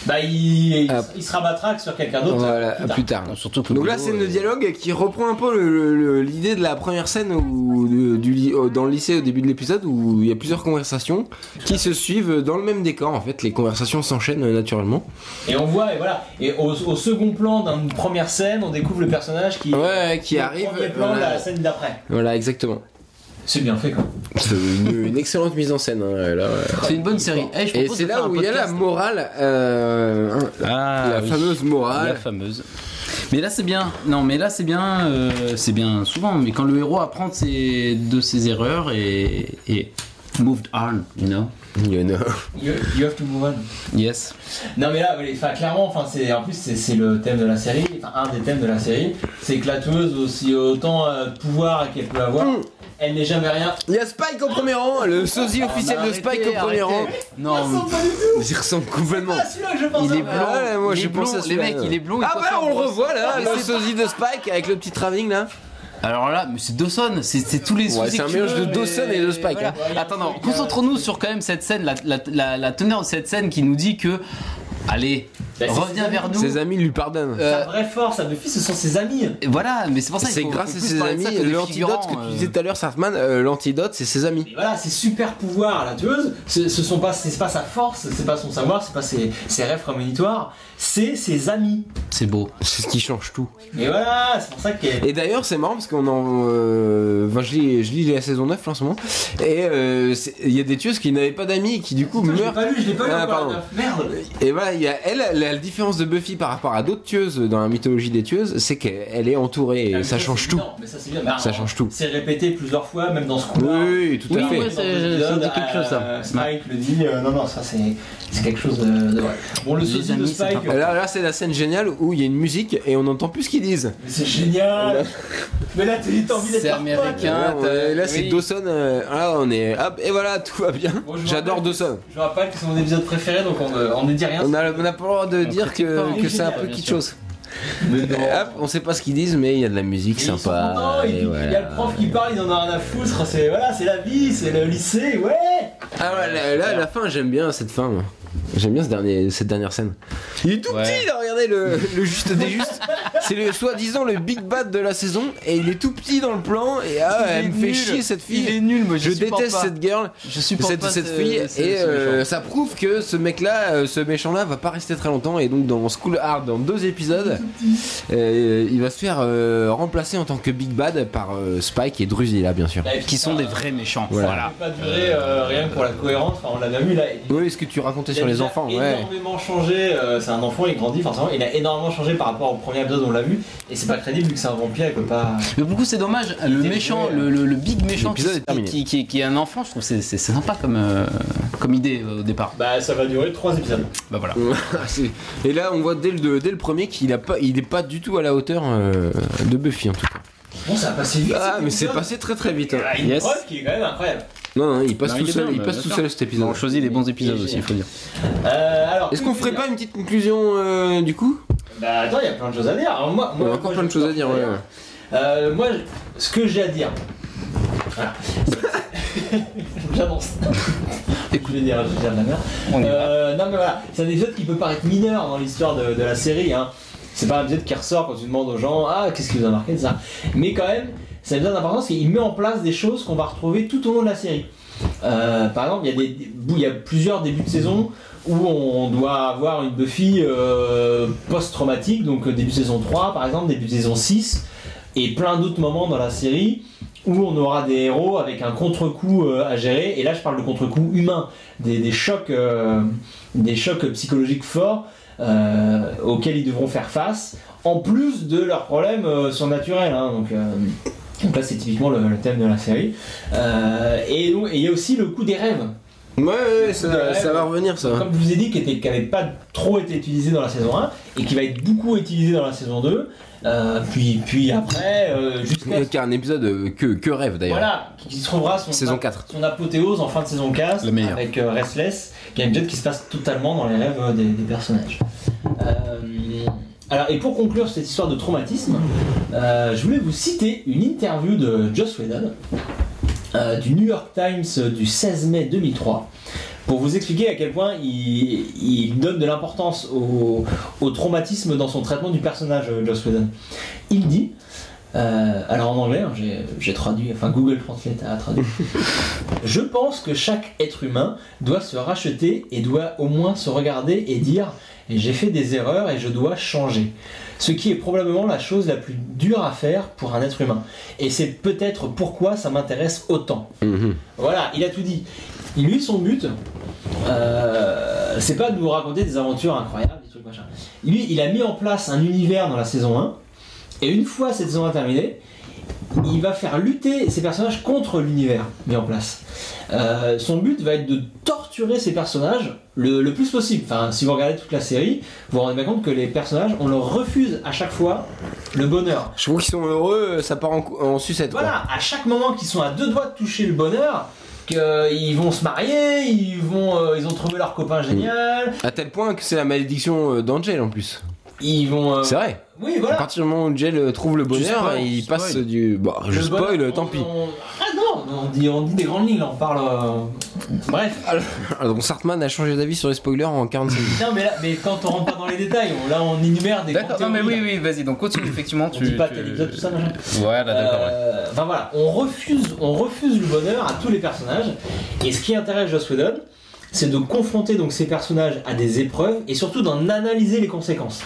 Speaker 2: Bah, il, il,
Speaker 4: Ah.
Speaker 2: il se rabattra sur quelqu'un d'autre.
Speaker 4: Voilà,
Speaker 2: plus
Speaker 4: à
Speaker 2: tard.
Speaker 4: plus tard.
Speaker 3: Non, Surtout que.
Speaker 4: Donc là,
Speaker 3: Willow,
Speaker 4: scène de
Speaker 3: euh,
Speaker 4: dialogue qui reprend un peu le- le- le- l'idée de la première scène où, de- du, ly- euh, dans le lycée au début de l'épisode où il y a plusieurs conversations qui se suivent dans le même décor. En fait, les conversations s'enchaînent euh, naturellement.
Speaker 2: Et on voit, et voilà, et au, au second plan d'une première scène, on découvre le personnage qui.
Speaker 4: Ouais, qui euh,
Speaker 2: le
Speaker 4: arrive.
Speaker 2: Premier plan de la
Speaker 4: Voilà,
Speaker 2: scène d'après.
Speaker 4: Voilà, exactement.
Speaker 2: C'est bien fait, quoi.
Speaker 4: C'est une, une excellente mise en scène. hein, là, ouais.
Speaker 3: C'est une bonne série. Eh, je
Speaker 4: Et
Speaker 3: propose
Speaker 4: c'est
Speaker 3: de
Speaker 4: là
Speaker 3: faire un
Speaker 4: où il y a la
Speaker 3: podcast.
Speaker 4: morale, euh,
Speaker 3: Ah,
Speaker 4: la
Speaker 3: oui.
Speaker 4: fameuse
Speaker 3: La
Speaker 4: morale.
Speaker 3: fameuse. Mais là c'est bien. Non, mais là c'est bien. euh, c'est bien souvent. Mais quand le héros apprend de ses, de ses erreurs et, et moved on, you know.
Speaker 4: You know.
Speaker 2: You, you have to move on.
Speaker 3: Yes.
Speaker 2: Non mais là, mais, enfin clairement, enfin c'est en plus c'est c'est le thème de la série, enfin un des thèmes de la série, c'est que la tueuse aussi autant euh, de pouvoir qu'elle peut avoir,
Speaker 4: Mm.
Speaker 2: elle n'est jamais rien.
Speaker 4: Il y a Spike au premier rang, le sosie officiel de Spike au premier rang.
Speaker 3: Non. mais-
Speaker 4: Il y ressemble complètement.
Speaker 2: Ah celui-là que je pense.
Speaker 3: Il est
Speaker 2: à-
Speaker 3: blond.
Speaker 4: Ah ouais, moi,
Speaker 3: il
Speaker 4: j'ai
Speaker 3: est blond.
Speaker 4: pensé à
Speaker 3: Les
Speaker 4: celui-là,
Speaker 3: mecs,
Speaker 4: ouais.
Speaker 3: il est blond. il
Speaker 4: Ah
Speaker 3: coiffe
Speaker 4: bah
Speaker 3: en
Speaker 4: on le
Speaker 3: brosse.
Speaker 4: revoit là,
Speaker 3: Mais
Speaker 4: le
Speaker 3: c'est-
Speaker 4: sosie de Spike avec le petit travelling là.
Speaker 3: Alors là, mais c'est Dawson. C'est c'est tous les.
Speaker 4: Ouais,
Speaker 3: soucis
Speaker 4: c'est un
Speaker 3: que tu
Speaker 4: mélange
Speaker 3: veux,
Speaker 4: de Dawson
Speaker 3: mais-
Speaker 4: et de Spike,
Speaker 3: voilà.
Speaker 4: hein.
Speaker 3: Attends, non, concentrons-nous sur quand même cette scène, la, la- la- la teneur de cette scène qui nous dit que. Allez,
Speaker 2: Bah, c'est
Speaker 3: reviens
Speaker 2: ses
Speaker 3: vers nous.
Speaker 4: Ses amis lui pardonnent.
Speaker 3: Euh,
Speaker 2: Sa vraie force à Buffy, ce sont ses amis.
Speaker 3: Et Voilà, mais c'est pour ça qu'il
Speaker 4: c'est
Speaker 3: faut-
Speaker 4: grâce
Speaker 3: faut
Speaker 4: à
Speaker 3: plus
Speaker 4: ses
Speaker 3: parler de
Speaker 4: amis,
Speaker 3: ça que des
Speaker 4: l'antidote
Speaker 3: figurants,
Speaker 4: que
Speaker 3: euh.
Speaker 4: tu disais tout à l'heure, Sartman, euh, l'antidote c'est ses amis.
Speaker 2: Et voilà, c'est super pouvoir la tueuse. Ce, ce sont pas, c'est pas sa force, c'est pas son savoir, c'est pas ses, ses rêves prémonitoires, c'est ses amis.
Speaker 3: C'est beau.
Speaker 4: C'est ce qui change tout.
Speaker 2: Et voilà, c'est pour ça qu'elle.
Speaker 4: Et d'ailleurs, c'est marrant parce qu'on en. euh, enfin, je, lis, je lis la saison 9 là, en ce moment. Et euh, c'est- il y a des tueuses qui n'avaient pas d'amis qui du coup
Speaker 2: Putain, Je l'ai
Speaker 4: meurent.
Speaker 2: pas lu, je l'ai pas lu
Speaker 4: Ah,
Speaker 2: encore,
Speaker 4: pardon.
Speaker 2: la meuf. Merde.
Speaker 4: Et voilà, il y a- elle, la différence de Buffy par rapport à d'autres tueuses dans la mythologie des tueuses, c'est qu'elle elle est entourée et
Speaker 2: Ah, mais
Speaker 4: ça change
Speaker 2: c'est
Speaker 4: tout.
Speaker 2: évident, mais ça, c'est bien. Bah,
Speaker 4: Ça change tout.
Speaker 2: C'est répété plusieurs fois, même dans ce
Speaker 4: Oui,
Speaker 2: coup-là.
Speaker 4: oui, tout à
Speaker 3: Oui,
Speaker 4: fait.
Speaker 3: ouais, c'est- ça me dit quelque chose, ça.
Speaker 2: Euh, Spike le dit, euh, non, non, ça c'est c'est quelque chose de. de vrai. Bon, le
Speaker 3: Les
Speaker 2: sosie de
Speaker 3: amis, c'est
Speaker 2: Spike,
Speaker 3: important.
Speaker 4: Là, là c'est la scène géniale où il y a une musique et on n'entend plus ce qu'ils disent.
Speaker 2: mais c'est génial! Mais là, t'as envie d'être
Speaker 3: C'est
Speaker 2: leur pote.
Speaker 3: américain,
Speaker 4: Ouais,
Speaker 3: t'as-
Speaker 4: ouais, là, c'est
Speaker 3: oui.
Speaker 4: Dawson. euh, là, on est. Hop, et voilà, tout va bien.
Speaker 2: Bon, je vous
Speaker 4: J'adore
Speaker 2: rappelle-
Speaker 4: Dawson.
Speaker 2: Je rappelle que c'est mon épisode préféré, donc on ne on ne dit rien.
Speaker 4: On a, on a pas le droit de dire
Speaker 3: critique pas,
Speaker 4: que,
Speaker 3: hein.
Speaker 4: que c'est un peu
Speaker 3: Bien
Speaker 4: quelque
Speaker 3: sûr.
Speaker 4: chose. Euh,
Speaker 2: Mais non.
Speaker 4: Hop, on sait pas ce qu'ils disent, mais il y a de la musique
Speaker 2: Ils sont contents,
Speaker 4: sympa.
Speaker 2: et
Speaker 4: et
Speaker 2: puis, Il
Speaker 4: voilà.
Speaker 2: y a le prof qui parle, il en a rien à foutre. C'est voilà, c'est la vie, c'est le lycée, ouais!
Speaker 4: Ah ouais, là, là, la fin, j'aime bien cette fin. moi. J'aime bien ce dernier, cette dernière scène. Il est tout
Speaker 3: Ouais.
Speaker 4: petit là, regardez le, le juste des justes. C'est le soi-disant le big bad de la saison et il est tout petit dans le plan et ah,
Speaker 7: Il
Speaker 4: elle
Speaker 7: est
Speaker 4: me fait
Speaker 7: nul.
Speaker 4: chier cette
Speaker 7: Il est
Speaker 4: fille.
Speaker 7: nul, moi je,
Speaker 4: Je
Speaker 7: supporte
Speaker 4: déteste
Speaker 7: pas.
Speaker 4: cette girl,
Speaker 3: Je supporte
Speaker 4: cette,
Speaker 3: pas
Speaker 4: cette
Speaker 3: ce-
Speaker 4: fille
Speaker 3: ce-
Speaker 4: et
Speaker 3: ce méchant.
Speaker 4: euh, ça prouve que ce mec là, ce méchant là va pas rester très longtemps et donc dans School Hard dans deux épisodes, euh, il va se faire euh, remplacer en tant que big bad par euh, Spike et Drusilla bien sûr.
Speaker 2: Là, Bah, et puis,
Speaker 3: euh, qui sont
Speaker 2: ça-
Speaker 3: des vrais méchants.
Speaker 4: Voilà.
Speaker 2: Ça
Speaker 3: Voilà.
Speaker 2: n'a pas duré euh, rien que pour la cohérence, enfin, on l'a bien vu là. il-
Speaker 4: Oui, ce que tu racontais sur
Speaker 2: il a
Speaker 4: les
Speaker 2: déjà
Speaker 4: enfants, ouais.
Speaker 2: énormément changé, euh, c'est un enfant, il grandit forcément, il a énormément changé par rapport au premier épisode, on l'a vu, et c'est pas crédible vu que c'est un vampire, il peut pas.
Speaker 3: Mais pour le coup, c'est dommage. Le
Speaker 2: C'était
Speaker 3: méchant,
Speaker 2: mauvais,
Speaker 3: le, le- le big méchant qui,
Speaker 4: L'épisode est terminé.
Speaker 3: qui, qui- qui est un enfant, je trouve que c'est c'est- c'est sympa comme, euh, comme idée euh, au départ.
Speaker 2: Bah ça va durer 3 épisodes.
Speaker 3: Bah voilà.
Speaker 4: C'est- Et là, on voit dès le, dès le premier qu'il a pas, il est pas du tout à la hauteur euh, de Buffy en tout cas.
Speaker 2: Bon, ça a passé vite.
Speaker 4: Ah,
Speaker 2: cet
Speaker 4: mais c'est
Speaker 2: épisode.
Speaker 4: passé très très vite. hein.
Speaker 2: Ah, une
Speaker 3: Yes.
Speaker 2: preuve qui est quand même incroyable.
Speaker 4: Non, non, il passe
Speaker 3: Non,
Speaker 4: tout
Speaker 3: il est
Speaker 4: seul,
Speaker 3: bien,
Speaker 4: il
Speaker 3: bah,
Speaker 4: passe
Speaker 3: bien
Speaker 4: tout
Speaker 3: sûr.
Speaker 4: seul cet épisode.
Speaker 3: On choisit les bons épisodes
Speaker 2: Et
Speaker 3: aussi, il faut dire.
Speaker 2: Euh, alors,
Speaker 4: Est-ce qu'on ferait pas une petite conclusion euh, du coup
Speaker 2: Bah attends, il y a plein de choses à dire. Alors, moi,
Speaker 4: On
Speaker 2: moi,
Speaker 4: a encore
Speaker 2: moi,
Speaker 4: plein de
Speaker 2: je-
Speaker 4: choses à dire. ouais.
Speaker 2: Euh, moi, je- ce que j'ai à dire. Voilà. J'annonce. Écoute, je vais dire, je vais dire de la merde.
Speaker 3: On y va.
Speaker 2: Euh, non mais voilà, c'est un épisode qui peut paraître mineur dans l'histoire de, de la série. Hein. C'est pas un épisode qui ressort quand tu demandes aux gens ah qu'est-ce qui vous a marqué de ça. Mais quand même, c'est un épisode d'importance parce qu'il met en place des choses qu'on va retrouver tout au long de la série. Euh, par exemple, il y, a des- des, bouts- il y a plusieurs débuts de saison où on doit avoir une Buffy euh, post-traumatique, donc euh, début de saison 3 par exemple, début de saison 6, et plein d'autres moments dans la série où on aura des héros avec un contre-coup euh, à gérer, et là je parle de contre-coup humain, des, des chocs, euh, des chocs psychologiques forts euh, auxquels ils devront faire face, en plus de leurs problèmes euh, surnaturels. hein. donc, euh, donc là c'est typiquement le, le thème de la série. Euh, et donc- et il y a aussi le coup des rêves.
Speaker 4: Ouais, ouais, ouais, ça, ça va revenir ça.
Speaker 2: Comme je vous ai dit, qui n'avait pas trop été utilisé dans la saison 1 et qui va être beaucoup utilisé dans la saison 2, euh, puis, puis après, euh, jusqu'à.
Speaker 4: Car un épisode euh, que, que rêve d'ailleurs.
Speaker 2: Voilà, qui- qui trouvera son,
Speaker 4: Saison 4.
Speaker 2: son apothéose en fin de saison 15
Speaker 3: Le meilleur.
Speaker 2: avec euh, Restless, qui est un épisode qui se passe totalement dans les rêves euh, des, des personnages. Euh, alors, et pour conclure cette histoire de traumatisme, euh, je voulais vous citer une interview de Joss Whedon euh, du New York Times euh, du 16 mai 2003 pour vous expliquer à quel point il, il donne de l'importance au, au traumatisme dans son traitement du personnage euh, Joss Whedon. Il dit euh, alors en anglais, hein, j'ai- j'ai traduit, enfin Google Translate a traduit. Je pense que chaque être humain doit se racheter et doit au moins se regarder et dire j'ai fait des erreurs et je dois changer. Ce qui est probablement la chose la plus dure à faire pour un être humain. Et c'est peut-être pourquoi ça m'intéresse autant.
Speaker 4: Mhm.
Speaker 2: Voilà, il a tout dit. Lui, son but, euh, c'est pas de nous raconter des aventures incroyables, des trucs machin. Lui, il a mis en place un univers dans la saison 1, et une fois cette saison 1 terminée, il va faire lutter ces personnages contre l'univers mis en place. Euh, son but va être de torturer ces personnages le, le plus possible. Enfin, si vous regardez toute la série, vous vous rendez bien compte que les personnages, on leur refuse à chaque fois le bonheur.
Speaker 4: Je trouve qu'ils sont heureux, euh, ça part en, cou- en sucette quoi.
Speaker 2: Voilà, à chaque moment qu'ils sont à deux doigts de toucher le bonheur, qu'ils vont se marier, ils vont, euh, ils ont trouvé leur copain génial,
Speaker 4: À tel point que c'est la malédiction euh, d'Angel en plus.
Speaker 2: ils vont. euh,
Speaker 4: C'est vrai.
Speaker 2: Oui,
Speaker 4: À
Speaker 2: voilà.
Speaker 4: partir du moment où Angel euh, trouve le bonheur,
Speaker 3: spoil,
Speaker 4: il
Speaker 3: spoil.
Speaker 4: passe du. Bon, je
Speaker 2: Le
Speaker 4: spoil,
Speaker 2: bonheur,
Speaker 4: tant
Speaker 2: on-
Speaker 4: pis.
Speaker 2: on- Ah non, on dit, on dit des grandes lignes, là, on parle. euh, Bref.
Speaker 4: Ah, donc Sartman a changé d'avis sur les spoilers en 45 minutes.
Speaker 2: Non, mais, là, mais quand on rentre pas dans les détails, on- là on énumère des.
Speaker 3: D'accord, non
Speaker 2: grandes
Speaker 3: mais oui,
Speaker 2: théories, là.
Speaker 3: oui, vas-y, donc continue, effectivement.
Speaker 2: On
Speaker 3: tu,
Speaker 2: dit pas
Speaker 3: tu-
Speaker 2: tel épisode, tout ça, machin.
Speaker 3: Voilà, Ah, d'accord, ouais.
Speaker 2: Euh, Enfin voilà, on refuse, on refuse le bonheur à tous les personnages. Et ce qui intéresse Joss Whedon, c'est de confronter donc ces personnages à des épreuves et surtout d'en analyser les conséquences.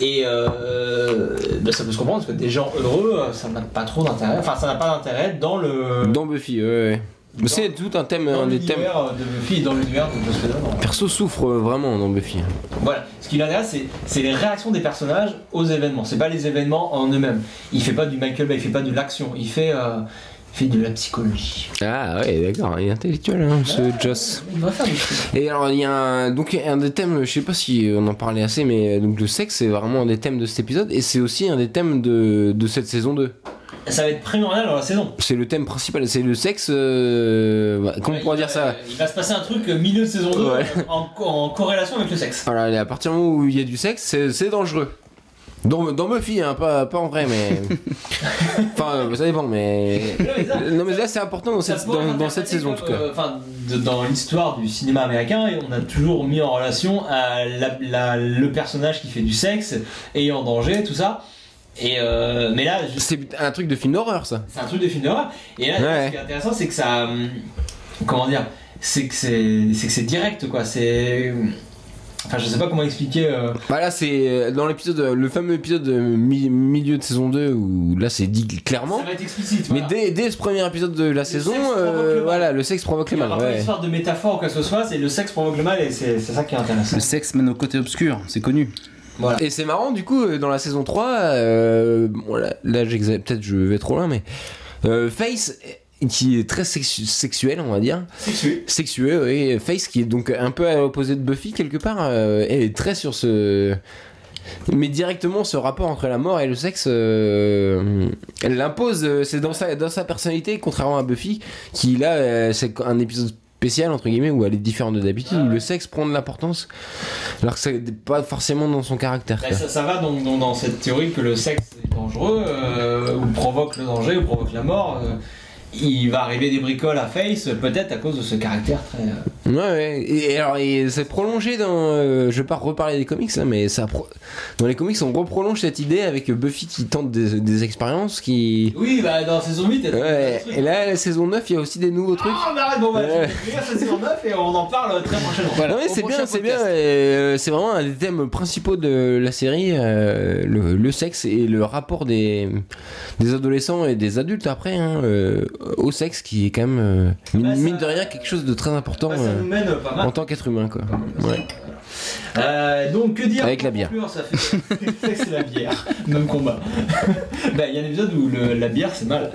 Speaker 2: Et euh, ben, ça peut se euh, comprendre parce que des gens heureux, ça n'a pas trop d'intérêt. Enfin, ça n'a pas d'intérêt dans le
Speaker 4: Dans Buffy, ouais, ouais. Mais C'est tout un thème,
Speaker 2: Dans
Speaker 4: un des thèmes.
Speaker 2: l'univers euh, de Buffy et dans l'univers de Joss Whedon.
Speaker 4: Perso souffre euh, vraiment dans Buffy.
Speaker 2: Voilà, ce qui l'intéresse, c'est- c'est les réactions des personnages aux événements. C'est pas les événements en eux-mêmes. Il fait pas du Michael Bay, il fait pas de l'action, il fait, euh, il fait de la psychologie.
Speaker 4: Ah ouais, d'accord, il est intellectuel hein, ce Joss.
Speaker 2: Il doit faire des trucs.
Speaker 4: Et alors il y a un, donc un des thèmes, je sais pas si on en parlait assez, mais euh, donc le sexe c'est vraiment un des thèmes de cet épisode et c'est aussi un des thèmes de, de cette saison 2.
Speaker 2: Ça va être primordial dans la saison.
Speaker 4: C'est le thème principal, c'est le sexe. euh, bah, comment on pourrait
Speaker 2: Il-
Speaker 4: dire ça
Speaker 2: euh, Il va se passer un truc euh, milieu de saison 2
Speaker 4: Ouais.
Speaker 2: euh, en, co- en corrélation avec le sexe.
Speaker 4: Voilà, et à partir du moment où il y a du sexe, c'est, c'est dangereux. Dans, dans Buffy, hein, pas, pas en vrai, mais. enfin, euh, ça dépend, mais.
Speaker 2: Non, mais ça-
Speaker 4: Non, mais là, c'est important dans
Speaker 2: ça
Speaker 4: cette,
Speaker 2: pourrait
Speaker 4: dans, dans
Speaker 2: être
Speaker 4: cette
Speaker 2: interprété
Speaker 4: saison, en tout
Speaker 2: comme,
Speaker 4: cas.
Speaker 2: euh, Enfin, de- dans l'histoire du cinéma américain, et on a toujours mis en relation à la- la- le personnage qui fait du sexe et en danger, tout ça. Et euh, mais là, je-
Speaker 4: C'est un truc de film d'horreur, ça.
Speaker 2: c'est un truc de film d'horreur. Et là,
Speaker 4: Ouais.
Speaker 2: ce qui est intéressant, c'est que ça, hum, comment dire, c'est que c'est, c'est que c'est direct, quoi. C'est, hum, enfin, je sais pas comment expliquer. euh,
Speaker 4: Bah là, c'est euh, dans l'épisode, euh, le fameux épisode euh, mi- milieu de saison 2 où là, c'est dit
Speaker 2: Ça
Speaker 4: clairement.
Speaker 2: va être explicite.
Speaker 4: Mais
Speaker 2: voilà.
Speaker 4: dès, dès ce premier épisode de la saison,
Speaker 2: sexe provoque
Speaker 4: euh,
Speaker 2: le mal.
Speaker 4: voilà, le sexe provoque
Speaker 2: Il n'y
Speaker 4: les mal.
Speaker 2: aura pas
Speaker 4: Ouais.
Speaker 2: d'histoire de métaphore ou quoi que ce soit, c'est le sexe provoque le mal et c'est, c'est ça qui est intéressant.
Speaker 3: Le sexe mène au côté obscur, c'est connu.
Speaker 4: Et c'est marrant, du coup, euh, dans la saison 3, euh, bon, là, là, j'exa- peut-être je vais trop loin, mais euh, Face, euh, qui est très sexu- sexuel, on va dire,
Speaker 2: Sexué.
Speaker 4: sexueux et Face qui est donc un peu à l'opposé de Buffy quelque part euh, est très sur ce mais directement ce rapport entre la mort et le sexe euh, elle l'impose euh, c'est dans sa dans sa personnalité contrairement à Buffy qui là euh, c'est un épisode spécial entre guillemets où elle est différente de d'habitude où le sexe prend de l'importance alors que c'est pas forcément dans son caractère
Speaker 2: Bah,
Speaker 4: quoi.
Speaker 2: ça, ça va donc dans, dans cette théorie que le sexe est dangereux, euh, ou provoque le danger, ou provoque la mort. euh, il va arriver des bricoles à Face, peut-être à cause de ce caractère très. euh,
Speaker 4: Ouais, ouais. Et, et alors, et c'est prolongé dans. euh, je vais pas reparler des comics, hein, mais ça. pro- Dans les comics, on reprolonge cette idée avec Buffy qui tente des, des expériences qui.
Speaker 2: Oui, bah dans saison 8, elle-
Speaker 4: Ouais.
Speaker 2: truc.
Speaker 4: Et là, la saison 9, il y a aussi des nouveaux trucs.
Speaker 2: Ah, on arrête, bon, bah,
Speaker 4: Ouais.
Speaker 2: je vais la saison 9 et on en parle très prochainement.
Speaker 4: non, mais
Speaker 3: au
Speaker 4: c'est
Speaker 3: prochain
Speaker 4: bien, c'est bien.
Speaker 3: podcast.
Speaker 4: euh, c'est vraiment un des thèmes principaux de la série euh, le, le sexe et le rapport des, des adolescents et des adultes après hein, euh, au sexe qui est quand même, euh, mine,
Speaker 2: Bah, ça-
Speaker 4: mine de rien, quelque chose de très important
Speaker 2: Bah, ça
Speaker 4: euh,
Speaker 2: nous mène pas mal.
Speaker 4: en tant qu'être humain, quoi. Ouais.
Speaker 2: Euh, donc que dire
Speaker 4: ah. Avec
Speaker 2: pour
Speaker 4: la bière.
Speaker 2: conclure, ça fait sexe et la bière, même combat. bah il y a un épisode où le- la bière c'est mal.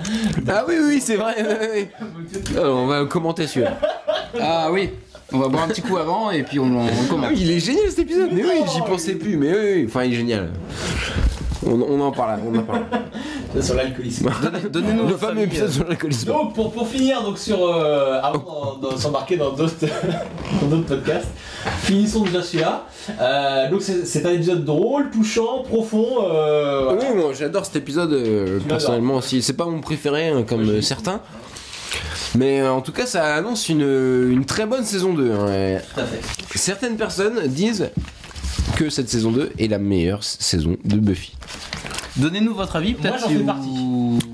Speaker 4: Ah oui, oui, c'est vrai. ouais, ouais. Alors, Euh, on va commenter celui-là.
Speaker 3: Ah oui, on va boire un petit coup avant et puis on, on
Speaker 4: Ah
Speaker 3: commence.
Speaker 4: oui, il est génial cet épisode, mais oui, j'y pensais plus, mais oui, oui, enfin il est génial. On, on en parle, on en parle.
Speaker 2: Sur l'alcoolisme.
Speaker 3: Donnez-nous
Speaker 4: Le
Speaker 3: votre
Speaker 4: fameux
Speaker 3: avis,
Speaker 4: épisode
Speaker 2: euh.
Speaker 4: sur l'alcoolisme.
Speaker 2: Donc pour, pour finir donc sur euh, avant d'en- d'en s'embarquer dans d'autres dans d'autres podcasts, finissons déjà celui-là. Euh, donc c'est c'est un épisode drôle, touchant, profond. euh,
Speaker 4: Oui,
Speaker 2: voilà.
Speaker 4: moi j'adore cet épisode euh,
Speaker 2: l'adores.
Speaker 4: personnellement aussi. C'est pas mon préféré hein, comme euh, certains. Mais euh, en tout cas, ça annonce une, euh, une très bonne saison 2. hein, et
Speaker 2: Tout à fait.
Speaker 4: Certaines personnes disent que cette saison 2 est la meilleure s- saison de Buffy.
Speaker 3: Donnez-nous votre avis, peut-être.
Speaker 2: Moi, j'en
Speaker 3: si
Speaker 2: fais
Speaker 3: vous-
Speaker 2: partie.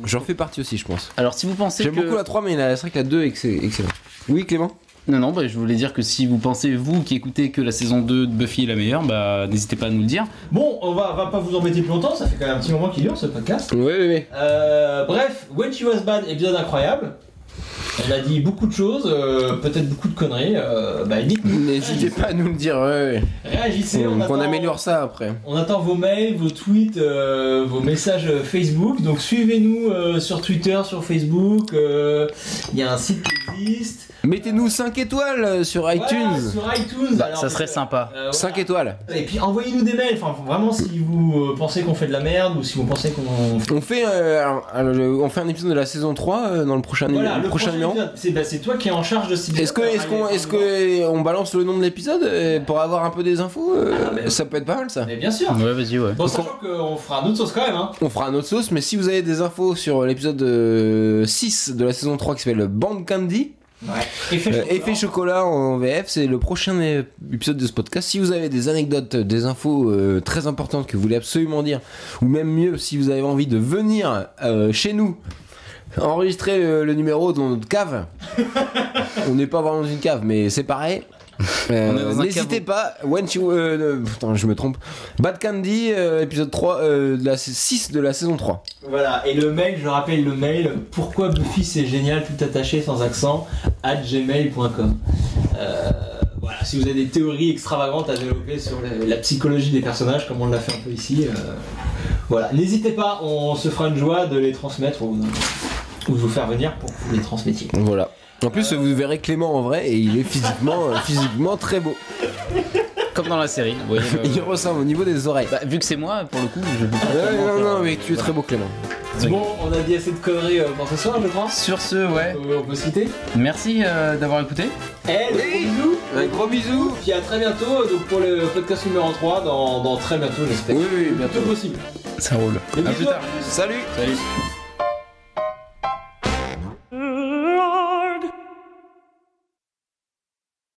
Speaker 4: J'en fais partie aussi, je pense.
Speaker 3: Alors si vous pensez
Speaker 4: J'aime
Speaker 3: que...
Speaker 4: beaucoup la 3, mais la- c'est vrai que la 2 est excell- excellente. Oui, Clément
Speaker 3: Non, non, bah, je voulais dire que si vous pensez, vous qui écoutez, que la saison 2 de Buffy est la meilleure, bah, n'hésitez pas à nous le dire.
Speaker 2: Bon, on va, va pas vous embêter plus longtemps, ça fait quand même un petit moment qu'il dure ce podcast.
Speaker 4: Oui, oui, oui.
Speaker 2: Euh, bref, When She Was Bad, épisode incroyable. Elle a dit beaucoup de choses, euh, peut-être beaucoup de conneries. euh, bah, dites-nous,
Speaker 4: N'hésitez pas à nous le dire, ouais, ouais.
Speaker 2: réagissez.
Speaker 4: Qu'on-
Speaker 2: attend-
Speaker 4: qu'on améliore ça après.
Speaker 2: On attend vos mails, vos tweets, euh, vos messages euh, Facebook. Donc suivez-nous euh, sur Twitter, sur Facebook. euh, Il y a un site qui existe.
Speaker 4: Mettez-nous 5 étoiles euh, sur
Speaker 2: Voilà,
Speaker 4: iTunes. Bah,
Speaker 2: sur iTunes. Alors,
Speaker 3: Bah, ça serait
Speaker 2: euh,
Speaker 3: sympa.
Speaker 2: euh, voilà.
Speaker 4: 5 étoiles.
Speaker 2: Et puis envoyez-nous des mails. Enfin, vraiment, si vous euh, pensez qu'on fait de la merde ou si vous pensez qu'on
Speaker 4: On fait, euh, alors, alors, je- on fait un épisode de la saison 3 euh, dans le prochain, numé-
Speaker 2: Voilà,
Speaker 4: le prochain numéro.
Speaker 2: épisode, C'est bah, c'est toi qui es en charge de ce
Speaker 4: Est-ce que, est-ce qu'on, est-ce que on balance le nom de l'épisode euh, pour avoir un peu des infos euh,
Speaker 2: Ah, mais-
Speaker 4: Ça peut être pas mal ça.
Speaker 2: Mais bien sûr
Speaker 3: Ouais, vas-y, ouais.
Speaker 2: Bon, sachant qu'on fera un autre sauce quand même, hein
Speaker 4: On fera notre sauce, mais si vous avez des infos sur l'épisode euh, 6 de la saison 3 qui s'appelle Band Candy,
Speaker 2: Ouais. Effet
Speaker 4: euh,
Speaker 2: chocolat.
Speaker 4: effet chocolat en VF, c'est le prochain é- épisode de ce podcast. Si vous avez des anecdotes, des infos euh, très importantes que vous voulez absolument dire, ou même mieux, si vous avez envie de venir euh, chez nous enregistrer euh, le numéro dans notre cave, on n'est pas vraiment dans une cave, mais c'est pareil. Euh,
Speaker 3: On est dans un
Speaker 4: N'hésitez
Speaker 3: caveau.
Speaker 4: pas, When You- euh, euh, putain, je me trompe. Bad Candy, euh, épisode 3, euh, de la, 6 de la saison 3.
Speaker 2: Voilà, et le mail, je rappelle le mail, pourquoi Buffy c'est génial, tout attaché, sans accent, at gmail.com. Euh, voilà, si vous avez des théories extravagantes à développer sur le- la psychologie des personnages, comme on l'a fait un peu ici, euh, voilà, n'hésitez pas, on se fera une joie de les transmettre ou, ou de vous faire venir pour que vous les transmettiez.
Speaker 4: Voilà. En plus, vous verrez Clément en vrai et il est physiquement, euh, physiquement très beau.
Speaker 3: Comme dans la série. vous voyez, euh,
Speaker 4: Il ressemble au niveau des oreilles.
Speaker 3: bah, vu que c'est moi, pour le coup, je peux pas
Speaker 4: Ouais,
Speaker 3: tellement
Speaker 4: non,
Speaker 3: faire,
Speaker 4: non,
Speaker 3: euh,
Speaker 4: mais tu es très beau, Clément.
Speaker 2: Bon, on a dit assez de conneries euh, pour ce soir, je pense.
Speaker 3: Sur ce, ouais.
Speaker 2: Euh, on peut citer.
Speaker 3: Merci euh, d'avoir écouté.
Speaker 2: Eh, les gros bisous
Speaker 4: Un gros bisou.
Speaker 2: Puis à très bientôt donc pour le podcast numéro 3, dans, dans très bientôt, j'espère.
Speaker 4: Oui, oui,
Speaker 2: Bientôt possible.
Speaker 8: Ça roule.
Speaker 2: Les
Speaker 8: À
Speaker 2: bisous,
Speaker 8: plus tard.
Speaker 2: à plus.
Speaker 4: Salut.
Speaker 3: Salut.